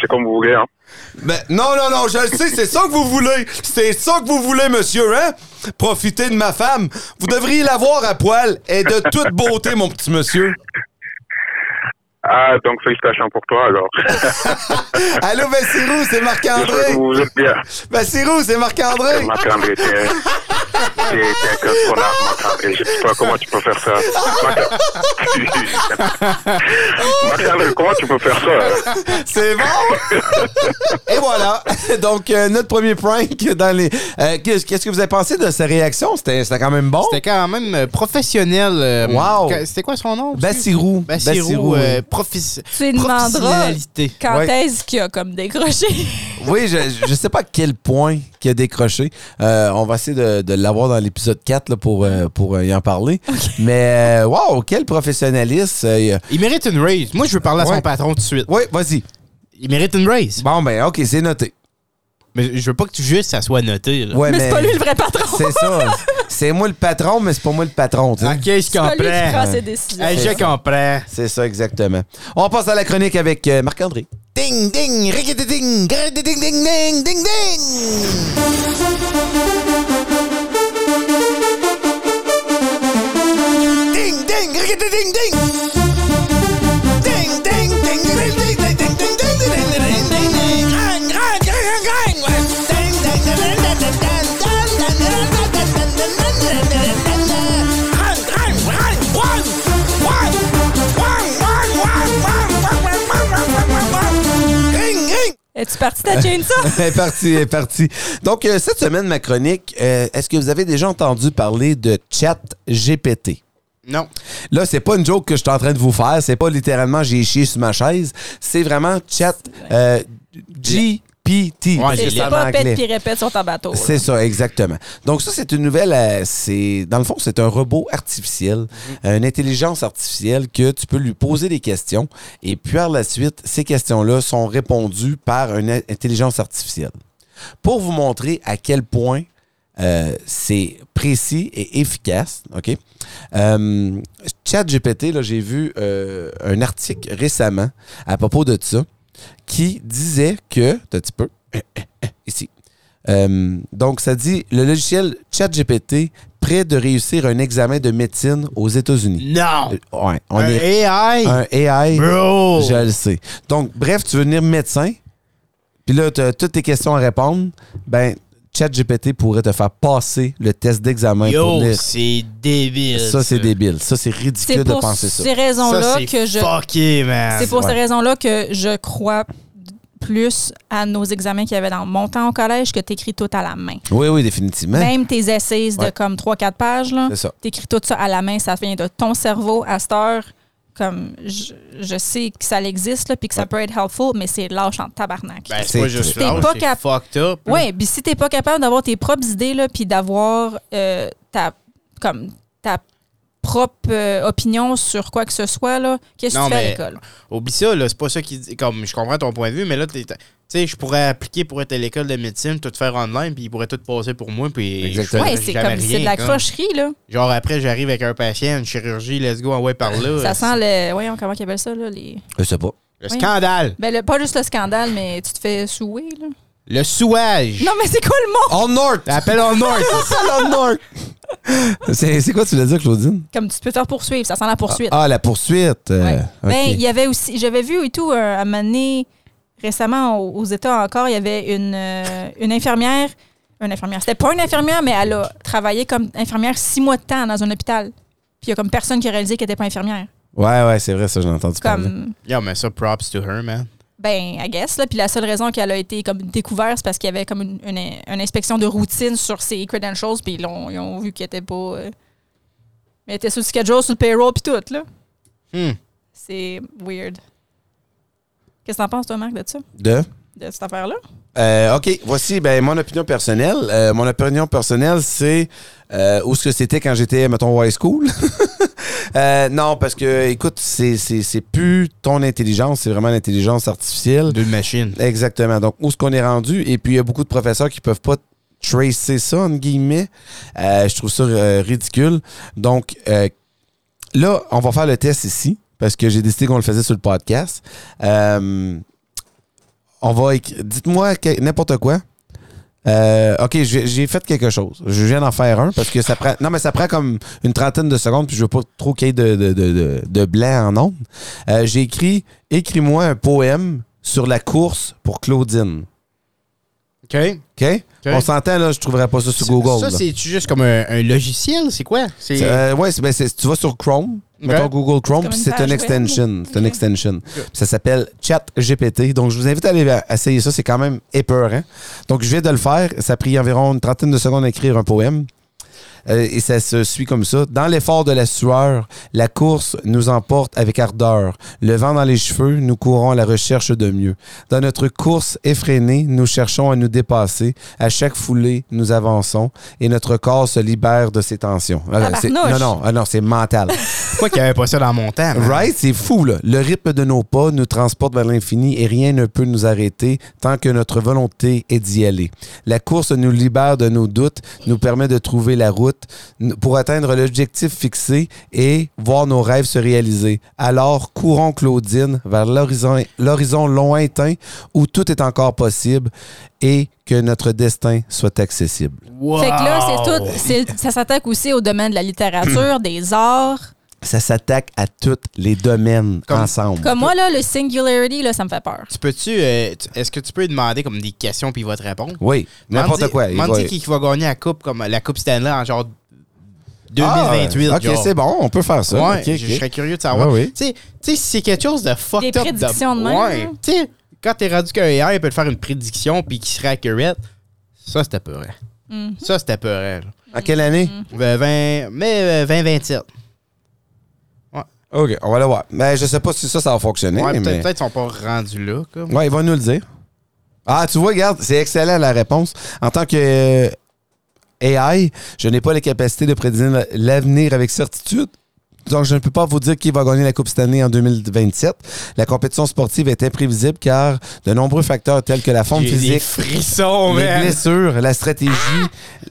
Speaker 6: c'est comme vous voulez hein
Speaker 2: Ben, non, non, non, je le sais, c'est ça que vous voulez. C'est ça que vous voulez, monsieur, hein? Profiter de ma femme. Vous devriez la voir à poil. Elle est de toute beauté, mon petit monsieur.
Speaker 6: Ah, donc félicitations pour toi alors.
Speaker 2: Allô, Bassirou, c'est
Speaker 6: J'espère que
Speaker 2: Marc-André.
Speaker 6: vous vous êtes bien.
Speaker 2: Bassirou, c'est Marc-André.
Speaker 6: Marc-André, c'est T'es t'es comme ton arme mentale. Et je sais pas comment tu peux faire ça. Macalé, comment tu peux faire ça? hein?
Speaker 2: C'est bon! Et voilà! Donc, euh, notre premier prank dans les. euh, Qu'est-ce qu'est-ce que vous avez pensé de sa réaction? C'était c'était quand même bon?
Speaker 3: C'était quand même euh, professionnel. euh,
Speaker 2: Wow.
Speaker 3: que- C'était quoi son nom?
Speaker 2: Bassirou.
Speaker 3: Bassirou.
Speaker 2: oui.
Speaker 3: euh, profis-
Speaker 4: Tu lui demanderas
Speaker 3: professionnalité.
Speaker 4: quand
Speaker 2: Ouais.
Speaker 4: est-ce qu'il a comme décroché.
Speaker 2: Oui, je, je sais pas à quel point qu'il a décroché. Euh, on va essayer de, de l'avoir dans l'épisode 4 là, pour, euh, pour euh, y en parler. Mais, euh, wow, quel professionnaliste! euh, il a-
Speaker 3: Il mérite une raise. Moi, je veux parler à
Speaker 2: Ouais.
Speaker 3: son patron tout de suite.
Speaker 2: Oui, vas-y.
Speaker 3: Il mérite une raise.
Speaker 2: Bon, ben, OK, c'est noté.
Speaker 3: Mais je veux pas que tu juste ça soit noté. là.
Speaker 2: Ouais,
Speaker 4: mais c'est pas lui le vrai patron.
Speaker 2: C'est ça. C'est moi le patron, mais c'est pas moi le patron, tu sais.
Speaker 3: Ok, je
Speaker 4: C'est pas lui qui
Speaker 3: comprends.
Speaker 4: prend ses décisions.
Speaker 3: Hey, je comprends.
Speaker 2: C'est ça, exactement. On passe à la chronique avec euh, Marc-André. Ding, ding, riquiti ding, ding, ding, ding, ding, ding, ding. Ding, ding, riquiti ding, ding. Ding, ding, ding, ding, ding, ding, ding, ding, ding, ding, ding, ding, ding, ding. Grang, grang, grang, grang, grang. Ouais. Ding, ding, ding, ding, ding, ding, ding, ding, ding, ding, ding, ding, ding, ding, ding, ding, ding, ding, ding. Grang, grang, grang. Wang, wang, wang, wang, wang, wang, wang, wang, wang, wang, wang, wang, wang. Ring, ring.
Speaker 4: Es-tu parti ta chainsaw?
Speaker 2: Elle est partie, elle est partie. Donc, euh, cette semaine, ma chronique, euh, est-ce que vous avez déjà entendu parler de chat GPT?
Speaker 3: Non.
Speaker 2: Là, c'est pas une joke que je suis en train de vous faire. C'est pas littéralement j'ai chié sur ma chaise. C'est vraiment chat euh, GPT.
Speaker 3: Ouais,
Speaker 4: C'est
Speaker 3: je l'ai
Speaker 4: c'est
Speaker 2: en
Speaker 4: pas pète
Speaker 2: anglais.
Speaker 4: puis répète sur ton bateau. là.
Speaker 2: C'est ça, exactement. Donc ça, c'est une nouvelle. euh, c'est dans le fond, c'est un robot artificiel,
Speaker 4: Mhm.
Speaker 2: une intelligence artificielle que tu peux lui poser des questions et puis par la suite, ces questions-là sont répondues par une in- intelligence artificielle. Pour vous montrer à quel point euh, c'est précis et efficace, ok. Euh, ChatGPT, là, j'ai vu euh, un article récemment à propos de ça qui disait que, un petit peu, ici. Euh, donc, ça dit le logiciel ChatGPT près de réussir un examen de médecine aux États-Unis.
Speaker 3: Non.
Speaker 2: Euh, ouais, on
Speaker 3: Un
Speaker 2: est
Speaker 3: AI.
Speaker 2: un AI.
Speaker 3: Bro.
Speaker 2: Je le sais. Donc, bref, tu veux devenir médecin, puis là, tu as toutes tes questions à répondre, ben, ChatGPT pourrait te faire passer le test d'examen pour
Speaker 3: Yo,
Speaker 2: venir.
Speaker 3: c'est débile.
Speaker 2: Ça, c'est débile. Ça, c'est
Speaker 4: Euh, C'est
Speaker 2: ridicule de
Speaker 4: pour
Speaker 2: penser ça.
Speaker 4: ces raisons-là que je
Speaker 3: Fucké, man.
Speaker 4: C'est pour
Speaker 2: Ouais.
Speaker 4: ces raisons-là que je crois plus à nos examens qu'il y avait dans mon temps au collège que t'écris tout à la main.
Speaker 2: Oui, oui, définitivement.
Speaker 4: Même tes essais de
Speaker 2: Hein? Ouais.
Speaker 4: comme 3-4 pages, là,
Speaker 2: C'est ça.
Speaker 4: t'écris tout ça à la main, ça vient de ton cerveau à cette heure. Comme je, je sais que ça existe là, puis que ça peut être helpful, mais c'est lâche en tabarnak.
Speaker 3: Ben,
Speaker 2: C'est-
Speaker 3: c'est pas juste
Speaker 4: T'es
Speaker 3: là.
Speaker 4: pas
Speaker 3: C'est
Speaker 4: cap-
Speaker 3: fucked up.
Speaker 4: Oui, puis si t'es pas capable d'avoir tes propres idées, là, puis d'avoir euh, ta, comme, ta propre euh, opinion sur quoi que ce soit, là, qu'est-ce que
Speaker 3: Non,
Speaker 4: tu fais à
Speaker 3: mais-
Speaker 4: l'école?
Speaker 3: Oublie ça, là. C'est pas ça qui dit. Comme, je comprends ton point de vue, mais là, t'es- t'es- tu sais, je pourrais appliquer pour être à l'école de médecine, tout faire online, puis ils pourraient tout passer pour moi, puis.
Speaker 2: Exactement.
Speaker 3: je ferais
Speaker 4: Ouais, c'est
Speaker 3: jamais
Speaker 4: comme c'est de
Speaker 3: rien,
Speaker 4: la crocherie, là.
Speaker 3: Genre, après, j'arrive avec un patient, une chirurgie, let's go, ouais, par là.
Speaker 4: Ça sent le. Voyons, comment ils appellent ça, là? Les...
Speaker 2: Je sais pas.
Speaker 3: Le scandale.
Speaker 4: Ben, le- pas juste le scandale, mais tu te fais souer, là.
Speaker 3: Le souage.
Speaker 4: Non, mais c'est quoi le mot?
Speaker 2: On North!
Speaker 3: Appel en or.
Speaker 2: On North! C'est c'est quoi tu voulais dire, Claudine?
Speaker 4: Comme tu te fais faire poursuivre, ça sent la poursuite.
Speaker 2: Ah, la poursuite. euh,
Speaker 4: Ouais. Ben,
Speaker 2: ok.
Speaker 4: il y avait aussi. J'avais vu et tout, euh, à un moment donné, récemment, au- aux États encore, il y avait une, euh, une infirmière. Une infirmière. C'était pas une infirmière, mais elle a travaillé comme infirmière six mois de temps dans un hôpital. Puis il y a comme personne qui a réalisé qu'elle était pas infirmière.
Speaker 2: Ouais, ouais, c'est vrai, ça, j'en ai entendu parler.
Speaker 4: Comme.
Speaker 3: Yo, mais ça, props to her, man.
Speaker 4: Ben, I guess. Là. Puis la seule raison qu'elle a été comme découverte, c'est parce qu'il y avait comme une, une- une inspection de routine sur ses credentials, puis ils, l'ont- ils ont vu qu'elle était pas. euh, mais elle était sur le schedule, sur le payroll, puis tout, là.
Speaker 3: Hmm.
Speaker 4: C'est weird. Qu'est-ce que t'en penses, toi, Marc, de ça?
Speaker 2: De?
Speaker 4: De cette affaire-là?
Speaker 2: Euh, OK, voici ben, mon opinion personnelle. Euh, mon opinion personnelle, c'est euh, où ce que c'était quand j'étais, mettons, high school. Euh, non, parce que, écoute, c'est- c'est c'est plus ton intelligence, c'est vraiment l'intelligence artificielle.
Speaker 3: D'une machine.
Speaker 2: Exactement. Donc, où est-ce qu'on est rendu? Et puis, il y a beaucoup de professeurs qui peuvent pas tracer ça, entre guillemets. Euh, je trouve ça euh, ridicule. Donc, euh, là, on va faire le test ici, parce que j'ai décidé qu'on le faisait sur le podcast. Euh, on va... éc- Dites-moi que- n'importe quoi. Euh, OK, j'ai j'ai fait quelque chose. Je viens d'en faire un parce que ça prend. Non, mais ça prend comme une trentaine de secondes, puis je veux pas trop qu'il y ait de, de, de, de- de blanc en ondes. Euh, j'ai écrit Écris-moi un poème sur la course pour Claudine.
Speaker 3: OK.
Speaker 2: OK? On s'entend, là, je trouverais pas ça sur Google.
Speaker 3: Ça,
Speaker 2: là.
Speaker 3: c'est-tu juste comme un, un logiciel? C'est quoi? C'est
Speaker 2: Euh, ouais, c'est- ben, c'est- tu vas sur Chrome, mettons Google Chrome,
Speaker 4: comme
Speaker 2: puis
Speaker 4: une
Speaker 2: c'est
Speaker 4: page
Speaker 2: une
Speaker 4: web.
Speaker 2: extension. C'est une
Speaker 4: Ok.
Speaker 2: extension. Puis Ça s'appelle ChatGPT. Donc, je vous invite à aller à- essayer ça. C'est quand même épeurant. Donc, je viens de le faire. Ça a pris environ une trentaine de secondes à écrire un poème. Euh, et ça se suit comme ça. Dans l'effort de la sueur, la course nous emporte avec ardeur. Le vent dans les cheveux, nous courons à la recherche de mieux. Dans notre course effrénée, nous cherchons à nous dépasser. À chaque foulée, nous avançons et notre corps se libère de ses tensions. Ah,
Speaker 4: Tabarnouche.
Speaker 2: c'est- non, non, ah, non, c'est mental.
Speaker 3: quoi qu'il n'y avait pas ça dans mon temps? hein?
Speaker 2: Right? C'est fou, là. Le rythme de nos pas nous transporte vers l'infini et rien ne peut nous arrêter tant que notre volonté est d'y aller. La course nous libère de nos doutes, nous permet de trouver la route n- pour atteindre l'objectif fixé et voir nos rêves se réaliser. Alors, courons, Claudine, vers l'horizon l'horizon lointain où tout est encore possible et que notre destin soit accessible.
Speaker 3: Wow!
Speaker 4: Fait que là, c'est tout. c'est- Ça s'attaque aussi au domaine de la
Speaker 3: Hmm.
Speaker 4: littérature, des arts.
Speaker 2: Ça s'attaque à tous les domaines
Speaker 3: Comme-
Speaker 2: ensemble.
Speaker 4: Comme moi, là, le singularity, là, ça me fait peur.
Speaker 3: Tu peux-tu. euh, tu- Est-ce que tu peux lui demander comme des questions puis il va te répondre?
Speaker 2: Oui, n'importe
Speaker 3: Mandy-
Speaker 2: quoi. Il
Speaker 3: Mandy
Speaker 2: va-
Speaker 3: qui qui va gagner la coupe comme la coupe Stanley en genre 2028.
Speaker 2: Ah, ok,
Speaker 3: genre.
Speaker 2: c'est bon, on peut faire ça.
Speaker 3: Ouais,
Speaker 2: Ok,
Speaker 3: je,
Speaker 2: ok.
Speaker 3: je serais curieux de savoir.
Speaker 2: Ah oui.
Speaker 3: Tu sais- tu sais, si c'est quelque chose de fucked
Speaker 4: Des
Speaker 3: up.
Speaker 4: prédictions de même,
Speaker 3: Ouais.
Speaker 4: là.
Speaker 3: Tu sais, quand t'es rendu qu'un AI peut te faire une prédiction puis qu'il serait accurate, ça, c'était peurant.
Speaker 4: Mhm.
Speaker 3: Ça, c'était peurant. là.
Speaker 2: À quelle année?
Speaker 3: Euh, 20, mais euh, 2027.
Speaker 2: OK, on va le voir. Mais je sais pas si ça, ça va fonctionner.
Speaker 3: Ouais,
Speaker 2: mais-
Speaker 3: peut-être peut-être qu'ils sont pas rendus là. Comme.
Speaker 2: Ouais, il va nous le dire. Ah, tu vois, regarde, c'est excellent la réponse. En tant que euh, AI, je n'ai pas les capacités de prédire l'avenir avec certitude. Donc, je ne peux pas vous dire qui va gagner la Coupe cette année en 2027. La compétition sportive est imprévisible car de nombreux facteurs tels que la forme
Speaker 3: J'ai des
Speaker 2: physique,
Speaker 3: frissons,
Speaker 2: les
Speaker 3: man.
Speaker 2: blessures, la stratégie,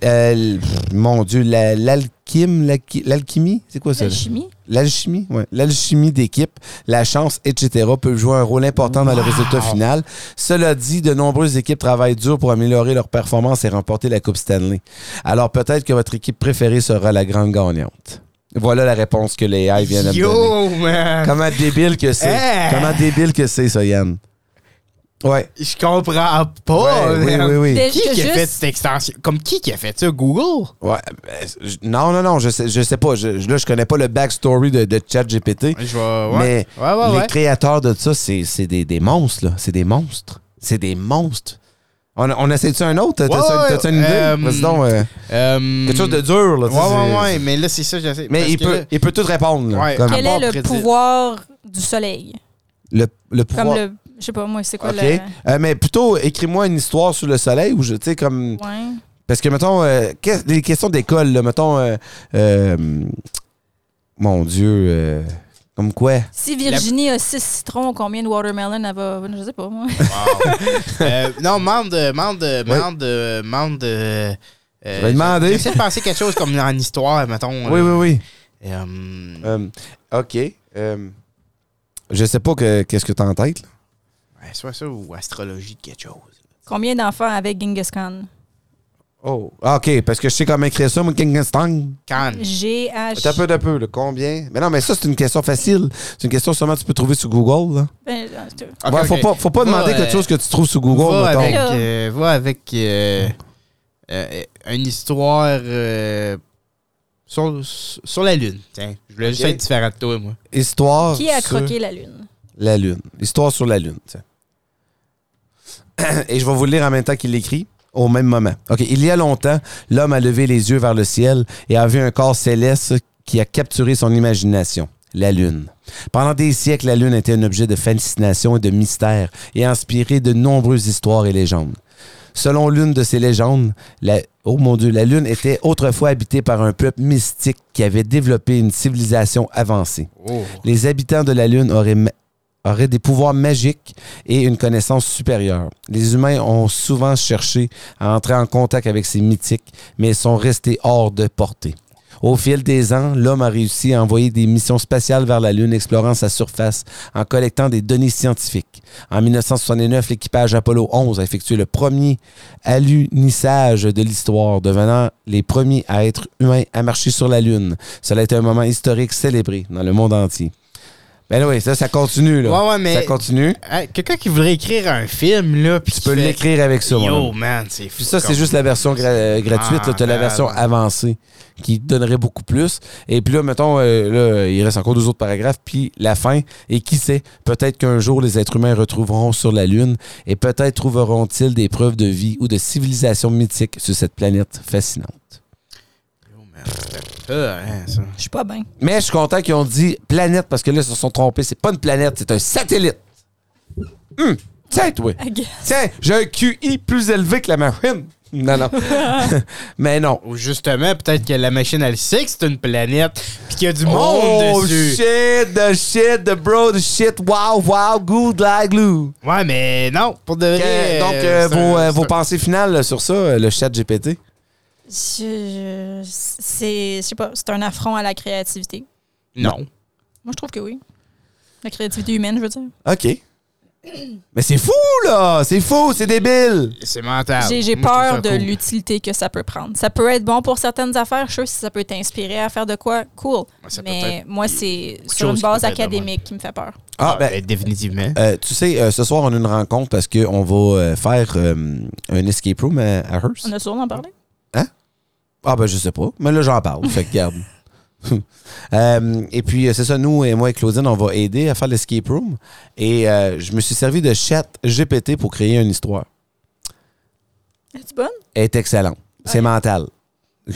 Speaker 2: euh, l- pff, mon Dieu, la- l'alchime, la- l'alchimie, c'est quoi ça? là?
Speaker 4: L'alchimie.
Speaker 2: L'alchimie, ouais. L'alchimie d'équipe, la chance, etc. peuvent jouer un rôle important dans le résultat final. Cela dit, de nombreuses équipes travaillent dur pour améliorer leur performance et remporter la Coupe Stanley. Alors peut-être que votre équipe préférée sera la grande gagnante. Voilà la réponse que les AI viennent de me donner.
Speaker 3: Yo, man.
Speaker 2: Comment débile que c'est.
Speaker 3: Hey!
Speaker 2: Comment débile que c'est, ça, Yann. Ouais.
Speaker 3: Je comprends pas.
Speaker 2: Ouais, oui,
Speaker 3: man.
Speaker 2: oui, oui.
Speaker 4: Dé-
Speaker 3: Qui qui a
Speaker 4: Juste-
Speaker 3: fait cette extension? Comme qui qui a fait ça? Google?
Speaker 2: Ouais, ben, je- non, non, non, je sais, je sais pas. Je, je- là, je connais pas le backstory de, de ChatGPT.
Speaker 3: Je vais- ouais.
Speaker 2: Mais
Speaker 3: Ouais, ouais,
Speaker 2: les
Speaker 3: ouais.
Speaker 2: créateurs de ça, c'est c'est des, des monstres, là. C'est des monstres. C'est des monstres. On, on essaie-tu un autre? T'as-tu
Speaker 3: Ouais, ouais,
Speaker 2: t'as-tu une idée?
Speaker 3: euh,
Speaker 2: Parce que sinon, euh,
Speaker 3: Euh,
Speaker 2: quelque chose de dur, là. tu
Speaker 3: Ouais,
Speaker 2: sais, c'est-
Speaker 3: ouais, ouais, mais là, c'est ça, je sais.
Speaker 2: Mais
Speaker 3: parce
Speaker 2: il
Speaker 3: que
Speaker 2: peut,
Speaker 3: là-
Speaker 2: il peut tout répondre. là,
Speaker 3: Ouais.
Speaker 2: comme
Speaker 4: Quel est le
Speaker 3: prédire.
Speaker 4: pouvoir du soleil?
Speaker 2: le, le
Speaker 4: Comme
Speaker 2: pouvoir.
Speaker 4: le. Je sais pas, moi, c'est quoi
Speaker 2: OK.
Speaker 4: le.
Speaker 2: Euh, mais plutôt, écris-moi une histoire sur le soleil ou je, tu sais, comme.
Speaker 4: Ouais.
Speaker 2: Parce que, mettons, euh, que- les questions d'école, là, mettons. euh, euh, mon Dieu. euh, comme quoi?
Speaker 4: Si Virginie a 6 citrons, combien de watermelon elle va. Je sais pas, moi.
Speaker 3: Euh, non, membre de. Membre de. Membre de. Membre de. euh,
Speaker 2: Je vais demander.
Speaker 3: J'essaie de penser quelque chose comme en histoire, mettons.
Speaker 2: Oui, oui,
Speaker 3: euh,
Speaker 2: oui.
Speaker 3: euh,
Speaker 2: Euh, OK. Euh, je sais pas que- qu'est-ce que t'as en tête, là.
Speaker 3: ouais, soit ça ou astrologie, quelque chose.
Speaker 4: combien d'enfants avec Genghis Khan?
Speaker 2: Oh. Ah, OK, parce que je sais comment écrire ça, mon Genghis Khan.
Speaker 3: Quand?
Speaker 4: G, H.
Speaker 2: T'as peu de peu, là. Combien? Mais non, mais ça, c'est une question facile. C'est une question seulement que tu peux trouver sur Google, là.
Speaker 4: Ben, euh, c'est-
Speaker 3: Ok,
Speaker 2: ouais,
Speaker 3: ok.
Speaker 2: faut pas, faut pas
Speaker 3: Va,
Speaker 2: demander
Speaker 3: euh,
Speaker 2: quelque chose que tu trouves sur Google,
Speaker 3: va
Speaker 2: mettons.
Speaker 3: avec,
Speaker 4: Là.
Speaker 3: euh, va avec euh, euh, une histoire euh, sur, sur la Lune. Tiens, je voulais juste
Speaker 2: Ok.
Speaker 3: être différent de toi, moi.
Speaker 2: Histoire
Speaker 4: Qui a
Speaker 2: sur
Speaker 4: croqué la lune?
Speaker 2: la Lune. Histoire sur la Lune, tiens. Et je vais vous le lire en même temps qu'il l'écrit. Au même moment. OK. Il y a longtemps, l'homme a levé les yeux vers le ciel et a vu un corps céleste qui a capturé son imagination. La Lune. Pendant des siècles, la Lune était un objet de fascination et de mystère et a inspiré de nombreuses histoires et légendes. Selon l'une de ces légendes, la, oh mon Dieu, la Lune était autrefois habitée par un peuple mystique qui avait développé une civilisation avancée. Les habitants de la Lune auraient, ma- auraient des pouvoirs magiques et une connaissance supérieure. Les humains ont souvent cherché à entrer en contact avec ces mythiques, mais ils sont restés hors de portée. Au fil des ans, l'homme a réussi à envoyer des missions spatiales vers la Lune, explorant sa surface en collectant des données scientifiques. En 1969, l'équipage Apollo 11 a effectué le premier alunissage de l'histoire, devenant les premiers à être humains à marcher sur la Lune. Cela a été un moment historique célébré dans le monde entier. Ben oui, ça, ça continue, là.
Speaker 3: Ouais, ouais, mais-
Speaker 2: Ça continue.
Speaker 3: Hey, Quelqu'un qui voudrait écrire un film, là, puis
Speaker 2: Tu
Speaker 3: qui
Speaker 2: peux
Speaker 3: fait-
Speaker 2: l'écrire avec ça, mon
Speaker 3: Yo,
Speaker 2: homme.
Speaker 3: man, c'est fou.
Speaker 2: Puis ça, c'est
Speaker 3: comme-
Speaker 2: juste la version gra- euh, gratuite.
Speaker 3: Ah,
Speaker 2: là. T'as la
Speaker 3: man.
Speaker 2: version avancée qui te donnerait beaucoup plus. Et puis là, mettons, euh, là, il reste encore deux autres paragraphes, puis la fin. Et qui sait, peut-être qu'un jour, les êtres humains retrouveront sur la Lune et peut-être trouveront-ils des preuves de vie ou de civilisation mythique sur cette planète fascinante.
Speaker 3: Yo, man, c'est pas hein, ça.
Speaker 4: Je suis pas bien.
Speaker 2: Mais je suis content qu'ils ont dit planète parce que là, ils se sont trompés. C'est pas une planète, c'est un satellite. Hum, Tiens, toi.
Speaker 4: I guess.
Speaker 2: Tiens, j'ai un QI plus élevé que la machine. Non, non. Mais non.
Speaker 3: Ou justement, peut-être que la machine, elle sait que c'est une planète, puis qu'il y a du monde
Speaker 2: Oh
Speaker 3: dessus.
Speaker 2: shit, the shit, the bro, the shit, wow, wow, good like glue.
Speaker 3: Ouais, mais non, pour de vrai.
Speaker 2: Que- donc,
Speaker 3: euh,
Speaker 2: euh,
Speaker 3: c'est
Speaker 2: vos,
Speaker 3: un-
Speaker 2: euh,
Speaker 3: c'est
Speaker 2: vos
Speaker 3: un-
Speaker 2: pensées finales là, sur ça, euh, le chat GPT.
Speaker 4: Je- je- C'est, je sais pas, c'est un affront à la créativité.
Speaker 3: Non.
Speaker 4: Moi, je trouve que oui. La créativité humaine, je veux dire.
Speaker 2: OK. Mais c'est fou, là! C'est fou, c'est débile!
Speaker 3: C'est mental.
Speaker 4: J'ai, j'ai
Speaker 3: Ah, Moi, je
Speaker 4: peur
Speaker 3: trouve ça
Speaker 4: de
Speaker 3: cool.
Speaker 4: l'utilité que ça peut prendre. Ça peut être bon pour certaines affaires, je sais si ça peut t'inspirer à faire de quoi, cool.
Speaker 3: ça peut
Speaker 4: Mais
Speaker 3: être
Speaker 4: moi, c'est
Speaker 3: de
Speaker 4: sur
Speaker 3: choses
Speaker 4: une
Speaker 3: qui
Speaker 4: base
Speaker 3: peuvent être de
Speaker 4: académique qui me fait peur.
Speaker 2: Ah, ben,
Speaker 3: définitivement.
Speaker 2: euh, tu sais, euh, ce soir, on a une rencontre parce qu'on va euh, faire euh, un escape room à, à Hearst.
Speaker 4: On a sûrement parlé.
Speaker 2: Ah ben je sais pas, mais là j'en parle, fait que garde. Euh, et puis euh, c'est ça, nous et moi et Claudine, on va aider à faire l'escape room. Et euh, je me suis servi de chat GPT pour créer une histoire.
Speaker 4: Es-tu bonne?
Speaker 2: Elle est excellente. C'est mental.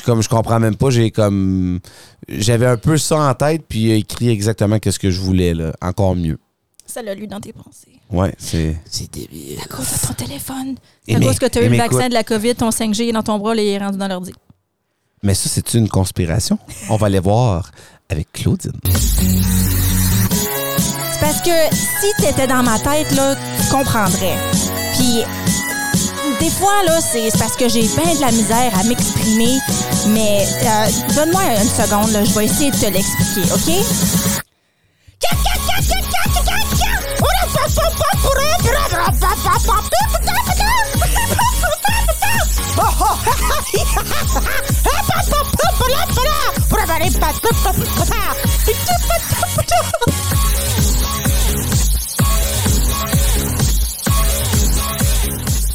Speaker 2: Comme je comprends même pas, j'ai comme j'avais un peu ça en tête puis euh, écrit exactement qu'est-ce que je voulais là, encore mieux.
Speaker 4: Ça l'a lu dans tes pensées.
Speaker 2: Ouais, c'est
Speaker 3: C'est débile.
Speaker 4: À cause de ton téléphone.
Speaker 2: Et
Speaker 4: à
Speaker 2: mais-
Speaker 4: cause que tu as
Speaker 2: et
Speaker 4: eu le
Speaker 2: mais
Speaker 4: vaccin
Speaker 2: écoute-
Speaker 4: de la COVID, ton 5G est dans ton bras, là, il est rendu dans l'ordi.
Speaker 2: Mais ça c'est une conspiration. On va aller voir avec Claudine.
Speaker 1: C'est parce que si t'étais dans ma tête, là, tu comprendrais. Puis, des fois, là, c'est c'est parce que j'ai bien de la misère à m'exprimer, mais euh, donne-moi une seconde, là, je vais essayer de te l'expliquer, OK?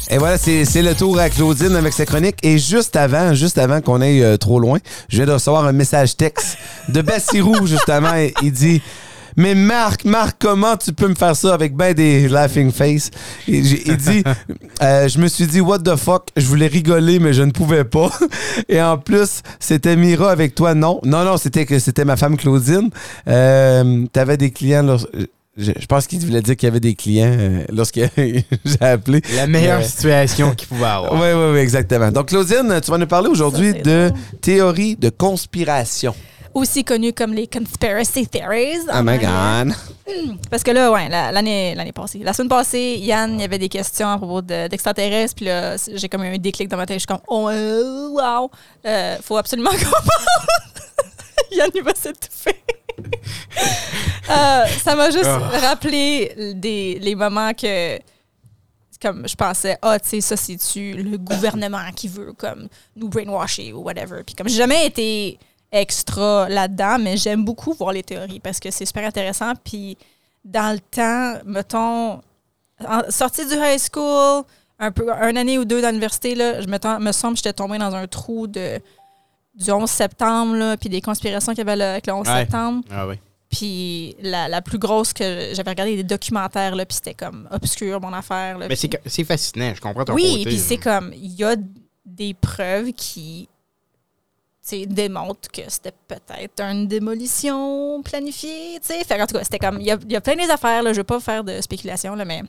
Speaker 2: Et voilà, c'est c'est le tour à Claudine avec sa chronique. Et juste avant, juste avant qu'on aille euh, trop loin, je viens de recevoir un message texte de Bassirou, justement. Il- Il dit Mais Marc, Marc, comment tu peux me faire ça avec ben des laughing face? Et j'ai- il dit euh, Je me suis dit, what the fuck, je voulais rigoler, mais je ne pouvais pas. Et en plus, c'était Mira avec toi, non? Non, non, c'était que c'était ma femme Claudine. Euh, T'avais des clients. lors- Je, je pense qu'il voulait dire qu'il y avait des clients euh, lorsque j'ai appelé. Euh,
Speaker 3: La meilleure
Speaker 2: Mais-
Speaker 3: situation qu'il pouvait avoir.
Speaker 2: oui, oui, oui, exactement. Donc, Claudine, tu vas nous parler aujourd'hui
Speaker 4: Ça, c'est
Speaker 2: de théorie de conspiration.
Speaker 4: Aussi connu comme les conspiracy theories.
Speaker 2: Oh my God.
Speaker 4: Parce que là, ouais, la- l'année l'année passée. La semaine passée, Yann, il y avait des questions à propos de- d'extraterrestres. puis là, c- j'ai comme eu un déclic dans ma tête. Je suis comme, oh, euh, wow, Euh, faut absolument qu'on parle. Yann, il va s'étouffer. Euh, ça m'a juste rappelé des, les moments que comme je pensais ah tu sais ça c'est tu le gouvernement qui veut comme nous brainwasher ou whatever puis comme j'ai jamais été extra là-dedans mais j'aime beaucoup voir les théories parce que c'est super intéressant puis dans le temps mettons en- sortie du high school un peu un année ou deux dans l'université là je me, ten- me semble que j'étais tombée dans un trou de du 11 septembre là, puis des conspirations qu'il y avait le- avec le 11
Speaker 3: Ouais.
Speaker 4: septembre
Speaker 3: Ah oui.
Speaker 4: puis la, la plus grosse que j'avais regardé des documentaires, là, puis c'était comme obscur, mon affaire. là,
Speaker 3: Mais
Speaker 4: puis-
Speaker 3: c'est que- c'est fascinant, je comprends ton côté.
Speaker 4: Oui, puis c'est comme, il y a des preuves qui tu sais, démontrent que c'était peut-être une démolition planifiée. tu sais. Fait qu'en tout cas, c'était comme, il y a, il y a plein des affaires, là, je ne veux pas faire de spéculation, là, mais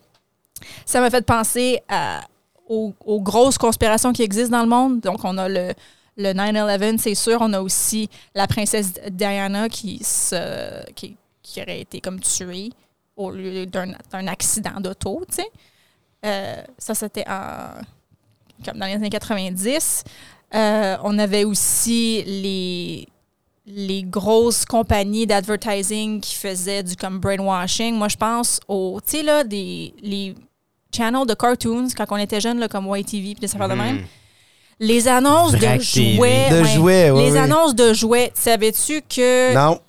Speaker 4: ça m'a fait penser à, aux, aux grosses conspirations qui existent dans le monde. Donc, on a le, le 9-11, c'est sûr. On a aussi la princesse Diana qui, se, qui, qui aurait été comme tuée au lieu d'un d'un accident d'auto, tu sais. Euh, ça, c'était en- comme dans les années 90. Euh, on avait aussi les, les grosses compagnies d'advertising qui faisaient du comme brainwashing. Moi, je pense aux, tu sais, là, des, les channels de cartoons quand on était jeune, là, comme YTV, puis des affaires de même. les annonces
Speaker 3: Vrac
Speaker 4: de
Speaker 3: TV.
Speaker 4: jouets.
Speaker 2: De
Speaker 4: ouais.
Speaker 2: jouets, oui,
Speaker 4: Les
Speaker 2: oui.
Speaker 4: annonces de jouets. Savais-tu que
Speaker 2: Non.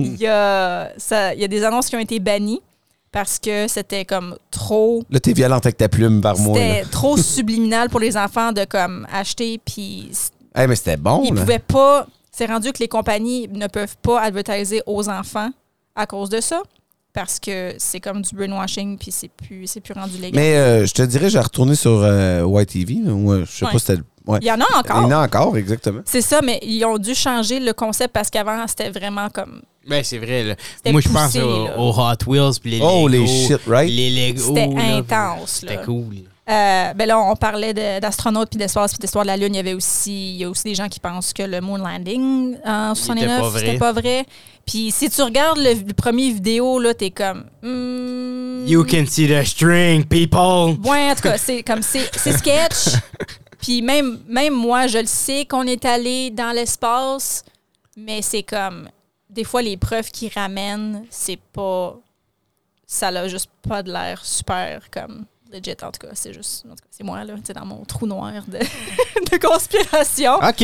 Speaker 4: il y, a, ça- il y a des annonces qui ont été bannies parce que c'était comme trop.
Speaker 2: Là, t'es violente avec ta plume par moi. là.
Speaker 4: C'était trop subliminal pour les enfants de comme acheter puis s-
Speaker 2: Hey, Eh, mais c'était bon,
Speaker 4: ils
Speaker 2: là.
Speaker 4: pouvaient pas. C'est rendu que les compagnies ne peuvent pas advertiser aux enfants à cause de ça parce que c'est comme du brainwashing puis c'est plus c'est plus rendu légal.
Speaker 2: Mais euh, je te dirais, j'ai retourné sur euh, YTV. là, où, euh, je sais
Speaker 4: Ouais.
Speaker 2: pas si c'était. le- ouais.
Speaker 4: Il y en a encore.
Speaker 2: Il y en a encore, exactement.
Speaker 4: C'est ça, mais ils ont dû changer le concept parce qu'avant, c'était vraiment comme.
Speaker 3: Ben, c'est vrai, là.
Speaker 4: C'était
Speaker 3: Moi, je pense
Speaker 4: poussé,
Speaker 3: au-
Speaker 4: là.
Speaker 3: aux Hot Wheels puis les
Speaker 2: Oh,
Speaker 3: Lego.
Speaker 2: les shit, right?
Speaker 3: Les Lego,
Speaker 4: C'était
Speaker 3: Oh, là,
Speaker 4: intense, là.
Speaker 3: C'était cool.
Speaker 4: Euh, ben là, on parlait de- d'astronautes puis d'espace puis d'histoire de la Lune. Il y avait aussi, il y a aussi des gens qui pensent que le moon landing en 69,
Speaker 3: pas
Speaker 4: c'était
Speaker 3: vrai.
Speaker 4: pas vrai. Puis si tu regardes le, le premier vidéo, là, t'es comme. hmm,
Speaker 3: You can see the string, people!
Speaker 4: Ouais, en tout cas, c'est comme c'est c'est sketch. Puis même, même moi, je le sais qu'on est allé dans l'espace, mais c'est comme des fois les preuves qu'ils ramènent, c'est pas ça a juste pas de l'air super comme legit en tout cas, c'est juste en tout cas, c'est moi là, tu sais, dans mon trou noir de, de conspiration.
Speaker 3: OK.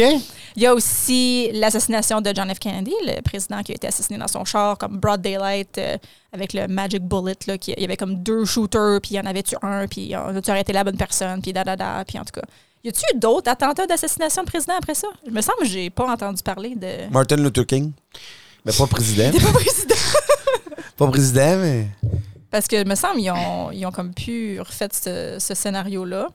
Speaker 4: Il y a aussi l'assassination de John F. Kennedy, le président qui a été assassiné dans son char, comme Broad Daylight, euh, avec le Magic Bullet. Là, qui, il y avait comme deux shooters, puis il y en avait tu un, puis on a-tu arrêté la bonne personne, puis da da da, puis en tout cas. Y a-tu eu d'autres attentats d'assassination de président après ça? Je me semble que j'ai pas entendu parler de.
Speaker 2: Martin Luther King. Mais pas président.
Speaker 4: T'es pas président!
Speaker 2: pas président, mais.
Speaker 4: Parce que, me semble, ils ont, ils ont comme pu refait ce, ce scénario-là.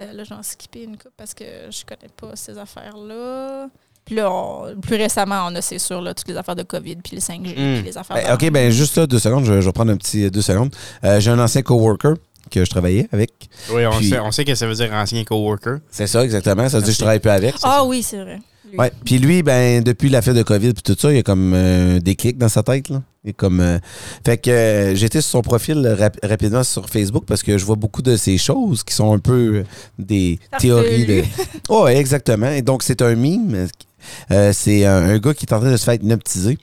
Speaker 4: Euh, là, j'en ai skippé une coupe parce que je connais pas ces affaires-là. Puis là, on- plus récemment, on a, c'est sûr, là, toutes les affaires de COVID, puis le 5G, puis les affaires...
Speaker 2: Ben, OK, ben juste là, deux secondes, je, je vais prendre un petit euh, deux secondes. Euh, j'ai un ancien coworker que je travaillais avec.
Speaker 3: Oui, on,
Speaker 2: Puis-
Speaker 3: sait, on sait que ça veut dire ancien coworker.
Speaker 2: C'est ça, exactement. Ça veut dire que je travaille plus avec. c'est
Speaker 4: Ah
Speaker 2: ça.
Speaker 4: oui, c'est vrai. Lui.
Speaker 2: Ouais. Puis lui, ben, depuis l'affaire de COVID puis tout ça, il y a comme euh, des clics dans sa tête. Là. Il est comme, euh, Fait que euh, j'étais sur son profil rap- rapidement sur Facebook parce que je vois beaucoup de ces choses qui sont un peu euh, des
Speaker 4: Farfelues.
Speaker 2: théories de. Oh, ouais, exactement. Et donc, c'est un mime. Euh, c'est un, un gars qui est en train de se faire hypnotiser.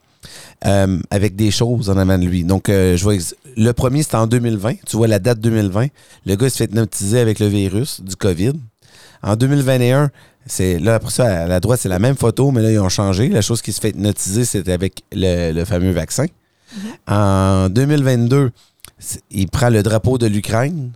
Speaker 2: euh, avec des choses en avant de lui. Donc, euh, je vois ex- le premier, c'était en 2020. Tu vois la date 2020. Le gars il se fait hypnotiser avec le virus du COVID. En 2021, c'est là après ça, à la droite, c'est la même photo, mais là, ils ont changé. La chose qui se fait hypnotiser, c'était avec le, le fameux vaccin.
Speaker 4: Mm-hmm.
Speaker 2: En 2022, c'est- il prend le drapeau de l'Ukraine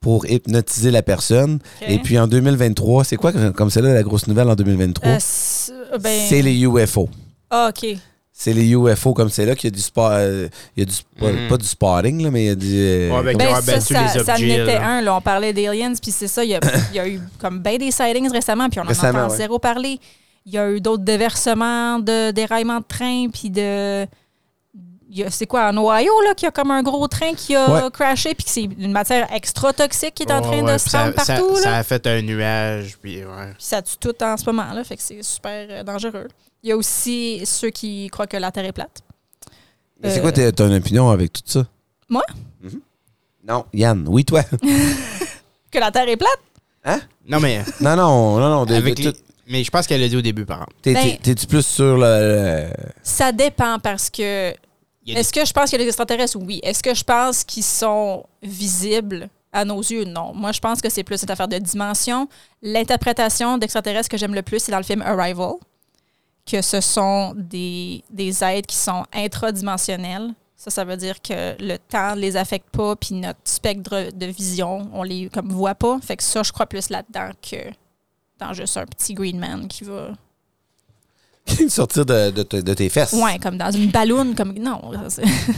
Speaker 2: pour hypnotiser la personne.
Speaker 4: Ok.
Speaker 2: Et puis en 2023, c'est quoi comme c'est là la grosse nouvelle en 2023?
Speaker 4: Euh, c'est- euh, ben-
Speaker 2: C'est les UFO.
Speaker 4: Ah, OK.
Speaker 2: C'est les UFO comme c'est là qu'il y a du sport. il y a du spa-
Speaker 3: Mhm.
Speaker 2: pas du sparring, là, mais il y a du. euh,
Speaker 3: Ouais,
Speaker 2: comment-
Speaker 3: ben, Ils ont
Speaker 4: Ben, ça,
Speaker 3: abattu
Speaker 4: ça,
Speaker 3: les
Speaker 4: ça en
Speaker 3: objets,
Speaker 4: était
Speaker 3: là.
Speaker 4: un. Là, on parlait d'aliens, puis c'est ça. Il y, a, il y a eu comme bien des sightings récemment, puis on en
Speaker 2: Récemment,
Speaker 4: entend
Speaker 2: ouais.
Speaker 4: zéro parler. Il y a eu d'autres déversements, de déraillements de train, puis de... il y a- C'est quoi, en Ohio, là, qu'il y a comme un gros train qui a
Speaker 2: Ouais.
Speaker 4: crashé, puis que c'est une matière extra toxique qui est en
Speaker 3: Ouais,
Speaker 4: train
Speaker 3: ouais,
Speaker 4: de se
Speaker 3: puis ça-
Speaker 4: rendre partout,
Speaker 3: ça,
Speaker 4: là?
Speaker 3: ça a fait un nuage, puis ouais.
Speaker 4: Puis ça tue tout en ce moment, là. Fait que c'est super euh, dangereux. Il y a aussi ceux qui croient que la Terre est plate.
Speaker 2: Mais C'est
Speaker 4: Euh,
Speaker 2: quoi ta- ton opinion avec tout ça?
Speaker 4: Moi?
Speaker 2: Mhm. Non, Yann, oui, toi.
Speaker 4: Que la Terre est plate?
Speaker 3: Non, mais,
Speaker 2: non, non, non, non. de- de-
Speaker 3: avec les-
Speaker 2: tout-
Speaker 3: mais je pense qu'elle l'a dit au début, par exemple.
Speaker 2: T'es-
Speaker 4: Ben-
Speaker 2: t'es- T'es-tu plus sur le. le-
Speaker 4: Ça dépend parce que.
Speaker 3: Il y a
Speaker 4: Est-ce que je pense qu'il y a des extraterrestres? Oui. Est-ce que je pense qu'ils sont visibles à nos yeux? Non. Moi, je pense que c'est plus cette affaire de dimension. L'interprétation d'extraterrestres que j'aime le plus, c'est dans le film Arrival, que ce sont des, des êtres qui sont intradimensionnels. Ça, ça veut dire que le temps ne les affecte pas, puis notre spectre de vision, on les comme voit pas. Fait que ça, je crois plus là-dedans que dans juste un petit green man qui va
Speaker 2: sortir de, de te- de tes fesses.
Speaker 4: Ouais, comme dans une balloune, comme. Non. ça, c'est-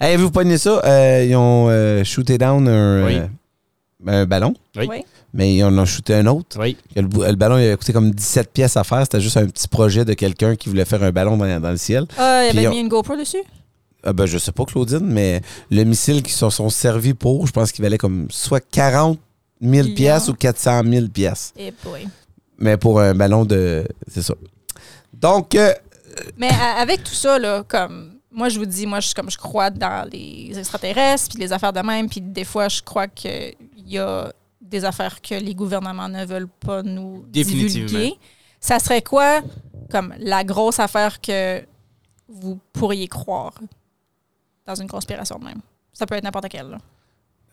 Speaker 2: Hey, vous pognez ça? euh, ils ont euh, shooté down un,
Speaker 3: Oui.
Speaker 2: euh, un ballon,
Speaker 3: Oui.
Speaker 4: Ouais.
Speaker 2: mais ils en ont shooté un autre.
Speaker 3: Oui.
Speaker 2: Que Le, bou- le ballon, il a coûté comme 17 pièces à faire. C'était juste un petit projet de quelqu'un qui voulait faire un ballon dans, dans le ciel.
Speaker 4: Ah, il
Speaker 2: Puis
Speaker 4: avait
Speaker 2: on-
Speaker 4: mis une GoPro dessus?
Speaker 2: Ah ben, je sais pas, Claudine, mais le missile qu'ils se sont servis pour, je pense qu'il valait comme soit 40 000 pièces ou 400 000 pièces.
Speaker 4: Eh boy.
Speaker 2: Mais pour un ballon de... C'est ça. Donc, euh,
Speaker 4: Mais à- avec tout ça, là, comme. Moi, je vous dis, moi, je, suis comme, je crois dans les extraterrestres, puis les affaires de même, puis des fois, je crois qu'il y a des affaires que les gouvernements ne veulent pas nous
Speaker 3: Définitivement.
Speaker 4: divulguer. Ça serait quoi, comme, la grosse affaire que vous pourriez croire dans une conspiration de même? Ça peut être n'importe quelle. là.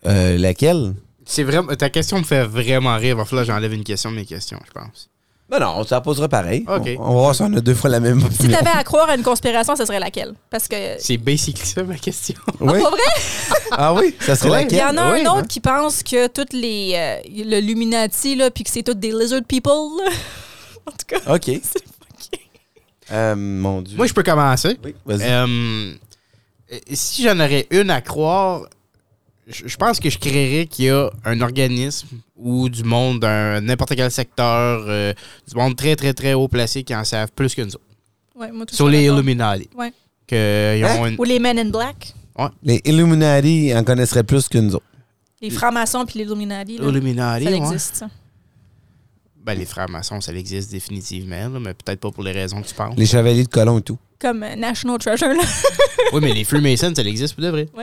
Speaker 2: euh, laquelle?
Speaker 3: C'est vraiment, ta question me fait vraiment rire. Il va falloir que j'enlève une question de mes questions, je pense.
Speaker 2: Non, Ben non, on s'en posera pareil.
Speaker 3: OK.
Speaker 2: On, on va voir si on a deux fois la même
Speaker 4: Si
Speaker 2: opinion.
Speaker 4: t'avais à croire à une conspiration, ce serait laquelle? Parce que.
Speaker 3: C'est basically ça ma question.
Speaker 2: Oui.
Speaker 4: Pas vrai?
Speaker 2: Ah oui, ça serait
Speaker 3: Ouais.
Speaker 2: laquelle?
Speaker 4: Il y en a
Speaker 2: Oui,
Speaker 4: un autre
Speaker 2: hein?
Speaker 4: qui pense que toutes les. euh, le Luminati, là, puis que c'est toutes des lizard people, là. En tout cas.
Speaker 2: OK. Euh, mon Dieu.
Speaker 3: Moi, je peux commencer.
Speaker 2: Oui, vas-y.
Speaker 3: Euh, si j'en aurais une à croire, je, je pense que je créerais qu'il y a un organisme ou du monde d'un n'importe quel secteur, euh, du monde très, très, très haut placé qui en savent plus que nous autres.
Speaker 4: Ouais, moi, tout
Speaker 3: Sur
Speaker 4: ça,
Speaker 3: les
Speaker 4: d'accord.
Speaker 3: Illuminati.
Speaker 4: Ouais.
Speaker 3: Que ils ont une-
Speaker 4: Ou les Men in Black,
Speaker 2: Les Illuminati en connaisseraient plus que nous autres.
Speaker 4: les francs-maçons, puis les Illuminati. là.
Speaker 3: Illuminati,
Speaker 4: Ça
Speaker 3: ouais.
Speaker 4: existe, ça.
Speaker 3: Ben, les frères maçons, ça existe définitivement, là, mais peut-être pas pour les raisons que tu penses.
Speaker 2: Les Chevaliers de Colomb et tout.
Speaker 4: Comme euh, National Treasure, là.
Speaker 3: oui, mais les Freemasons, ça existe pour de vrai.
Speaker 4: Je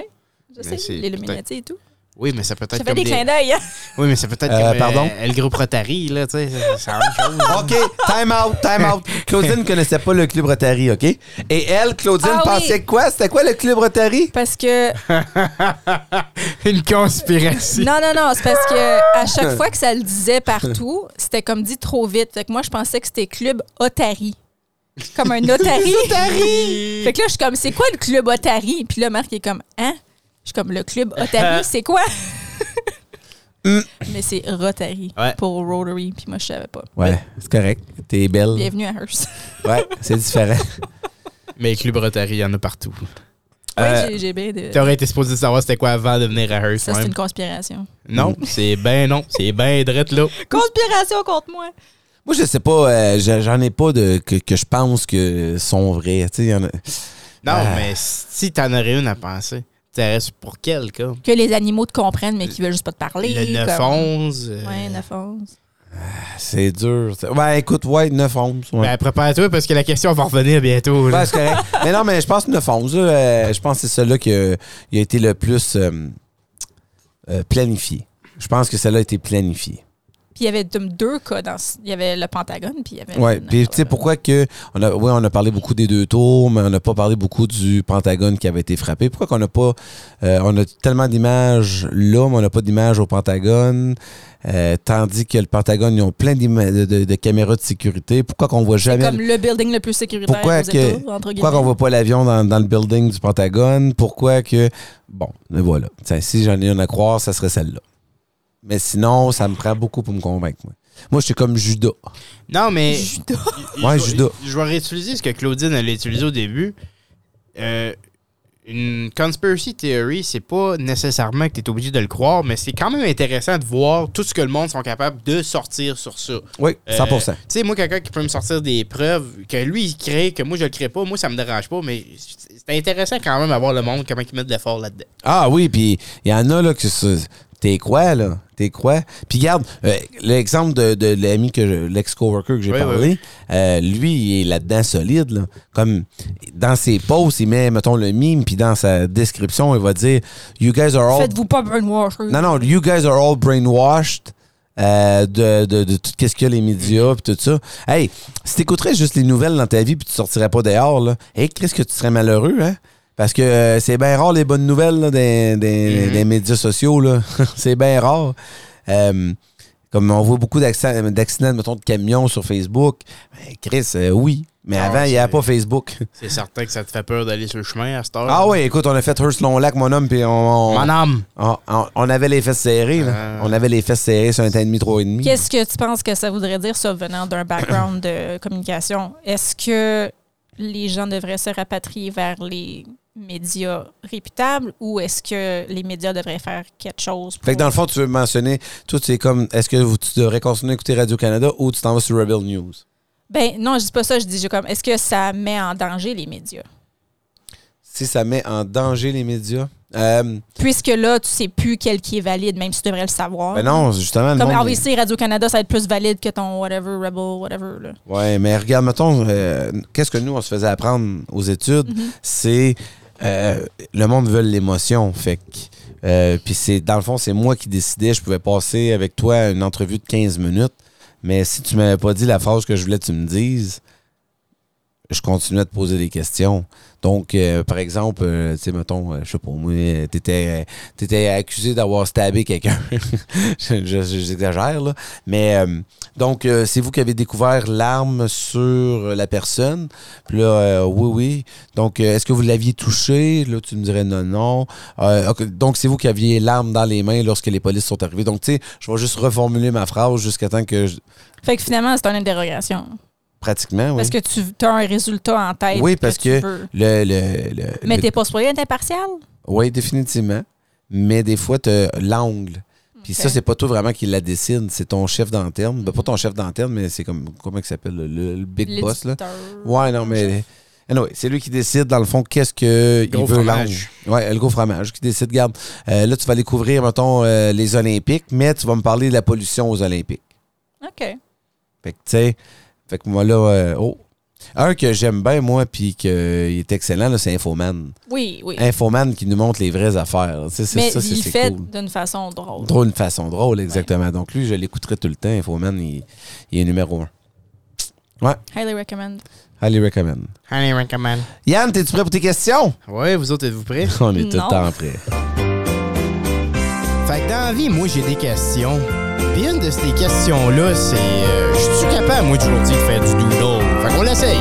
Speaker 3: Mais
Speaker 4: sais,
Speaker 3: c'est
Speaker 4: l'Illuminati et tout.
Speaker 3: Oui, mais ça peut être
Speaker 4: Ça fait
Speaker 3: comme
Speaker 4: des
Speaker 3: des...
Speaker 4: clins d'œil, hein?
Speaker 3: Oui, mais ça peut être
Speaker 2: Euh,
Speaker 3: comme
Speaker 2: pardon?
Speaker 3: euh, le groupe Rotary, là, tu sais, c'est- c'est la même chose.
Speaker 4: Ah!
Speaker 2: OK, time out, time out. Claudine ne connaissait pas le club Rotary, OK? Et elle, Claudine,
Speaker 4: Ah oui.
Speaker 2: pensait quoi? C'était quoi le club Rotary?
Speaker 4: Parce que.
Speaker 3: Une conspiration.
Speaker 4: Non, non, non, c'est parce que à chaque fois que ça le disait partout, c'était comme dit trop vite. Fait que moi, je pensais que c'était Club Otari. Comme un Otari. Fait que là, je suis comme, c'est quoi le Club Otari? Puis là, Marc il est comme, hein? Je suis comme, le Club Otari, c'est quoi?
Speaker 2: Mm.
Speaker 4: Mais c'est Rotary
Speaker 3: Ouais.
Speaker 4: pour Rotary, puis moi, je savais pas.
Speaker 2: Ouais, c'est correct. T'es belle.
Speaker 4: Bienvenue à Hearst.
Speaker 2: Ouais, c'est différent.
Speaker 3: Mais le club Rotary, il y en a partout.
Speaker 2: Euh,
Speaker 4: ouais, j'ai- j'ai bien de...
Speaker 3: T'aurais été supposé savoir c'était quoi avant de venir à Hearst,
Speaker 4: Ça, c'est
Speaker 3: même.
Speaker 4: une conspiration.
Speaker 3: Non, c'est ben non. C'est ben drette, là.
Speaker 4: Conspiration contre moi!
Speaker 2: Moi, je sais pas, euh, je- j'en ai pas de que, que je pense que sont vrais. Tu sais, y en a-
Speaker 3: Non,
Speaker 2: Ah.
Speaker 3: mais si t'en aurais une à penser, t'aurais su pour quel, cas?
Speaker 4: Que les animaux te comprennent, mais qu'ils veulent juste pas te parler.
Speaker 3: Le
Speaker 4: comme-
Speaker 3: 9-11. euh,
Speaker 4: Ouais, 9-11.
Speaker 2: C'est dur. ça. Ouais, écoute, ouais, 9 11. Ouais.
Speaker 3: Ben, prépare-toi parce que la question va revenir bientôt. là.
Speaker 2: Ouais, c'est correct. mais non, mais je pense 9 11. euh, je pense que c'est celle-là qui a, il a été le plus euh, euh, planifié. Je pense que celle-là a été planifiée.
Speaker 4: Puis il y avait deux- deux cas. Dans, ce- il y avait le Pentagone, puis il y avait.
Speaker 2: Ouais.
Speaker 4: une-
Speaker 2: Puis tu sais pourquoi que on a, ouais, on a parlé beaucoup des deux tours, mais on n'a pas parlé beaucoup du Pentagone qui avait été frappé. Pourquoi qu'on n'a pas, euh, on a tellement d'images là, mais on n'a pas d'images au Pentagone, euh, tandis que le Pentagone ils ont plein d'ima- de, de- de caméras de sécurité. Pourquoi qu'on voit
Speaker 4: C'est
Speaker 2: jamais
Speaker 4: comme le building le plus sécuritaire
Speaker 2: Pourquoi
Speaker 4: aux
Speaker 2: que-
Speaker 4: États, entre guillemets.
Speaker 2: Pourquoi qu'on voit pas l'avion dans, dans le building du Pentagone? Pourquoi que. Bon, mais voilà. Tiens, si j'en ai une à croire, ça serait celle-là. Mais sinon, ça me prend beaucoup pour me convaincre. Moi, moi je suis comme Judas.
Speaker 3: Non, mais.
Speaker 2: Ouais,
Speaker 3: je, vais-
Speaker 2: Judas.
Speaker 3: Je vais réutiliser ce que Claudine allait utiliser au début. Euh, une conspiracy theory, c'est pas nécessairement que tu es obligé de le croire, mais c'est quand même intéressant de voir tout ce que le monde sont capables de sortir sur ça.
Speaker 2: Oui, 100
Speaker 3: Euh, tu sais, moi, quelqu'un qui peut me sortir des preuves, que lui, il crée, que moi, je le crée pas, moi, ça me dérange pas, mais c'est intéressant quand même à voir le monde, comment ils mettent de l'effort là-dedans.
Speaker 2: Ah oui, puis il y en a là que c'est- t'es quoi là, t'es quoi. Puis garde euh, l'exemple de, de l'ami que je- l'ex-coworker que j'ai
Speaker 3: Oui,
Speaker 2: parlé,
Speaker 3: oui,
Speaker 2: euh, lui il est là-dedans solide là. Comme dans ses posts, il met mettons le mime puis dans sa description, il va dire you guys are all
Speaker 4: Faites-vous pas brainwash.
Speaker 2: Non non, you guys are all brainwashed. euh, de, de, de tout ce qu'il y a les médias puis tout ça. Hey, si t'écouterais juste les nouvelles dans ta vie puis tu sortirais pas dehors là, hey, qu'est-ce que tu serais malheureux hein? Parce que euh, c'est bien rare les bonnes nouvelles là, des, des-
Speaker 3: Mm-hmm.
Speaker 2: des médias sociaux. là. c'est bien rare. Euh, comme on voit beaucoup d'accidents, d'accidents, mettons, de camions sur Facebook. Ben, Chris, euh, oui. Mais
Speaker 3: Ah,
Speaker 2: avant, il n'y
Speaker 3: c'est-
Speaker 2: avait pas Facebook.
Speaker 3: C'est certain que ça te fait peur d'aller sur le chemin à cette heure.
Speaker 2: Ah oui, écoute, on a fait Hearst Long Lac, mon homme, puis on,
Speaker 3: Mon
Speaker 2: on,
Speaker 3: âme!
Speaker 2: on- Ah, on- on avait les fesses serrées. là.
Speaker 3: Ah.
Speaker 2: On avait les fesses serrées sur un temps et demi, trois et demi.
Speaker 4: Qu'est-ce que tu penses que ça voudrait dire, ça, venant d'un background de communication? Est-ce que les gens devraient se rapatrier vers les médias réputables ou est-ce que les médias devraient faire quelque chose? Pour...
Speaker 2: Fait que dans le fond, tu veux mentionner, tout c'est comme, est-ce que vous- tu devrais continuer à écouter Radio-Canada ou tu t'en vas sur Rebel News?
Speaker 4: Ben non, je dis pas ça. Je dis j'ai comme, est-ce que ça met en danger les médias?
Speaker 2: Si ça met en danger les médias. Euh,
Speaker 4: Puisque là, tu sais plus quel qui est valide, même si tu devrais le savoir.
Speaker 2: ben non, justement. le
Speaker 4: Comme
Speaker 2: monde-
Speaker 4: RBC, Radio-Canada, ça va être plus valide que ton whatever, Rebel, whatever. Là.
Speaker 2: Ouais, mais regarde, mettons, euh, qu'est-ce que nous, on se faisait apprendre aux études? C'est euh, le monde veut l'émotion. Fait que. euh, Puis c'est dans le fond, c'est moi qui décidais. Je pouvais passer avec toi une entrevue de 15 minutes. Mais si tu m'avais pas dit la phrase que je voulais que tu me dises, je continuais de poser des questions. Donc, euh, par exemple, euh, tu sais, mettons, euh, je sais pas, moi, euh, t'étais, euh, t'étais accusé d'avoir stabé quelqu'un. je, je- j'exagère, là. Mais, euh, donc, euh, c'est vous qui avez découvert l'arme sur la personne. Puis là, euh, oui, oui. Donc, euh, est-ce que vous l'aviez touché? Là, tu me dirais non, non. Euh, ok, donc, c'est vous qui aviez l'arme dans les mains lorsque les polices sont arrivées. Donc, tu sais, je vais juste reformuler ma phrase jusqu'à temps que, je-
Speaker 4: Fait que finalement, c'est une interrogation.
Speaker 2: pratiquement, oui.
Speaker 4: Parce que tu as un résultat en tête.
Speaker 2: Oui, parce
Speaker 4: tu
Speaker 2: que
Speaker 4: veux.
Speaker 2: le, le, le-
Speaker 4: Mais
Speaker 2: le-
Speaker 4: t'es pas supposé être impartial?
Speaker 2: Oui, définitivement. Mais des fois, tu l'angle. Puis
Speaker 4: Ok. Mhm.
Speaker 2: ça, c'est pas toi vraiment qui la décide, c'est ton chef d'antenne. Ben, pas ton chef d'antenne, mais c'est comme, comment il s'appelle, le, le big boss, là.
Speaker 4: L'éditeur.
Speaker 2: Ouais, non, mais. Anyway, c'est lui qui décide, dans le fond, qu'est-ce que il
Speaker 3: Gros
Speaker 2: veut l'ange.
Speaker 3: fromage.
Speaker 2: Ouais, le gros fromage qui décide, garde, euh, là, tu vas aller couvrir, mettons, euh, les Olympiques, mais tu vas me parler de la pollution aux Olympiques.
Speaker 4: OK.
Speaker 2: Fait que, tu sais, fait que moi, là, euh, oh. Un que j'aime bien, moi, puis qu'il est excellent, là, c'est Infoman.
Speaker 4: Oui, oui.
Speaker 2: Infoman qui nous montre les vraies affaires. là. Tu sais, c'est
Speaker 4: Mais
Speaker 2: ça, c'est
Speaker 4: il
Speaker 2: c'est
Speaker 4: fait
Speaker 2: cool.
Speaker 4: d'une façon drôle.
Speaker 2: Drôle de façon drôle, exactement. Donc lui, je l'écouterai tout le temps. Infoman, il, il est numéro un.
Speaker 4: Highly recommend.
Speaker 2: Allez, recommend.
Speaker 3: Allez, recommend.
Speaker 2: Yann, t'es-tu prêt pour tes questions?
Speaker 3: Ouais, vous autres, êtes-vous prêts?
Speaker 2: On est tout
Speaker 4: Non.
Speaker 2: le temps prêts.
Speaker 3: Fait que dans la vie, moi, j'ai des questions. Puis une de ces questions-là, c'est euh, Je suis capable, moi, aujourd'hui, de faire du doodle? Fait qu'on l'essaye.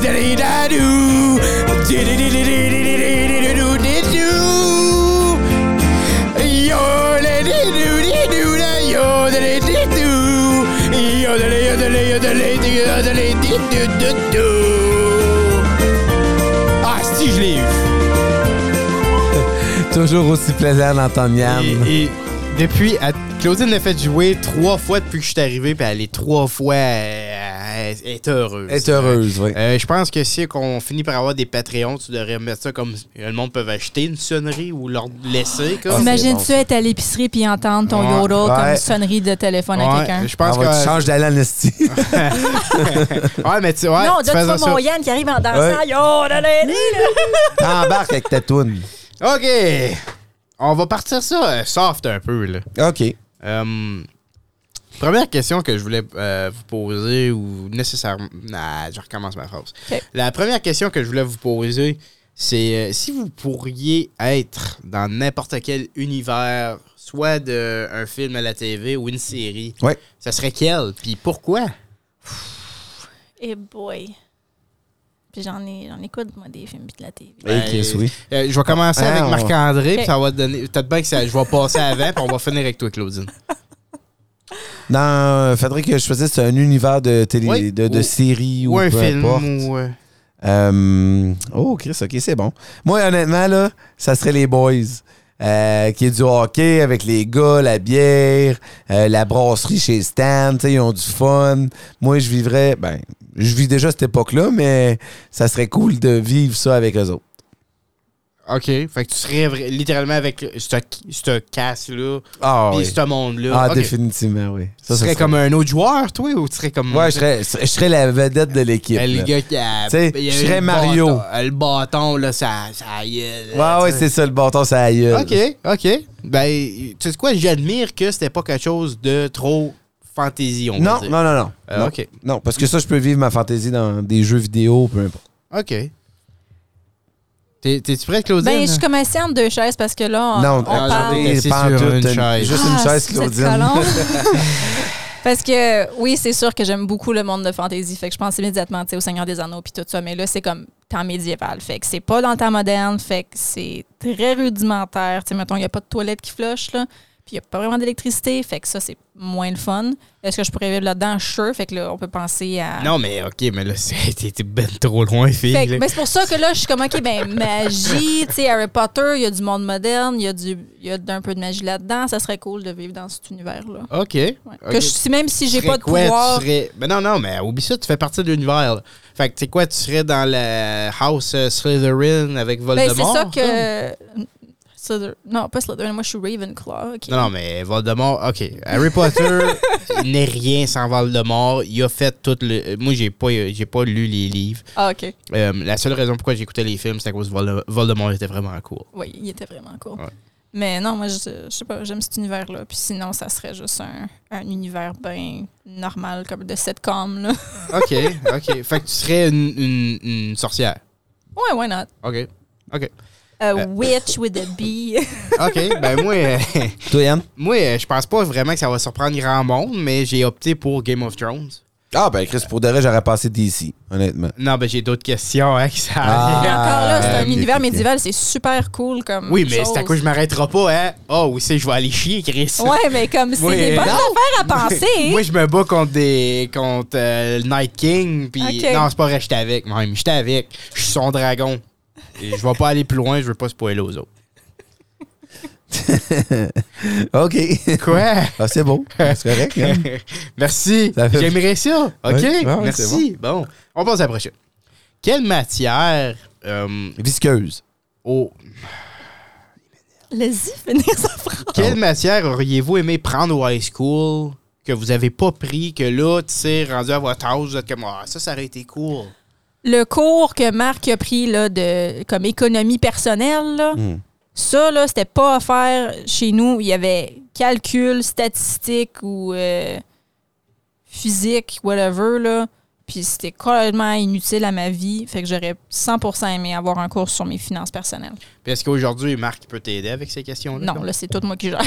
Speaker 3: Doodly-day-doodly-doodadee-dadee-dadoo. Dee-dee-dee-dee-dee-dee-dee-dee-dee-doo-dee-doo. Yo-le-dee-doo-dee-doo-da-yo-da-dee-dee-doo. Yo-le-yo-le-yo-le-yo-le-dee-doo-doo-doo. Ah, si, je l'ai eu.
Speaker 2: Toujours aussi plaisant d'entendre Yann.
Speaker 3: Et, et depuis, à- Claudine l'a fait jouer trois fois depuis que je suis arrivé, puis elle est trois fois. euh, Elle est heureuse.
Speaker 2: Est heureuse, oui.
Speaker 3: Euh, je pense que si on finit par avoir des Patreons, tu devrais mettre ça comme le monde peut acheter une sonnerie ou leur laisser. Comme.
Speaker 2: T'imagines-
Speaker 4: Imagine-tu
Speaker 2: bon, ça.
Speaker 4: être à l'épicerie puis entendre ton
Speaker 3: Ouais,
Speaker 4: yodel
Speaker 2: ouais.
Speaker 4: comme sonnerie de téléphone à
Speaker 3: Ouais,
Speaker 4: quelqu'un?
Speaker 3: je
Speaker 2: Ah,
Speaker 3: pense
Speaker 2: On va tu
Speaker 3: que.
Speaker 2: changes d'aller en esti.
Speaker 3: Ouais, mais tu. Ouais,
Speaker 4: non,
Speaker 3: tu
Speaker 4: donne
Speaker 3: faisais
Speaker 4: pas
Speaker 3: ça.
Speaker 4: mon Yann qui arrive en dansant. Yodelé!
Speaker 2: T'embarques avec ta toune.
Speaker 3: Ok. On va partir ça euh, soft un peu, là.
Speaker 2: OK.
Speaker 3: Euh, première question que je voulais euh, vous poser, ou nécessairement. Ah, je recommence ma phrase.
Speaker 4: Ok.
Speaker 3: La première question que je voulais vous poser, c'est euh, si vous pourriez être dans n'importe quel univers, soit d'un film à la TV ou une série,
Speaker 2: Ouais.
Speaker 3: ça serait quel Puis pourquoi
Speaker 4: Et Eh boy. Puis j'en ai, j'en écoute, moi, des films pis de la TV.
Speaker 2: Hey,
Speaker 3: Ben,
Speaker 2: Chris, oui.
Speaker 3: Euh, Je vais commencer
Speaker 2: Ah,
Speaker 3: avec
Speaker 2: on-
Speaker 3: Marc-André, puis
Speaker 4: Ok.
Speaker 3: ça va te donner. Peut-être bien que ça- je vais passer avant, puis on va finir avec toi, Claudine.
Speaker 2: Dans, euh, faudrait que je choisisse un univers de télé,
Speaker 3: Oui.
Speaker 2: de, de
Speaker 3: Ou-
Speaker 2: série ou,
Speaker 3: Ou un
Speaker 2: peu
Speaker 3: film.
Speaker 2: importe.
Speaker 3: Ou, euh,
Speaker 2: Euh, oh, Chris, OK, c'est bon. Moi, honnêtement, là, ça serait les boys. Euh, qui est du hockey avec les gars, la bière, euh, la brasserie chez Stan, tu sais, ils ont du fun. Moi, je vivrais, ben, je vis déjà cette époque-là, mais ça serait cool de vivre ça avec eux autres.
Speaker 3: OK. Fait que tu serais vra- littéralement avec le- ce ce casse-là.
Speaker 2: Ah,
Speaker 3: Pis
Speaker 2: oui.
Speaker 3: ce monde-là.
Speaker 2: Ah,
Speaker 3: Ok.
Speaker 2: définitivement, oui.
Speaker 3: Tu serais comme un autre joueur, toi, ou tu serais comme.
Speaker 2: Ouais, je serais, je serais la vedette de l'équipe. là.
Speaker 3: Euh, le gars qui a.
Speaker 2: Tu sais,
Speaker 3: il a
Speaker 2: je
Speaker 3: eu
Speaker 2: serais
Speaker 3: le
Speaker 2: Mario.
Speaker 3: bâton- euh, le bâton, là, ça. ça y est, là,
Speaker 2: Ouais, ouais,
Speaker 3: tu sais.
Speaker 2: c'est ça, le bâton, ça aïe.
Speaker 3: Ok, ok. Ben, tu sais quoi, j'admire que c'était pas quelque chose de trop fantaisie, on va
Speaker 2: Non,
Speaker 3: dire.
Speaker 2: non, non, non.
Speaker 3: Euh,
Speaker 2: non.
Speaker 3: ok.
Speaker 2: Non, parce que ça, je peux vivre ma fantaisie dans des jeux vidéo, peu importe.
Speaker 3: Ok. T'es- T'es-tu prêt, Claudine?
Speaker 4: Ben, je suis comme assise entre deux chaises parce que là, on,
Speaker 2: Non,
Speaker 4: on
Speaker 2: on
Speaker 3: Ah,
Speaker 4: parle.
Speaker 3: j'en ai- c'est
Speaker 2: pas en
Speaker 3: sur
Speaker 2: tout,
Speaker 3: une
Speaker 2: une-
Speaker 3: chaise.
Speaker 2: Juste une
Speaker 4: Ah,
Speaker 2: chaise,
Speaker 4: c'est- c'est
Speaker 2: Claudine.
Speaker 4: collant. Parce que oui, c'est sûr que j'aime beaucoup le monde de fantasy. Fait que je pense immédiatement tu sais, au Seigneur des Anneaux puis tout ça. Mais là, c'est comme temps médiéval. Fait que c'est pas dans le temps moderne. Fait que c'est très rudimentaire. Tu sais, mettons, il n'y a pas de toilette qui flush, là. Puis il n'y a pas vraiment d'électricité. Fait que ça, c'est moins le fun. Est-ce que je pourrais vivre là-dedans? Sure. Fait que là, on peut penser à.
Speaker 3: Non, mais ok, mais là, c'est- t'es t'es ben trop loin, fille.
Speaker 4: Fait que,
Speaker 3: là.
Speaker 4: ben, c'est pour ça que là, je suis comme, OK, ben, magie, tu sais, Harry Potter, il y a du monde moderne, il y a du, il y a d'un peu de magie là-dedans. Ça serait cool de vivre dans cet univers-là.
Speaker 3: Ok.
Speaker 4: Ouais.
Speaker 3: ok.
Speaker 4: Que je, si- même si j'ai
Speaker 3: serais
Speaker 4: pas de
Speaker 3: quoi?
Speaker 4: pouvoir,
Speaker 3: Tu serais... Mais non, non, mais oublie ça, tu fais partie de l'univers. là. Fait que tu sais quoi, tu serais dans la House euh, Slytherin avec
Speaker 4: ben,
Speaker 3: Voldemort.
Speaker 4: c'est ça
Speaker 3: comme?
Speaker 4: que. Slyther- Non, pas Slytherin, moi je suis Ravenclaw. ok.
Speaker 3: Non, non, mais Voldemort, OK. Harry Potter n'est rien sans Voldemort. Il a fait tout le... Moi, j'ai pas, j'ai pas lu les livres.
Speaker 4: Ah, ok.
Speaker 3: Euh, la seule raison pourquoi j'écoutais les films, c'est à cause de Volde- Voldemort était vraiment cool.
Speaker 4: Oui, il était vraiment cool.
Speaker 3: Ouais.
Speaker 4: Mais non, moi, je, je sais pas, j'aime cet univers-là. Puis sinon, ça serait juste un, un univers bien normal, comme de sitcom, là.
Speaker 3: OK, OK. Fait que tu serais une, une- une sorcière.
Speaker 4: Ouais, why not?
Speaker 3: OK. OK.
Speaker 4: A
Speaker 3: Euh.
Speaker 4: witch with a bee.
Speaker 3: OK, ben moi, euh,
Speaker 2: Toi, Yann?
Speaker 3: moi euh, je pense pas vraiment que ça va surprendre grand monde, mais j'ai opté pour Game of Thrones.
Speaker 2: Ah, ben, Chris, pour de vrai, j'aurais passé d'ici, honnêtement.
Speaker 3: Non, ben j'ai d'autres questions hein, qui s'en
Speaker 2: Ah.
Speaker 4: Puis
Speaker 3: viennent.
Speaker 4: encore là, c'est
Speaker 2: Ah,
Speaker 4: un
Speaker 2: ok,
Speaker 4: univers
Speaker 2: ok, ok.
Speaker 4: médiéval, c'est super cool comme.
Speaker 3: Oui, mais
Speaker 4: chose.
Speaker 3: c'est à quoi je m'arrêterai pas, hein? Oh, oui, c'est je vais aller chier, Chris.
Speaker 4: Ouais, mais comme c'est
Speaker 3: Oui,
Speaker 4: des bonnes
Speaker 3: non.
Speaker 4: affaires à penser. hein.
Speaker 3: Moi, je me bats contre des contre euh, le Night King. Puis
Speaker 4: Ok.
Speaker 3: non, c'est pas vrai, j'étais avec. Même, j'étais avec. Je suis son dragon. Et je vais pas aller plus loin. Je veux pas spoiler aux autres.
Speaker 2: OK.
Speaker 3: Quoi
Speaker 2: ah, c'est beau. C'est correct, hein?
Speaker 3: Merci.
Speaker 2: Ça fait-
Speaker 3: J'aimerais ça. Ok.
Speaker 2: Ouais, ouais, ouais,
Speaker 3: Merci. Bon. on passe à la prochaine. Quelle matière euh,
Speaker 2: Visqueuse.
Speaker 3: au-
Speaker 4: Laisse-y finir sa phrase.
Speaker 2: Ah
Speaker 3: Quelle matière auriez-vous aimé prendre au high school que vous avez pas pris, que là, tu sais, rendu à votre âge, vous êtes comme, ah, ça, ça aurait été cool.
Speaker 4: Le cours que Marc a pris là, de, comme économie personnelle, là,
Speaker 2: Hmm.
Speaker 4: ça, là, c'était pas à faire chez nous. Il y avait calcul, statistique ou euh, physique, whatever. Là. Puis c'était complètement inutile à ma vie. Fait que j'aurais 100% aimé avoir un cours sur mes finances personnelles.
Speaker 3: Puis est-ce qu'aujourd'hui, Marc peut t'aider avec ces questions-là?
Speaker 4: Non, là, c'est tout moi qui gère.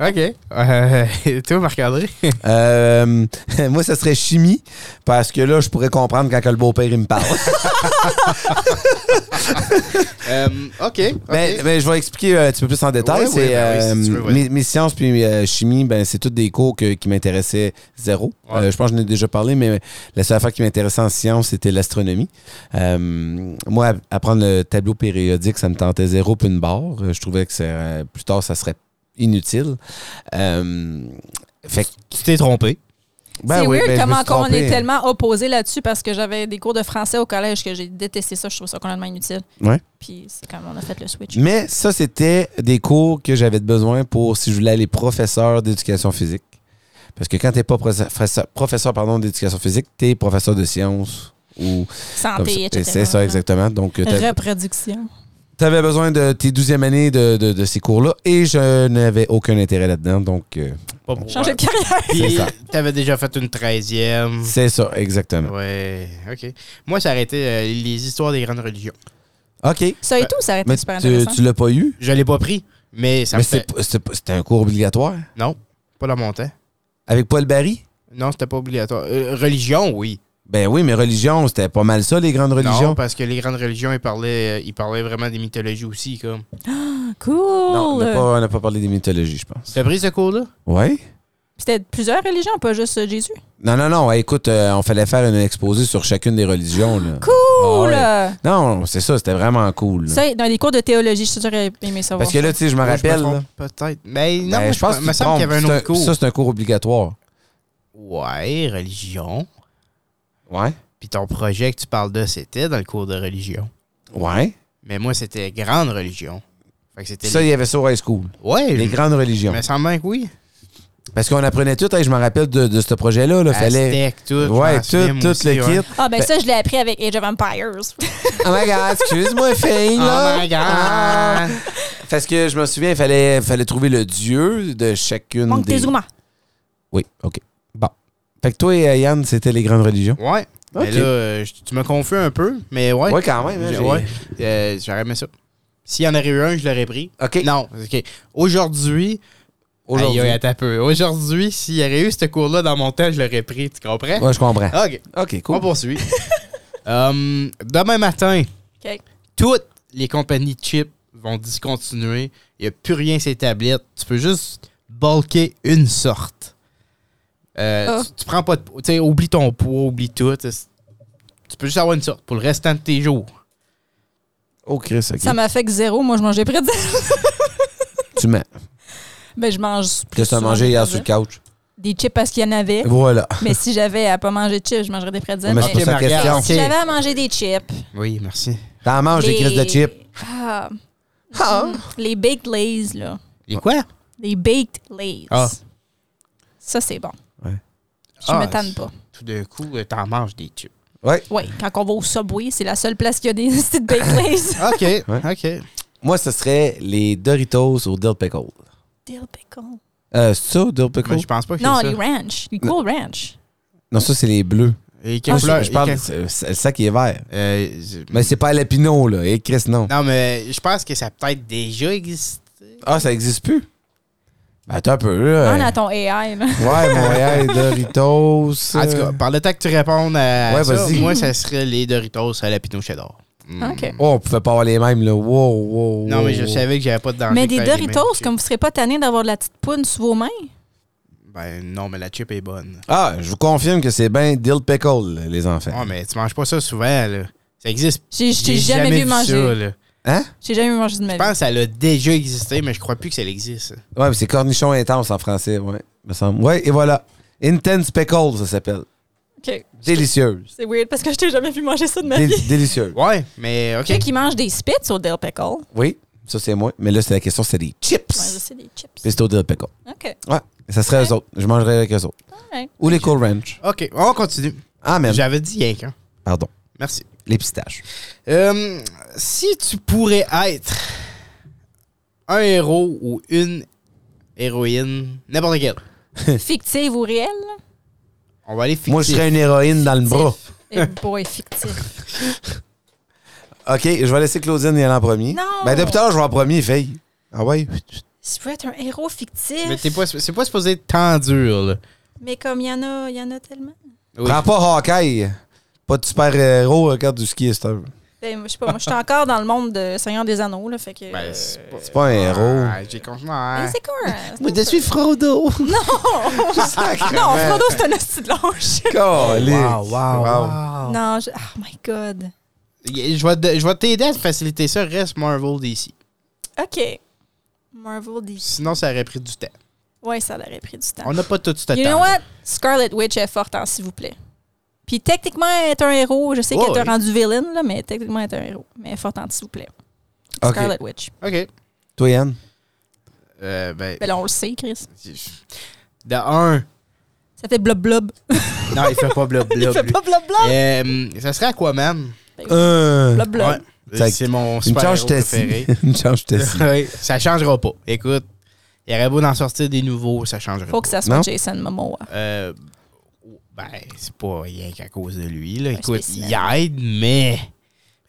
Speaker 3: OK. Euh, toi, Marc-André?
Speaker 2: Euh, moi, ça serait chimie, parce que là, je pourrais comprendre quand que le beau-père, il me parle.
Speaker 3: Euh, OK. ok.
Speaker 2: Ben, ben, je vais expliquer euh, un petit peu plus en détail.
Speaker 3: Ouais,
Speaker 2: c'est,
Speaker 3: ouais, ben oui, si tu veux,
Speaker 2: euh,
Speaker 3: ouais.
Speaker 2: mes, mes sciences puis euh, chimie, ben, c'est toutes des cours que- qui m'intéressaient zéro.
Speaker 3: Ouais.
Speaker 2: Euh, je pense que j'en ai déjà parlé, mais la seule affaire qui m'intéressait en sciences, c'était l'astronomie. Euh, moi, app- apprendre le tableau périodique, ça me tentait zéro puis une barre. Euh, Je trouvais que c'est, euh, plus tard, ça serait inutile. Euh, fait que-
Speaker 3: tu t'es trompé.
Speaker 2: ben
Speaker 4: c'est
Speaker 2: oui,
Speaker 4: weird
Speaker 2: ben, je me
Speaker 4: comment
Speaker 2: suis
Speaker 4: qu'on
Speaker 2: trompé.
Speaker 4: est tellement opposés là-dessus parce que j'avais des cours de français au collège que j'ai détesté ça. Je trouve ça complètement inutile.
Speaker 2: Ouais. Mm.
Speaker 4: Puis c'est comme on a fait le switch.
Speaker 2: Mais ça, c'était des cours que j'avais de besoin pour si je voulais aller professeur d'éducation physique. Parce que quand t'es pas professeur, professeur- professeur, pardon, d'éducation physique, t'es professeur de sciences ou comme ça.
Speaker 4: Santé, etc.
Speaker 2: C'est ça, exactement. Donc, euh, t'as-
Speaker 4: Reproduction.
Speaker 2: t'avais besoin de tes 12e années de, de- de ces cours-là et je n'avais aucun intérêt là-dedans. Donc, euh,
Speaker 3: Pas pour
Speaker 4: Changer de carrière.
Speaker 3: Puis,
Speaker 2: C'est ça.
Speaker 3: t'avais déjà fait une 13e.
Speaker 2: c'est ça, exactement.
Speaker 3: Ouais, OK. Moi, ça aurait été euh, les histoires des grandes religions.
Speaker 2: OK.
Speaker 4: Ça et tout, ça aurait été
Speaker 2: Ben, Mais
Speaker 4: super
Speaker 2: tu,
Speaker 4: intéressant.
Speaker 2: tu l'as pas eu?
Speaker 3: Je l'ai pas pris, mais ça
Speaker 2: mais
Speaker 3: me fait...
Speaker 2: c'est pas- c'est pas- c'était un cours obligatoire
Speaker 3: Non, pas dans mon temps.
Speaker 2: avec Paul Barry?
Speaker 3: Non, c'était pas obligatoire. Euh, religion, oui.
Speaker 2: Ben oui, mais religion, c'était pas mal ça, les grandes
Speaker 3: Non,
Speaker 2: religions.
Speaker 3: parce que les grandes religions, ils parlaient, euh, ils parlaient vraiment des mythologies aussi. comme.
Speaker 2: Non, on
Speaker 4: cool.
Speaker 2: n'a pas, on n'a pas parlé des mythologies, je pense.
Speaker 3: T'as pris ce cours-là?
Speaker 2: Oui?
Speaker 4: C'était plusieurs religions, pas juste euh, Jésus.
Speaker 2: Non, non, non. Écoute, euh, on fallait faire une exposé sur chacune des religions. Là.
Speaker 4: Cool.
Speaker 2: Ah Non, c'est ça, c'était vraiment cool. là.
Speaker 4: Ça, dans les cours de théologie, je suis sûre que j'aurais aimé savoir.
Speaker 2: Parce que là, tu sais, je me
Speaker 3: Ouais,
Speaker 2: rappelle.
Speaker 3: je me
Speaker 2: là,
Speaker 3: trompe Peut-être. Mais non,
Speaker 2: ben,
Speaker 3: moi, je pense
Speaker 2: que
Speaker 3: me
Speaker 2: tu te
Speaker 3: semble qu'il y avait un
Speaker 2: trompes.
Speaker 3: autre
Speaker 2: C'est
Speaker 3: cours.
Speaker 2: Ça, c'est un cours obligatoire.
Speaker 3: Ouais, religion.
Speaker 2: Ouais.
Speaker 3: Puis ton projet que tu parles de, c'était dans le cours de religion.
Speaker 2: Ouais.
Speaker 3: Mais moi, c'était grande religion. Fait que c'était.
Speaker 2: Ça, il y avait ça au high school.
Speaker 3: ouais,
Speaker 2: Les
Speaker 3: les
Speaker 2: grandes religions.
Speaker 3: me semble bien que oui.
Speaker 2: Parce qu'on apprenait tout, hey, je me rappelle de, de ce projet-là. Là, fallait...
Speaker 3: Aztèque, tout. je
Speaker 2: Ouais,
Speaker 3: m'en souviens,
Speaker 2: tout,
Speaker 3: moi
Speaker 2: tout
Speaker 3: aussi,
Speaker 2: le
Speaker 3: ouais.
Speaker 2: kit.
Speaker 4: Ah, ben ça, je l'ai appris avec Age of Empires.
Speaker 2: Oh my god, excuse-moi, fille, là.
Speaker 3: Oh my
Speaker 2: Ah.
Speaker 3: god!
Speaker 2: Parce que je me souviens, il fallait, fallait trouver le dieu de chacune des.
Speaker 4: Montezuma.
Speaker 2: Oui, OK. Bon. Fait que toi et euh, Yann, c'était les grandes religions.
Speaker 3: Ouais. Mais
Speaker 2: Ok.
Speaker 3: là, euh, je- tu me confuses un peu, mais ouais.
Speaker 2: Ouais, quand même, hein,
Speaker 3: J'ai-
Speaker 2: j'ai-
Speaker 3: ouais. Euh, J'aurais aimé ça. S'il y en aurait eu un, je l'aurais pris.
Speaker 2: OK.
Speaker 3: Non, OK. Aujourd'hui,
Speaker 2: Aujourd'hui.
Speaker 3: Aïe, aïe, attends un peu. Aujourd'hui, s'il y aurait eu ce cours-là dans mon temps, je l'aurais pris, tu comprends?
Speaker 2: Ouais, je comprends.
Speaker 3: OK,
Speaker 2: OK,
Speaker 3: on
Speaker 2: cool.
Speaker 3: poursuit. Hum, demain matin,
Speaker 4: OK.
Speaker 3: toutes les compagnies de chips vont discontinuer. Il n'y a plus rien sur les tablettes. Tu peux juste bulker une sorte. Euh,
Speaker 4: Ah.
Speaker 3: tu, tu prends pas de... Tu sais, oublie ton poids, oublie tout. Tu peux juste avoir une sorte pour le restant de tes jours.
Speaker 2: Oh, Chris, OK.
Speaker 4: Ça m'affecte zéro. Moi, je mangeais près de
Speaker 2: Tu mets.
Speaker 4: Ben, je mange. plus
Speaker 2: Qu'est-ce que t'as
Speaker 4: souvent
Speaker 2: mangé
Speaker 4: des
Speaker 2: hier sur
Speaker 4: pretzels.
Speaker 2: le couch?
Speaker 4: Des chips parce qu'il y en avait.
Speaker 2: Voilà.
Speaker 4: Mais si j'avais à pas manger de chips, je mangerais des pretzels.
Speaker 2: Mais
Speaker 4: Mais
Speaker 2: Ah, c'est pas ça la
Speaker 3: Maria,
Speaker 2: question.
Speaker 3: ok.
Speaker 4: si j'avais à manger des chips.
Speaker 3: Oui, merci.
Speaker 2: T'en manges des
Speaker 4: les-
Speaker 2: crises de chips.
Speaker 4: Ah. Mm, Les baked lays, là.
Speaker 3: Et quoi?
Speaker 4: Les baked lays.
Speaker 3: Ah.
Speaker 4: Ça, c'est bon.
Speaker 2: Ouais.
Speaker 4: Je
Speaker 3: Ah,
Speaker 4: me tanne pas.
Speaker 3: Tout d'un coup, euh, t'en manges des chips.
Speaker 2: Ouais.
Speaker 4: Oui, quand on va au Subway, c'est la seule place qui a des petites baked lays.
Speaker 3: OK, OK.
Speaker 2: Moi, ce serait les Doritos au Dill Pickle.
Speaker 4: Dill pickle.
Speaker 2: Euh, c'est ça, Dill Pickle?
Speaker 3: Mais Ben, je pense pas que
Speaker 4: Non,
Speaker 3: c'est
Speaker 4: les
Speaker 3: ça.
Speaker 4: ranch. Les cool ranch.
Speaker 2: Non, ça, c'est les bleus.
Speaker 3: Et
Speaker 2: Ah,
Speaker 3: quelle couleur?
Speaker 2: je parle,
Speaker 3: et quelle-
Speaker 2: c'est- c'est- le sac il est vert.
Speaker 3: Euh, je-
Speaker 2: Mais c'est pas à l'épinot, là. Et Chris, non.
Speaker 3: Non, mais je pense que ça a peut-être déjà existé.
Speaker 2: Ah, ça existe plus? Ben, Attends un peu,
Speaker 4: On
Speaker 3: Ah,
Speaker 2: là.
Speaker 4: a ton AI, là.
Speaker 2: Ouais, Montréal, Doritos. euh,
Speaker 3: En tout cas, par le temps que tu répondes à
Speaker 2: Ouais,
Speaker 3: ça,
Speaker 2: vas-y.
Speaker 3: moi, ça serait les Doritos à la Pinot Cheddar. Mm.
Speaker 4: OK.
Speaker 2: Oh, on pouvait pas avoir les mêmes, là. Wow, wow.
Speaker 3: Non, mais je
Speaker 2: wow.
Speaker 3: savais que j'avais pas de dents.
Speaker 4: Mais des Doritos, comme vous serez pas tanné d'avoir de la petite poudre sous vos mains.
Speaker 3: Ben non, mais la chip est bonne.
Speaker 2: Ah, je vous confirme que c'est bien Dill Pickle, les enfants.
Speaker 3: Ouais, mais tu manges pas ça souvent, là. Ça existe.
Speaker 4: J'ai j'ai
Speaker 3: J'ai
Speaker 4: jamais, vu
Speaker 3: ça,
Speaker 4: manger.
Speaker 3: là.
Speaker 2: Hein?
Speaker 4: J'ai jamais vu manger de
Speaker 3: Je
Speaker 4: ma vie.
Speaker 3: pense que ça a déjà existé, mais je crois plus que ça existe.
Speaker 2: Ouais, mais c'est cornichon intense en français, ouais. Me semble. Ouais, et voilà. Intense Pickle, ça s'appelle.
Speaker 4: OK.
Speaker 2: Délicieuse.
Speaker 4: C'est weird parce que je t'ai jamais vu manger ça de ma
Speaker 2: Dé-
Speaker 4: vie.
Speaker 2: délicieuse.
Speaker 3: Ouais, mais OK.
Speaker 4: Ceux qui mangent des spits au Dill Pickle. Ouais,
Speaker 2: Oui, ça c'est moi. Mais là, c'est la question, c'est des
Speaker 4: je
Speaker 2: chips.
Speaker 4: sais, des chips.
Speaker 2: Puis c'est au Dill Pickle.
Speaker 4: OK.
Speaker 2: Ouais, ça serait eux autres. Je mangerais avec eux autres.
Speaker 4: Alright.
Speaker 2: Ou les Cool Ranch.
Speaker 3: OK, on continue.
Speaker 2: Ah, même.
Speaker 3: J'avais dit rien qu'un.
Speaker 2: Pardon.
Speaker 3: Merci.
Speaker 2: Les pistaches.
Speaker 3: Euh, si tu pourrais être un héros ou une héroïne, n'importe quel,
Speaker 4: Fictive ou réelle? là?
Speaker 3: on va aller fictif.
Speaker 2: Moi, je serais une héroïne dans le bras.
Speaker 4: Eh boy, fictif.
Speaker 2: OK, je vais laisser Claudine y aller en premier.
Speaker 4: Non.
Speaker 2: Ben, depuis tout à l'heure, je vais en premier, fille. Ah ouais?
Speaker 4: Si tu veux être un héros fictif,
Speaker 3: Mais t'es pas, c'est pas supposé être tant dur, là.
Speaker 4: mais comme il y en a, il y en a tellement.
Speaker 3: Oui.
Speaker 2: Prends pas Hawkeye. Pas de super-héros, regarde du ski, c'est un-
Speaker 4: Ben, moi, je sais pas, moi, je suis encore dans le monde de Seigneur des Anneaux, là, fait que...
Speaker 3: Ben,
Speaker 4: euh,
Speaker 3: c'est pas,
Speaker 2: C'est pas un héros.
Speaker 3: Ah, j'ai
Speaker 4: mais
Speaker 3: confiance.
Speaker 4: c'est quoi? hein?
Speaker 3: Moi, je suis Frodo.
Speaker 4: Non, Frodo, c'est un hostie de lâche.
Speaker 2: Calé.
Speaker 3: Wow, wow, wow.
Speaker 4: Non, je... oh my God.
Speaker 3: Je vais, te- je vais t'aider à te faciliter ça. Reste Marvel d'ici.
Speaker 4: OK. Marvel DC.
Speaker 3: Sinon, ça aurait pris du temps.
Speaker 4: Ouais, ça l'aurait pris du temps.
Speaker 3: On n'a pas tout ce temps.
Speaker 4: You know what? Scarlet Witch est forte, hein, s'il vous plaît. Puis techniquement, elle est un héros. Je sais
Speaker 3: Ouais,
Speaker 4: qu'elle est
Speaker 3: ouais.
Speaker 4: un rendu villain, là, mais techniquement, elle est un héros. Mais elle est forte, hein, s'il vous plaît.
Speaker 2: OK.
Speaker 4: Scarlet Witch.
Speaker 3: OK.
Speaker 2: Toi, Yann?
Speaker 3: Euh, ben,
Speaker 4: Ben là, on le sait, Chris.
Speaker 3: de un.
Speaker 4: Ça fait blob blob.
Speaker 3: Non, il fait pas blub blub.
Speaker 4: Il fait
Speaker 3: lui.
Speaker 4: pas blob blob.
Speaker 3: Euh, ça serait Aquaman.
Speaker 2: Euh...
Speaker 4: Blob blob.
Speaker 3: Ouais.
Speaker 2: Ça-
Speaker 3: C'est mon
Speaker 2: Une
Speaker 3: super
Speaker 2: charge
Speaker 3: héros
Speaker 2: tessie.
Speaker 3: préféré.
Speaker 2: Une charge tessie.
Speaker 3: Oui, ça changera pas. Écoute, il y aurait beau d'en sortir des nouveaux, ça changera
Speaker 4: Faut
Speaker 3: pas.
Speaker 4: que ça soit
Speaker 2: Non.
Speaker 4: Jason Momoa.
Speaker 3: Euh, ben, c'est pas rien qu'à cause de lui. Là. Écoute,
Speaker 4: spécimen.
Speaker 3: il aide, mais...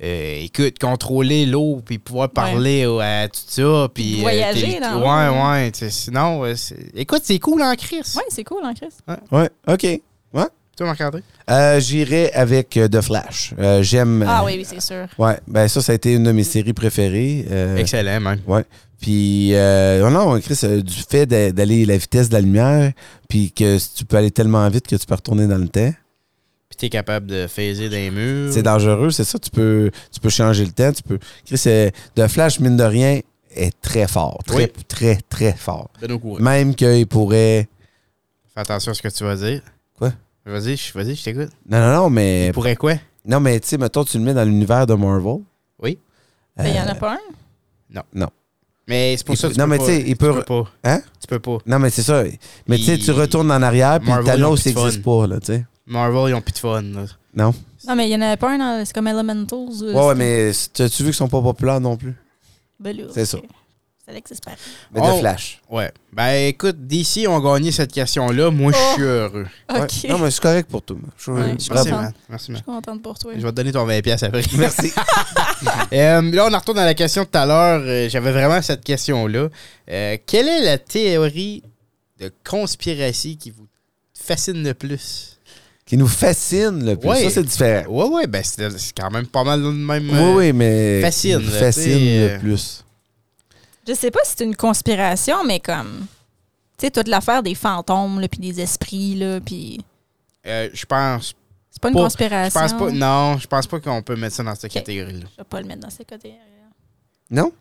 Speaker 3: euh, écoute, contrôler l'eau, puis pouvoir parler au- à tout ça, puis... euh,
Speaker 4: Voyager
Speaker 3: t'es-
Speaker 4: dans l'eau.
Speaker 3: Ouais, ouais. tu sais, Sinon, euh, c'est- écoute, c'est cool en crise.
Speaker 4: Ouais, c'est cool, hein, Chris?
Speaker 2: Ouais, OK. Ouais.
Speaker 3: Toi, Marc-André?
Speaker 2: Euh, J'irai avec euh, The Flash. Euh, J'aime.
Speaker 4: Ah oui, oui, c'est sûr.
Speaker 2: Ouais, ben ça, ça a été une de mes séries préférées. Euh,
Speaker 3: Excellent, man.
Speaker 2: Ouais. Puis, euh, non, non, Chris, euh, du fait d'a- d'aller la vitesse de la lumière, puis que si tu peux aller tellement vite que tu peux retourner dans le temps,
Speaker 3: Puis t'es capable de phaser des murs.
Speaker 2: c'est dangereux, c'est ça. Tu peux, tu peux changer le temps, tu peux. Chris, euh, The Flash, mine de rien, est très fort. Très,
Speaker 3: Oui.
Speaker 2: très, très fort.
Speaker 3: Ben au courant.
Speaker 2: Même qu'il pourrait.
Speaker 3: Fais attention à ce que tu vas dire.
Speaker 2: Quoi? Eh ben,
Speaker 3: Vas-y, je- vas-y, je t'écoute.
Speaker 2: Non, non, non, mais.
Speaker 3: Pourrait quoi?
Speaker 2: Non, mais tu sais, mettons, tu le mets dans l'univers de Marvel.
Speaker 3: Oui.
Speaker 4: Ben, il y en a
Speaker 2: Euh,
Speaker 4: pas un.
Speaker 3: Mais c'est pour
Speaker 2: Il
Speaker 3: ça
Speaker 2: peut-
Speaker 3: que tu
Speaker 2: non,
Speaker 3: peux
Speaker 2: mais
Speaker 3: pas-
Speaker 2: tu sais, il
Speaker 3: tu
Speaker 2: peut-
Speaker 3: peux pas.
Speaker 2: Hein?
Speaker 3: Tu peux pas.
Speaker 2: Non, mais c'est ça. Mais tu sais, tu
Speaker 3: Il-
Speaker 2: retournes en arrière, puis
Speaker 3: Marvel,
Speaker 2: Thanos
Speaker 3: ils ont plus de
Speaker 2: n'existe pas, là, tu sais.
Speaker 3: Marvel, ils ont plus de fun. là.
Speaker 2: Non.
Speaker 4: Non, mais il y en avait pas un. dans- C'est comme Elementals. euh,
Speaker 2: Ouais, ouais,
Speaker 4: c'est-
Speaker 2: mais as-tu vu qu'ils sont pas populaires non plus?
Speaker 4: Ben, là,
Speaker 2: C'est ça.
Speaker 4: C'est Alexis Perry.
Speaker 2: Mais
Speaker 3: Oh.
Speaker 2: de Flash.
Speaker 3: Ouais. Ben écoute, DC ont gagné cette question-là. Moi, je suis heureux.
Speaker 2: Ouais.
Speaker 4: OK.
Speaker 2: Non, mais c'est correct pour tout. Je,
Speaker 4: Ouais,
Speaker 2: je-
Speaker 4: je
Speaker 2: bravo.
Speaker 4: pense
Speaker 3: man. Merci,
Speaker 4: Je
Speaker 3: man.
Speaker 4: suis contente pour toi.
Speaker 3: Je vais te donner ton 20$ après.
Speaker 2: Merci.
Speaker 3: Euh, là, on en retourne à la question de tout à l'heure. Euh, J'avais vraiment cette question-là. Euh, quelle est la théorie de conspiration qui vous fascine le plus?
Speaker 2: Qui nous fascine le plus.
Speaker 3: Ouais.
Speaker 2: Ça, c'est différent.
Speaker 3: Ouais, ouais, ben c'est c'est quand même pas mal le même.
Speaker 2: Oui,
Speaker 3: euh,
Speaker 2: oui, mais.
Speaker 3: Fascine,
Speaker 2: qui nous
Speaker 3: là,
Speaker 2: fascine
Speaker 3: tu sais,
Speaker 2: le
Speaker 3: euh,
Speaker 2: plus.
Speaker 4: Je sais pas si c'est une conspiration, mais comme. Tu sais, toute l'affaire des fantômes, là, puis des esprits, là, puis.
Speaker 3: euh, je pense,
Speaker 4: C'est pas une
Speaker 3: Pas- je
Speaker 4: conspiration.
Speaker 3: pense pas. Non, je pense pas qu'on peut mettre ça dans cette
Speaker 4: Ok.
Speaker 3: catégorie-là.
Speaker 4: Je vais pas le mettre dans ce côté.
Speaker 2: Non?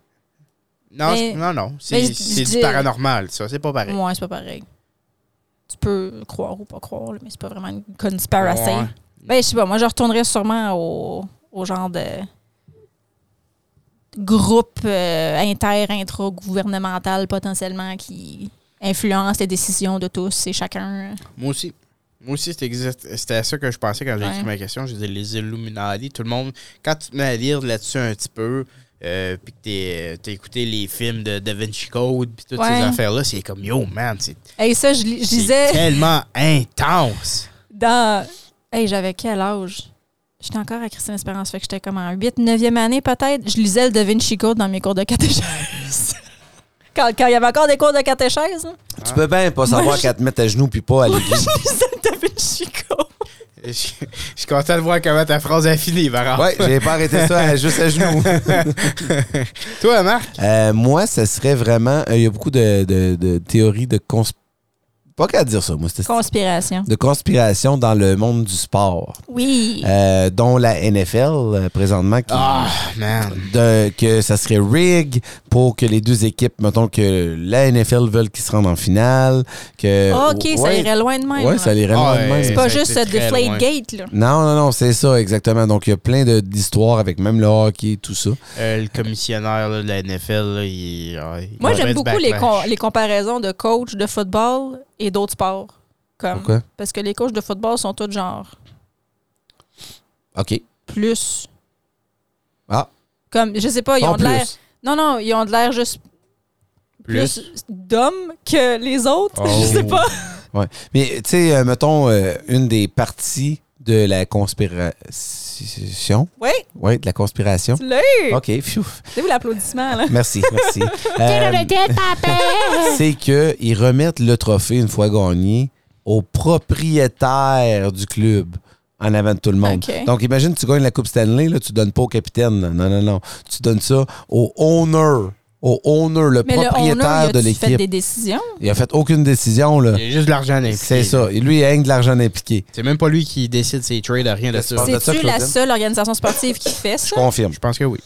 Speaker 3: Non,
Speaker 4: Mais-
Speaker 3: je- non, non.
Speaker 4: mais
Speaker 3: C'est
Speaker 4: je-
Speaker 3: c'est
Speaker 4: je
Speaker 3: du
Speaker 4: dis-
Speaker 3: paranormal, ça. C'est pas pareil.
Speaker 4: Moi, c'est pas pareil. Tu peux croire ou pas croire, là, mais c'est pas vraiment une conspiration.
Speaker 3: Ouais.
Speaker 4: Ben, je sais pas. Moi, je retournerais sûrement au, au genre de groupe euh, inter intra gouvernemental potentiellement qui influence les décisions de tous et chacun.
Speaker 3: Moi aussi. Moi aussi, c'était exact- c'était à ça que je pensais quand j'ai
Speaker 4: Ouais.
Speaker 3: écrit ma question. Je disais les Illuminati, tout le monde. Quand tu te mets à lire là-dessus un petit peu, euh, puis que t'as écouté les films de Da Vinci Code, puis toutes
Speaker 4: Ouais.
Speaker 3: ces affaires-là, c'est comme yo, man, c'est
Speaker 4: Hey, ça, je, li- je
Speaker 3: c'est
Speaker 4: lisais
Speaker 3: tellement intense.
Speaker 4: dans. Hey, j'avais quel âge? J'étais encore à Christine Espérance, fait que j'étais comme en 8, 9e année peut-être. Je lisais le Da Vinci Code dans mes cours de catéchèse. quand, quand il y avait encore des cours de catéchèse, hein,
Speaker 2: Tu peux bien pas savoir
Speaker 4: je-
Speaker 2: qu'elle te mette à genoux puis pas à
Speaker 4: je
Speaker 2: l'église.
Speaker 4: lisais le Da Vinci Code.
Speaker 3: Je je suis content de voir comment ta phrase a fini, Baran.
Speaker 2: Ouais, j'ai pas arrêté ça à- juste à genoux.
Speaker 3: Toi, Marc?
Speaker 2: Euh, moi, ce serait vraiment. euh, Il y a beaucoup de, de- de théories de consp... Pas qu'à dire ça, moi. c'était-
Speaker 4: Conspiration.
Speaker 2: De conspiration dans le monde du sport,
Speaker 4: Oui.
Speaker 2: euh, dont la NFL euh, présentement qui,
Speaker 3: Ah, man.
Speaker 2: de- que ça serait rig pour que les deux équipes, mettons que la NFL veulent qu'ils se rendent en finale, que
Speaker 4: Ah, OK, ça
Speaker 2: Euh, Ouais.
Speaker 4: irait loin de même.
Speaker 2: Ouais,
Speaker 4: là.
Speaker 2: ça irait loin
Speaker 3: Ah,
Speaker 2: de même.
Speaker 3: ouais.
Speaker 4: C'est pas
Speaker 3: Ça a
Speaker 4: juste
Speaker 3: été très
Speaker 4: Deflate
Speaker 3: loin.
Speaker 4: Gate, là.
Speaker 2: Non, non, non, c'est ça exactement. Donc il y a plein de- d'histoires avec même le hockey, tout ça.
Speaker 3: Euh, le commissionnaire là, de la NFL, là, il, ouais, il
Speaker 4: Moi,
Speaker 3: va
Speaker 4: j'aime
Speaker 3: mettre
Speaker 4: beaucoup
Speaker 3: du
Speaker 4: les,
Speaker 3: backlash.
Speaker 4: com- les comparaisons de coach de football et d'autres sports. Comme,
Speaker 2: Pourquoi?
Speaker 4: Parce que les coachs de football sont tous genre
Speaker 2: Ok.
Speaker 4: plus.
Speaker 2: Ah.
Speaker 4: Comme, je sais pas, ils
Speaker 2: En
Speaker 4: ont de l'air.
Speaker 2: plus.
Speaker 4: Non, non, ils ont de l'air juste plus, d'hommes que les autres. je
Speaker 2: Oh.
Speaker 4: sais pas.
Speaker 2: Ouais. Mais tu sais, euh, mettons euh, une des parties de la conspiration.
Speaker 4: Oui,
Speaker 2: Oui, de la conspiration.
Speaker 4: tu l'as eu.
Speaker 2: OK, pfiouf.
Speaker 4: C'est où l'applaudissement, là?
Speaker 2: Merci, merci. Euh, c'est qu'ils remettent le trophée une fois gagné au propriétaire du club en avant de tout le monde.
Speaker 4: OK.
Speaker 2: Donc, imagine, tu gagnes la Coupe Stanley, là, tu donnes pas au capitaine. là. Non, non, non. Tu donnes ça au owner. Au owner, le
Speaker 4: Mais le
Speaker 2: propriétaire
Speaker 4: owner, il
Speaker 2: de
Speaker 4: a-tu fait
Speaker 2: l'équipe.
Speaker 4: des décisions?
Speaker 2: Il a fait aucune décision, là.
Speaker 3: Il y a juste de l'argent impliqué.
Speaker 2: C'est ça. Et Lui, il a rien que de l'argent impliqué.
Speaker 3: C'est même pas lui qui décide ses trades à rien de ça.
Speaker 2: Parle de ça,
Speaker 4: C'est-tu la
Speaker 2: Claudine.
Speaker 4: seule organisation sportive qui fait ça?
Speaker 2: Confirme.
Speaker 3: Je pense que oui.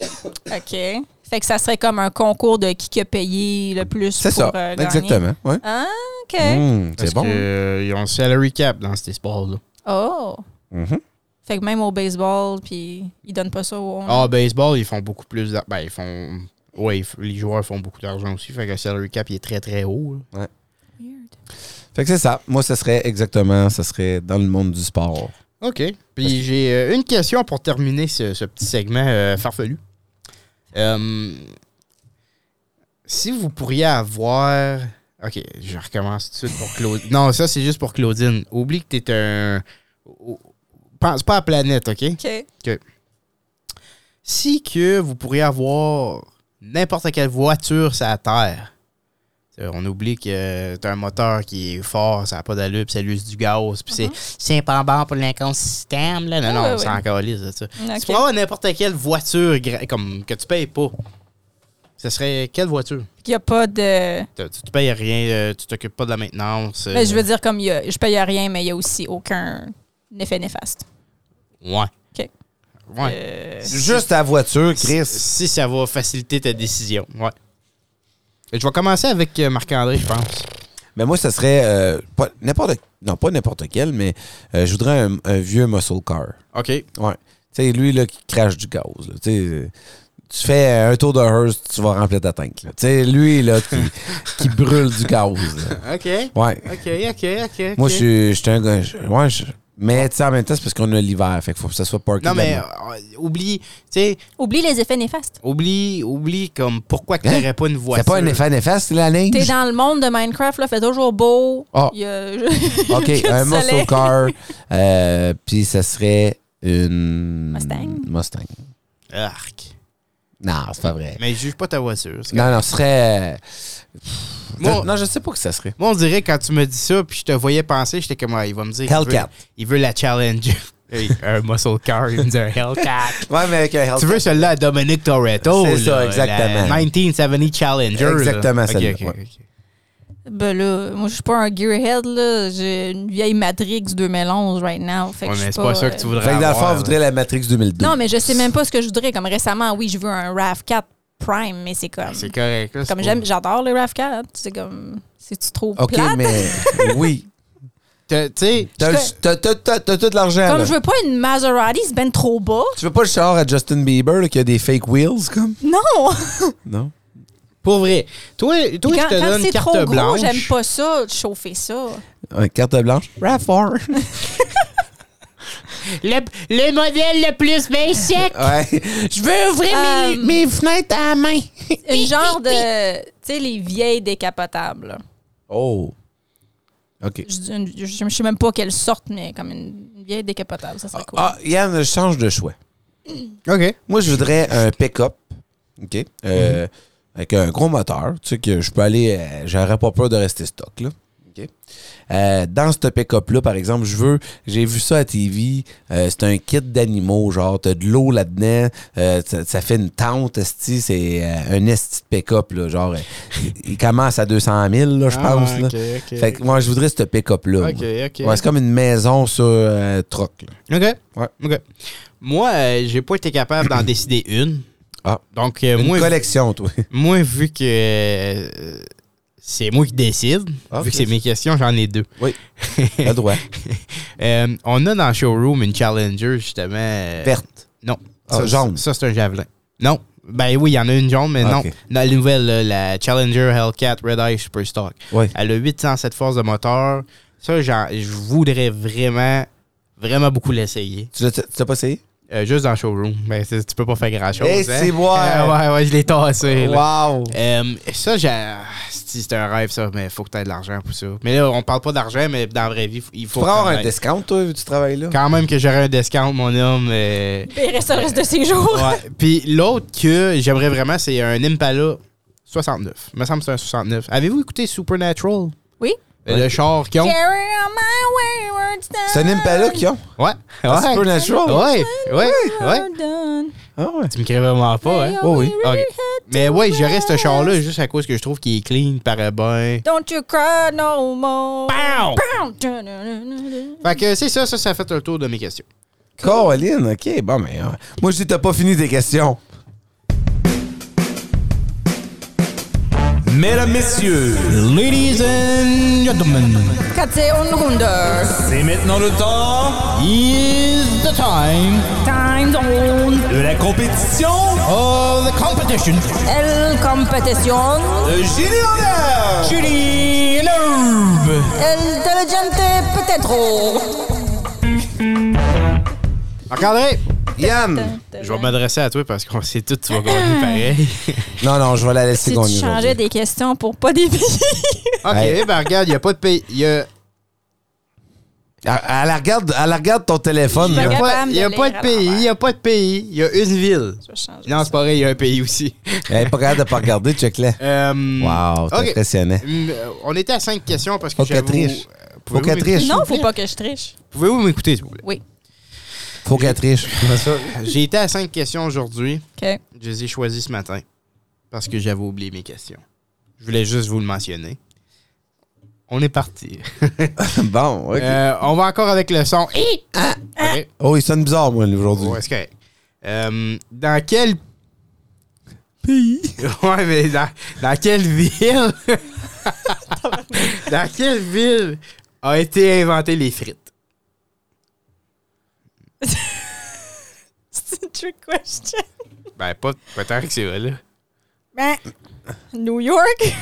Speaker 4: OK. Fait que ça serait comme un concours de qui qui a payé le plus
Speaker 2: C'est
Speaker 4: pour
Speaker 2: ça.
Speaker 4: euh, gagner.
Speaker 2: Exactement. Ouais.
Speaker 4: Ah, OK.
Speaker 2: Mmh,
Speaker 3: Parce
Speaker 2: c'est bon.
Speaker 3: que, euh, ils ont un salary cap dans ces sports-là.
Speaker 4: Oh.
Speaker 2: Mhm.
Speaker 4: Fait que même au baseball, puis ils donnent pas ça au...
Speaker 3: Ah, baseball, ils font beaucoup plus d'argent. Ben, ils font. Ouais, ils f- les joueurs font beaucoup d'argent aussi. Fait que le salary cap, il est très, très haut. là.
Speaker 4: Weird.
Speaker 2: Fait que c'est ça. Moi, ça serait exactement, ça serait dans le monde du sport.
Speaker 3: OK. Puis j'ai euh, une question pour terminer ce, ce petit segment euh, farfelu. Euh, si vous pourriez avoir. OK, je recommence tout de suite pour Claudine. non, ça, c'est juste pour Claudine. Oublie que t'es un. oh, oh, Pense pas à planète, OK?
Speaker 4: OK.
Speaker 3: Si que vous pourriez avoir n'importe quelle voiture sur la Terre, euh, on oublie que t'as un moteur qui est fort, ça n'a pas d'allure, puis ça use du gaz, puis c'est- c'est pas bon pour l'inconsistème, là. Non,
Speaker 4: Mm-hmm. Ah,
Speaker 3: non,
Speaker 4: ouais,
Speaker 3: on s'en calisse de ça.
Speaker 4: Ok.
Speaker 3: Tu pourrais avoir n'importe quelle voiture gra- comme, que tu payes pas. Ce serait quelle voiture?
Speaker 4: Il y a pas
Speaker 2: Euh.
Speaker 4: de...
Speaker 3: T'as- Tu, tu payes rien, euh, tu t'occupes pas de la maintenance. euh,
Speaker 4: Mais Ben, je veux dire, comme il y a- je paye rien, mais il y a aussi aucun effet néfaste.
Speaker 3: euh, Ouais.
Speaker 4: OK.
Speaker 3: Ouais.
Speaker 4: Euh,
Speaker 2: Juste ta voiture, Chris.
Speaker 3: Si ça va faciliter ta décision, ouais. Et Je vais commencer avec euh, Marc-André, je pense.
Speaker 2: Mais moi, ça serait euh, pas n'importe, non pas n'importe quel, mais euh, je voudrais un, un vieux muscle car.
Speaker 3: OK.
Speaker 2: Ouais. Tu sais, lui là qui crache du gaz. là. Tu sais, euh, tu fais un tour de hearse, tu vas remplir ta tank. là. Tu sais, lui là qui, qui brûle du gaz. là.
Speaker 3: OK.
Speaker 2: Ouais.
Speaker 3: OK, OK, OK.
Speaker 2: Moi, je suis- je suis un gars. je- ouais, je- mais tu sais, en même temps, c'est parce qu'on a l'hiver, fait qu'il faut que ça soit parké.
Speaker 3: Non, mais
Speaker 2: là-dedans.
Speaker 3: euh, oublie, tu sais,
Speaker 4: Oublie les effets néfastes.
Speaker 3: oublie, oublie comme pourquoi que
Speaker 2: Hein?
Speaker 3: t'aurais pas une voiture.
Speaker 2: c'est pas un effet néfaste la neige.
Speaker 4: T'es dans le monde de Minecraft, là, fait toujours beau.
Speaker 2: Ah.
Speaker 4: Il y a...
Speaker 2: OK, un muscle car, euh, puis ça serait une...
Speaker 4: Mustang?
Speaker 2: Mustang.
Speaker 3: Arc.
Speaker 2: Non, c'est pas vrai.
Speaker 3: Mais juge pas ta voiture. c'est
Speaker 2: Non, non, ce serait... euh,
Speaker 3: Moi-
Speaker 2: non, je sais pas que ça serait.
Speaker 3: Moi, on dirait quand tu me dis ça, puis je te voyais penser, j'étais comme, ah, il va me dire. qu'il
Speaker 2: Hellcat.
Speaker 3: veut- Il veut, la challenge. Hey, un muscle car, il me dit un Hellcat.
Speaker 2: Ouais, mais avec un
Speaker 3: tu veux celle-là à Dominic Toretto?
Speaker 2: C'est ça,
Speaker 3: là,
Speaker 2: exactement.
Speaker 3: La 1970 Challenger. là.
Speaker 2: Exactement,
Speaker 3: Ok,
Speaker 2: celle-là,
Speaker 3: ok,
Speaker 2: ouais.
Speaker 3: ok.
Speaker 4: Ben là, moi, je suis pas un gearhead, là. J'ai une vieille Matrix 2011 right now. Fait que
Speaker 3: Ouais,
Speaker 4: je
Speaker 3: mais
Speaker 4: suis
Speaker 3: c'est pas ça que tu
Speaker 4: euh,
Speaker 3: voudrais
Speaker 2: Fait que dans le fond,
Speaker 3: avoir,
Speaker 2: on voudrait la Matrix 2012.
Speaker 4: Non, mais je sais même pas ce que je voudrais. Comme récemment, oui, je veux un RAV4 Prime, mais c'est comme...
Speaker 3: là. C'est correct. là, c'est
Speaker 4: Comme
Speaker 3: pas-
Speaker 4: j'aime, j'adore les RAV4. C'est comme... C'est-tu trop
Speaker 2: OK,
Speaker 4: plate?
Speaker 2: mais oui.
Speaker 3: T'as- Tu sais,
Speaker 2: T'as t'as- t'as- t'as- t'as tout de l'argent,
Speaker 4: Comme
Speaker 2: là.
Speaker 4: je veux pas une Maserati, c'est ben trop bas.
Speaker 2: Tu veux pas le char à Justin Bieber, là, qui a des fake wheels, comme?
Speaker 4: Non!
Speaker 2: Non.
Speaker 3: pour vrai, toi, toi
Speaker 4: quand
Speaker 3: je te
Speaker 4: quand
Speaker 3: donne
Speaker 4: c'est trop
Speaker 3: carte
Speaker 4: gros,
Speaker 3: blanche.
Speaker 4: j'aime pas ça, de chauffer ça.
Speaker 2: Ouais, carte blanche. rav
Speaker 8: Le, le modèle le plus bien sec.
Speaker 2: Ouais.
Speaker 8: Je veux ouvrir mes-
Speaker 4: Euh,
Speaker 8: mes, fenêtres à la main.
Speaker 4: Une genre de. Tu sais, les vieilles décapotables. là.
Speaker 2: Oh. OK.
Speaker 4: Je dis une- Je ne sais même pas quelle sorte, mais comme une une vieille décapotable, ça serait cool.
Speaker 2: Ah, Yann, je change de choix.
Speaker 3: OK.
Speaker 2: Moi, je voudrais un pick-up. OK? Euh, Avec un gros moteur. Tu sais que je peux aller. euh, J'aurais pas peur de rester stock, là. OK? Euh, dans ce pick-up-là, par exemple, je veux. J'ai vu ça à TV. euh, c'est un kit d'animaux. Genre, t'as de l'eau là-dedans. euh, ça, ça fait une tente, esti. C'est euh, un esti de pick-up, là. Genre, euh, il il commence à 200 000, là, je
Speaker 3: Ah,
Speaker 2: pense. là.
Speaker 3: ok, ok.
Speaker 2: Fait que moi, je voudrais ce pick-up-là.
Speaker 3: Ok,
Speaker 2: moi.
Speaker 3: ok.
Speaker 2: Ouais, c'est comme une maison sur euh, troc. là.
Speaker 3: OK.
Speaker 2: Ouais.
Speaker 3: OK. Moi, euh, j'ai pas été capable d'en décider une.
Speaker 2: Ah.
Speaker 3: Donc, euh,
Speaker 2: Une
Speaker 3: moi,
Speaker 2: collection, toi.
Speaker 3: moi, vu que euh, c'est moi qui décide,
Speaker 2: Ah,
Speaker 3: vu que c'est mes questions, j'en ai deux.
Speaker 2: Oui. T'as le droit.
Speaker 3: Euh, on a dans le showroom une Challenger, justement. euh,
Speaker 2: Verte.
Speaker 3: Non.
Speaker 2: Ah,
Speaker 3: Ça,
Speaker 2: jaune.
Speaker 3: Ça, c'est un javelin. Non. Ben oui, il y en a une jaune, mais
Speaker 2: Ah,
Speaker 3: non.
Speaker 2: ok.
Speaker 3: Dans la nouvelle, là, la Challenger Hellcat Red Eye Superstock.
Speaker 2: Ouais.
Speaker 3: Elle a 807 forces de moteur. Ça, j'en- je voudrais vraiment, vraiment beaucoup l'essayer.
Speaker 2: Tu l'as- tu l'as pas essayé?
Speaker 3: Euh, juste dans le showroom. Ben, c'est- tu peux pas faire grand-chose.
Speaker 2: Eh,
Speaker 3: hein.
Speaker 2: c'est moi.
Speaker 3: Euh, ouais, ouais, je l'ai tassé. là.
Speaker 2: Wow!
Speaker 3: Euh, ça, j'ai- c'est c'est un rêve, ça, mais faut que tu de l'argent pour ça. Mais là, on parle pas d'argent, mais dans la vraie vie, il
Speaker 2: Tu
Speaker 3: faut.
Speaker 2: pourrais avoir un
Speaker 3: travailler.
Speaker 2: discount, toi, vu que tu travailles là?
Speaker 3: Quand même que j'aurais un discount, mon homme. euh,
Speaker 4: Ben, Il reste le reste de ses jours.
Speaker 3: Ouais. Puis l'autre que j'aimerais vraiment, c'est un Impala 69. Il me semble que c'est un 69. Avez-vous écouté Supernatural?
Speaker 4: Oui.
Speaker 3: Le char qu'ils ont?
Speaker 4: Carry on my wayward
Speaker 2: C'est un Impala qu'ils ont?
Speaker 3: Ouais.
Speaker 2: Ah,
Speaker 3: Ouais.
Speaker 2: Supernatural?
Speaker 3: Ouais. Ouais. Ouais.
Speaker 4: Pardon.
Speaker 2: Ah ouais.
Speaker 3: Tu me crées vraiment pas, hein?
Speaker 2: Oh oui.
Speaker 3: Ok. Mais ouais, je reste ce char-là juste à cause que je trouve qu'il est clean, il paraît bien.
Speaker 4: Don't you cry no more.
Speaker 3: Pow!
Speaker 4: Pow! Dun, dun, dun, dun.
Speaker 3: Fait que c'est ça, ça, ça fait le tour de mes questions.
Speaker 2: Caroline, OK. Bon, mais... euh, moi, je dis, t'as pas fini tes questions.
Speaker 5: Mesdames, messieurs,
Speaker 3: Ladies and gentlemen,
Speaker 4: Quand c'est on wonder.
Speaker 5: c'est maintenant le temps
Speaker 3: is the time
Speaker 4: Times on
Speaker 5: de la compétition
Speaker 3: of the competition.
Speaker 4: El Competition.
Speaker 5: de Génie en l'air.
Speaker 3: Judy and Herb.
Speaker 4: El Diligente Peut-être.
Speaker 3: Regardez,
Speaker 2: Yann!
Speaker 3: je vais m'adresser à toi parce qu'on sait tout, tu vas gagner pareil.
Speaker 2: Non, non, je vais la laisser
Speaker 4: Si
Speaker 2: gagner
Speaker 4: tu changeais
Speaker 2: aujourd'hui.
Speaker 4: des questions pour pas dévier.
Speaker 3: Ok,
Speaker 2: Ouais.
Speaker 3: ben regarde, il a pas de pays. Il y a,
Speaker 2: Elle, elle la regarde, elle la regarde ton téléphone,
Speaker 4: Je
Speaker 2: là.
Speaker 4: regarde.
Speaker 3: pas,
Speaker 4: capable
Speaker 3: y a
Speaker 4: de
Speaker 3: pas
Speaker 4: lire
Speaker 3: de
Speaker 4: à
Speaker 3: pays,
Speaker 4: l'envers.
Speaker 3: il y a pas de pays, il y a une ville.
Speaker 4: Je vais changer
Speaker 3: Non,
Speaker 4: ça.
Speaker 3: c'est pas vrai, il y a un pays aussi.
Speaker 2: Elle est pas capable de pas regarder, check-la.
Speaker 3: Euh,
Speaker 2: Wow, c'est
Speaker 3: ok.
Speaker 2: impressionnant.
Speaker 3: Hum, euh, On était à cinq questions parce que
Speaker 2: Faut qu'elle
Speaker 3: j'avoue...
Speaker 2: triche.
Speaker 3: euh,
Speaker 2: Faut
Speaker 3: pouvez-vous
Speaker 2: qu'elle
Speaker 3: m'écouter?
Speaker 2: triche.
Speaker 4: Non, faut pas que je triche.
Speaker 3: Pouvez-vous m'écouter, s'il vous plaît?
Speaker 4: Oui.
Speaker 2: Faut qu'elle triche.
Speaker 3: J'ai été à cinq questions aujourd'hui.
Speaker 4: OK.
Speaker 3: Je les ai choisies ce matin parce que j'avais oublié mes questions. Je voulais juste vous le mentionner. On est parti.
Speaker 2: bon, OK.
Speaker 3: Euh, on va encore avec le son.
Speaker 4: Eh,
Speaker 3: Hi!
Speaker 4: ah,
Speaker 3: Ok.
Speaker 2: Oh, il sonne bizarre, moi, aujourd'hui.
Speaker 3: Ouais, c'est correct. Euh, dans quel pays? ouais, mais dans, dans quelle ville? dans quelle ville a été inventées les frites?
Speaker 4: C'est une trick question.
Speaker 3: Ben, pas peut-être que c'est vrai, là.
Speaker 4: Ben, New York,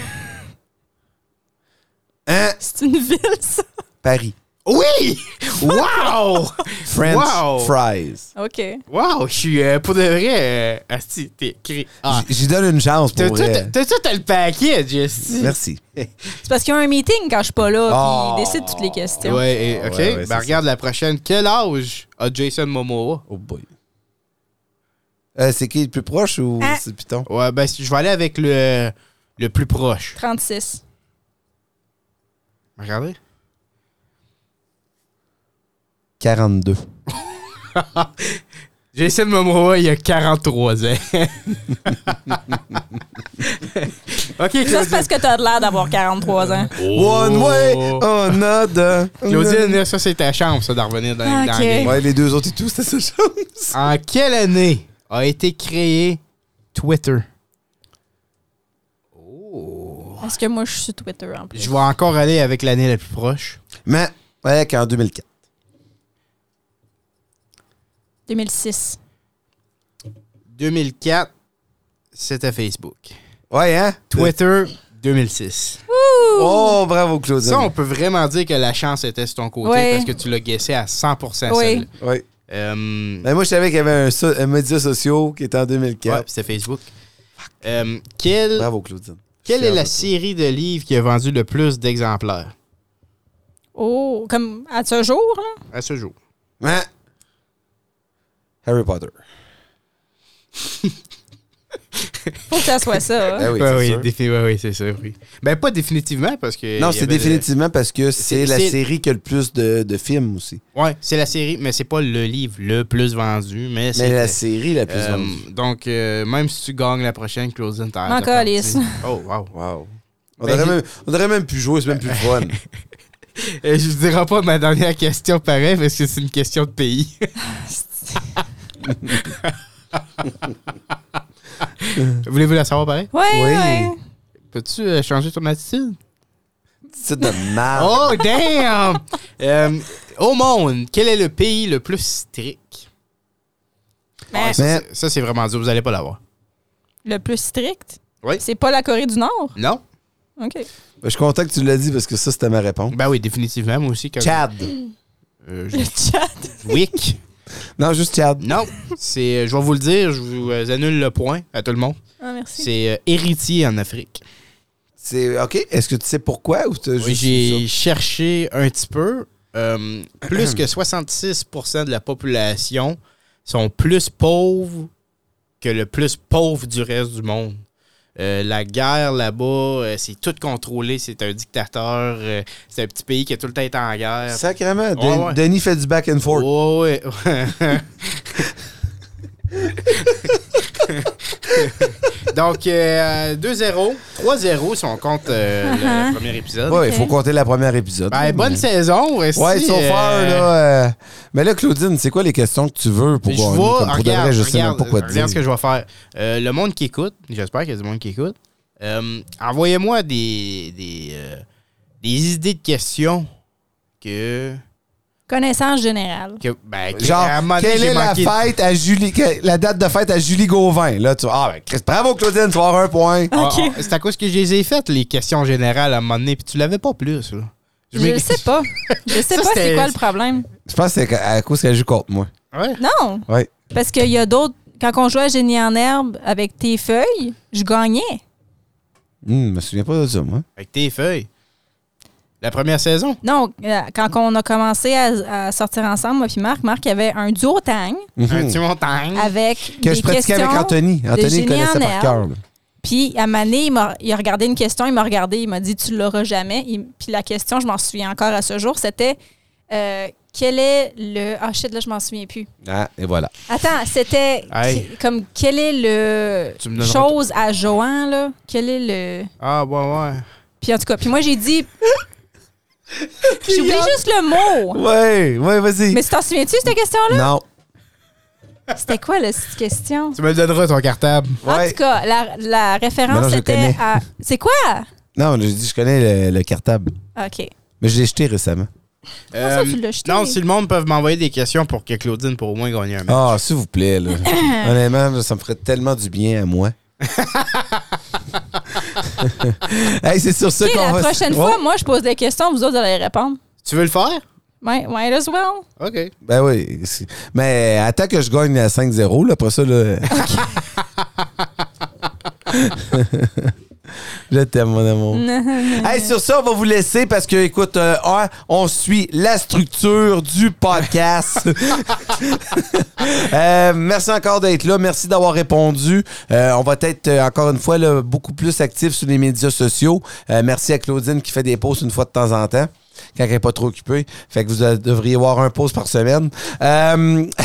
Speaker 2: Hein?
Speaker 4: c'est une ville, ça.
Speaker 2: Paris.
Speaker 3: Oui! Wow!
Speaker 2: French
Speaker 3: Wow.
Speaker 2: fries.
Speaker 4: OK.
Speaker 3: wow! Je suis, euh, pour de vrai, euh, asti, t'es cri. Ah.
Speaker 2: J'y donne une chance
Speaker 3: T'as
Speaker 2: pour...
Speaker 3: tout
Speaker 2: vrai.
Speaker 3: t'as tout le package, asti.
Speaker 2: Merci.
Speaker 4: C'est parce qu'il y a un meeting quand je suis pas là,
Speaker 2: Oh.
Speaker 4: puis il décide toutes les questions.
Speaker 3: Ah. Ouais, et- ok.
Speaker 2: ouais, c'est
Speaker 3: ben, regarde la prochaine. Quel âge a Jason Momoa?
Speaker 2: Oh boy. Euh, c'est qui le plus proche ou
Speaker 4: Ah.
Speaker 2: c'est Python?
Speaker 3: Ouais, ben, si- je vais aller avec le, le plus proche.
Speaker 4: 36.
Speaker 3: Regardez.
Speaker 2: 42.
Speaker 3: Jason Momoa, il a 43 ans. ok,
Speaker 4: Ça, c'est parce
Speaker 3: Claudine.
Speaker 4: que t'as de l'air d'avoir 43 ans.
Speaker 3: Oh.
Speaker 2: One way, another.
Speaker 3: Claudine, ça, c'est ta chance, ça, d'en revenir dans, dans
Speaker 4: Ok.
Speaker 3: la game.
Speaker 2: Ouais, les deux autres et tout, c'était ça, chance.
Speaker 3: En quelle année a été créé Twitter?
Speaker 4: Parce que moi, je suis sur Twitter en plus.
Speaker 3: Je vais encore aller avec l'année la plus proche.
Speaker 2: Mais, ouais, qu'en 2004.
Speaker 4: 2006.
Speaker 3: 2004, c'était Facebook.
Speaker 2: Ouais, hein?
Speaker 3: Twitter, 2006.
Speaker 2: Oh, bravo, Claudine.
Speaker 3: Ça, on peut vraiment dire que la chance était sur ton côté
Speaker 4: Ouais.
Speaker 3: parce que tu l'as guessé à 100%
Speaker 4: Oui.
Speaker 3: celle-là.
Speaker 2: Ouais.
Speaker 3: Euh,
Speaker 2: Mais moi, je savais qu'il y avait un, so- un média social qui était en 2004.
Speaker 3: ouais, c'était Facebook. Euh, quel-
Speaker 2: Bravo, Claudine.
Speaker 3: quelle est
Speaker 2: Fier de
Speaker 3: la
Speaker 2: toi.
Speaker 3: série de livres qui a vendu le plus d'exemplaires
Speaker 4: Oh, comme à ce jour, là?
Speaker 3: à ce jour?
Speaker 2: Ouais. Harry Potter.
Speaker 4: Faut que ça soit ça. hein.
Speaker 2: Ah oui,
Speaker 3: Ouais,
Speaker 2: c'est
Speaker 3: Ben oui,
Speaker 2: sûr.
Speaker 3: défi- ouais, oui, c'est sûr, oui. Ben, pas définitivement, parce que...
Speaker 2: Non,
Speaker 3: il y
Speaker 2: c'est
Speaker 3: avait le-
Speaker 2: définitivement parce que
Speaker 3: C'est-
Speaker 2: c'est la
Speaker 3: c'est-
Speaker 2: série qui a le plus de, de films aussi.
Speaker 3: Ouais, c'est la série, mais c'est pas le livre le plus vendu, mais
Speaker 2: Mais
Speaker 3: c'est...
Speaker 2: la série la plus
Speaker 3: Euh,
Speaker 2: vendue.
Speaker 3: donc, euh, même si tu gagnes la prochaine, Claudine, t'as
Speaker 4: M'en
Speaker 3: t'as perdu.
Speaker 4: calisse.
Speaker 3: Oh, wow.
Speaker 2: Wow. On
Speaker 3: Ben,
Speaker 2: aurait,
Speaker 3: j'ai- Ben,
Speaker 2: même, on aurait même pu jouer, c'est même plus fun.
Speaker 3: Euh, je vous dirai pas ma dernière question pareil, parce que c'est une question de pays. Voulez-vous la savoir pareil?
Speaker 4: Ouais,
Speaker 2: Oui.
Speaker 4: ouais.
Speaker 3: Peux-tu euh, changer ton attitude?
Speaker 2: C'est de mal.
Speaker 3: Oh, damn! Euh, au monde, quel est le pays le plus strict?
Speaker 4: Mais
Speaker 3: Ça,
Speaker 2: Mais-
Speaker 3: c'est- ça, c'est vraiment dur. Vous allez pas l'avoir.
Speaker 4: le plus strict,
Speaker 3: Oui.
Speaker 4: c'est pas la Corée du Nord.
Speaker 3: Non?
Speaker 4: OK.
Speaker 2: Ben, Je suis content que tu l'as dit parce que ça, c'était ma réponse.
Speaker 3: Ben oui, définitivement. Moi aussi. Quand
Speaker 2: Chad.
Speaker 3: Euh,
Speaker 4: Le
Speaker 3: je-
Speaker 4: chat.
Speaker 3: Wick.
Speaker 2: Non, juste Chad.
Speaker 3: Non, c'est, euh, je vais vous le dire, je vous euh, annule le point à tout le monde.
Speaker 4: Ah, merci.
Speaker 3: C'est euh, héritier en Afrique.
Speaker 2: C'est OK. Est-ce que tu sais pourquoi ou t'as
Speaker 3: Oui,
Speaker 2: juste
Speaker 3: J'ai cherché un petit peu. euh, plus que 66% de la population sont plus pauvres que le plus pauvre du reste du monde. Euh, la guerre là-bas, euh, c'est tout contrôlé. C'est un dictateur. euh, c'est un petit pays qui a tout le temps été en guerre.
Speaker 2: ça? Sacrément. Den-
Speaker 3: Ouais, ouais.
Speaker 2: Denis fait du back and forth.
Speaker 3: Ouais, ouais. Donc, euh, 2-0, 3-0 si on compte euh, le, le premier épisode.
Speaker 2: Uh-huh. Ouais, il
Speaker 4: Ok.
Speaker 2: faut compter la première épisode.
Speaker 3: Oh, Ben, bonne saison, resti,
Speaker 2: Ouais, so far,
Speaker 3: euh, Ben,
Speaker 2: là. euh, Mais là, Claudine, c'est quoi les questions que tu veux pour
Speaker 3: Je vais,
Speaker 2: gagner? Comme pour de vrai,
Speaker 3: regarde,
Speaker 2: je sais même
Speaker 3: regarde,
Speaker 2: pas quoi te
Speaker 3: regarde
Speaker 2: dire.
Speaker 3: ce que je vais faire. Euh, le monde qui écoute, j'espère qu'il y a du monde qui écoute, euh, envoyez-moi des, des, euh, des idées de questions que...
Speaker 4: Connaissance générale.
Speaker 3: que ben, que-
Speaker 2: Genre,
Speaker 3: à un moment donné,
Speaker 2: quelle
Speaker 3: j'ai
Speaker 2: est la
Speaker 3: manqué-
Speaker 2: fête à Julie, que- la date de fête à Julie Gauvin? Là, tu ah, ben, Chris, bravo, Claudine, tu vas avoir un point.
Speaker 3: Ah,
Speaker 4: OK.
Speaker 3: ah, C'est à cause que je les ai faites, les questions générales à un moment donné, puis tu l'avais pas plus. Là.
Speaker 4: Je le sais pas. Je sais
Speaker 3: Ça,
Speaker 4: pas
Speaker 3: c'était-
Speaker 4: c'est quoi le problème.
Speaker 2: Je pense que c'est à à cause qu'elle joue contre moi.
Speaker 3: Ouais.
Speaker 4: Non,
Speaker 2: Ouais.
Speaker 4: parce qu'il y a d'autres. Quand on jouait à Génie en herbe avec tes feuilles, je gagnais.
Speaker 2: Hum, je me souviens pas de ça, moi.
Speaker 3: Avec tes feuilles. La première saison.
Speaker 4: Non, euh, quand on a commencé à, à sortir ensemble, moi puis Marc, Marc il y avait un duo tang
Speaker 2: Mhm.
Speaker 3: Un petit montagne.
Speaker 4: Ah. avec
Speaker 2: Mm. Que
Speaker 4: des
Speaker 2: je pratiquais avec
Speaker 4: questions
Speaker 2: Anthony.
Speaker 4: de
Speaker 2: Anthony
Speaker 4: Génie
Speaker 2: le connaissait
Speaker 4: en
Speaker 2: par
Speaker 4: herbe.
Speaker 2: cœur. là.
Speaker 4: Puis à Mané, il, m'a- il a regardé une question, il m'a regardé, il m'a dit Tu l'auras jamais. Il- puis la question, je m'en souviens encore à ce jour, c'était euh, Quel est le. Ah shit, là, je m'en souviens plus.
Speaker 2: Ah, et voilà.
Speaker 4: Attends, c'était
Speaker 3: Hey.
Speaker 4: qui- comme quel est
Speaker 3: Tu me
Speaker 4: le
Speaker 3: donneras
Speaker 4: chose à Johan là Quel est le
Speaker 3: Ah, ouais, ouais.
Speaker 4: Puis en tout cas, puis moi j'ai dit J'oublie juste le mot.
Speaker 2: Ouais, ouais, vas-y.
Speaker 4: Mais tu t'en souviens-tu cette question là
Speaker 2: Non.
Speaker 4: C'était quoi la cette question
Speaker 3: Tu me le donneras ton cartable.
Speaker 4: En
Speaker 2: Ouais.
Speaker 4: tout cas, la, la référence
Speaker 2: Maintenant, je
Speaker 4: c'était
Speaker 2: connais.
Speaker 4: à C'est quoi
Speaker 2: Non, j'ai dit, je connais le, le cartable.
Speaker 4: OK.
Speaker 2: Mais je l'ai jeté récemment.
Speaker 4: Comment ça, tu l'as jeté?
Speaker 3: Euh, non, si le monde peut m'envoyer des questions pour que Claudine pour au moins gagner un match.
Speaker 2: Ah, s'il vous plaît, là. Honnêtement, ça me ferait tellement du bien à moi. hey, c'est sur ça
Speaker 4: OK,
Speaker 2: qu'on
Speaker 4: la
Speaker 2: va.
Speaker 4: prochaine
Speaker 2: Ouais.
Speaker 4: fois, moi je pose des questions, vous autres allez répondre.
Speaker 3: Tu veux le faire?
Speaker 4: Might, might as well.
Speaker 3: OK.
Speaker 2: Ben oui. c'est- Mais attends que je gagne à 5-0, là, après ça, là. Je t'aime, mon amour. hey, sur ça, on va vous laisser parce que, écoute, euh, un, on suit la structure du podcast. Euh, merci encore d'être là. Merci d'avoir répondu. Euh, on va être, euh, encore une fois, là, beaucoup plus actifs sur les médias sociaux. Euh, merci à Claudine qui fait des pauses une fois de temps en temps quand elle n'est pas trop occupée. Fait que vous euh, devriez avoir un pause par semaine. Euh,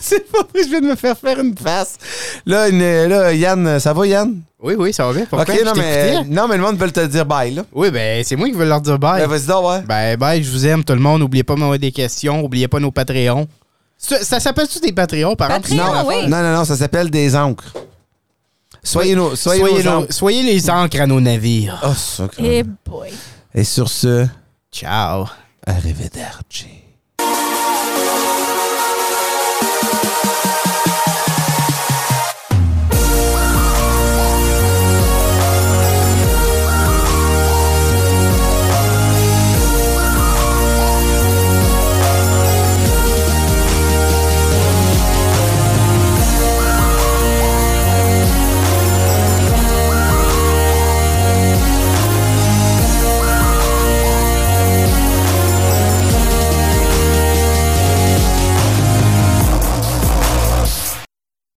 Speaker 2: C'est pas vrai, je viens de me faire faire une face. Là, une- là Yann, ça va, Yann?
Speaker 3: Oui, oui, ça va bien. Pourquoi?
Speaker 2: OK,
Speaker 3: Je
Speaker 2: non mais,
Speaker 3: t'écoutais.
Speaker 2: non, mais le monde veut te dire bye, là.
Speaker 3: Oui, ben, c'est moi qui veux leur dire bye.
Speaker 2: Ben, vas-y donc, ouais.
Speaker 3: Ben, bye, je vous aime, tout le monde. N'oubliez pas de m'envoyer des questions. N'oubliez pas nos Patreons. Ça, ça s'appelle-tu des Patreons, par exemple?
Speaker 4: Patreon,
Speaker 3: Non.
Speaker 4: oui.
Speaker 2: Non, non, non, ça s'appelle des encres. Soyez nos, soyez
Speaker 3: Soyez,
Speaker 2: nos
Speaker 3: nos-
Speaker 2: encres.
Speaker 3: soyez les encres à nos navires.
Speaker 2: Oh, ça, quand
Speaker 4: Eh
Speaker 2: même.
Speaker 4: boy.
Speaker 2: Et sur ce,
Speaker 3: Ciao.
Speaker 2: arrivederci.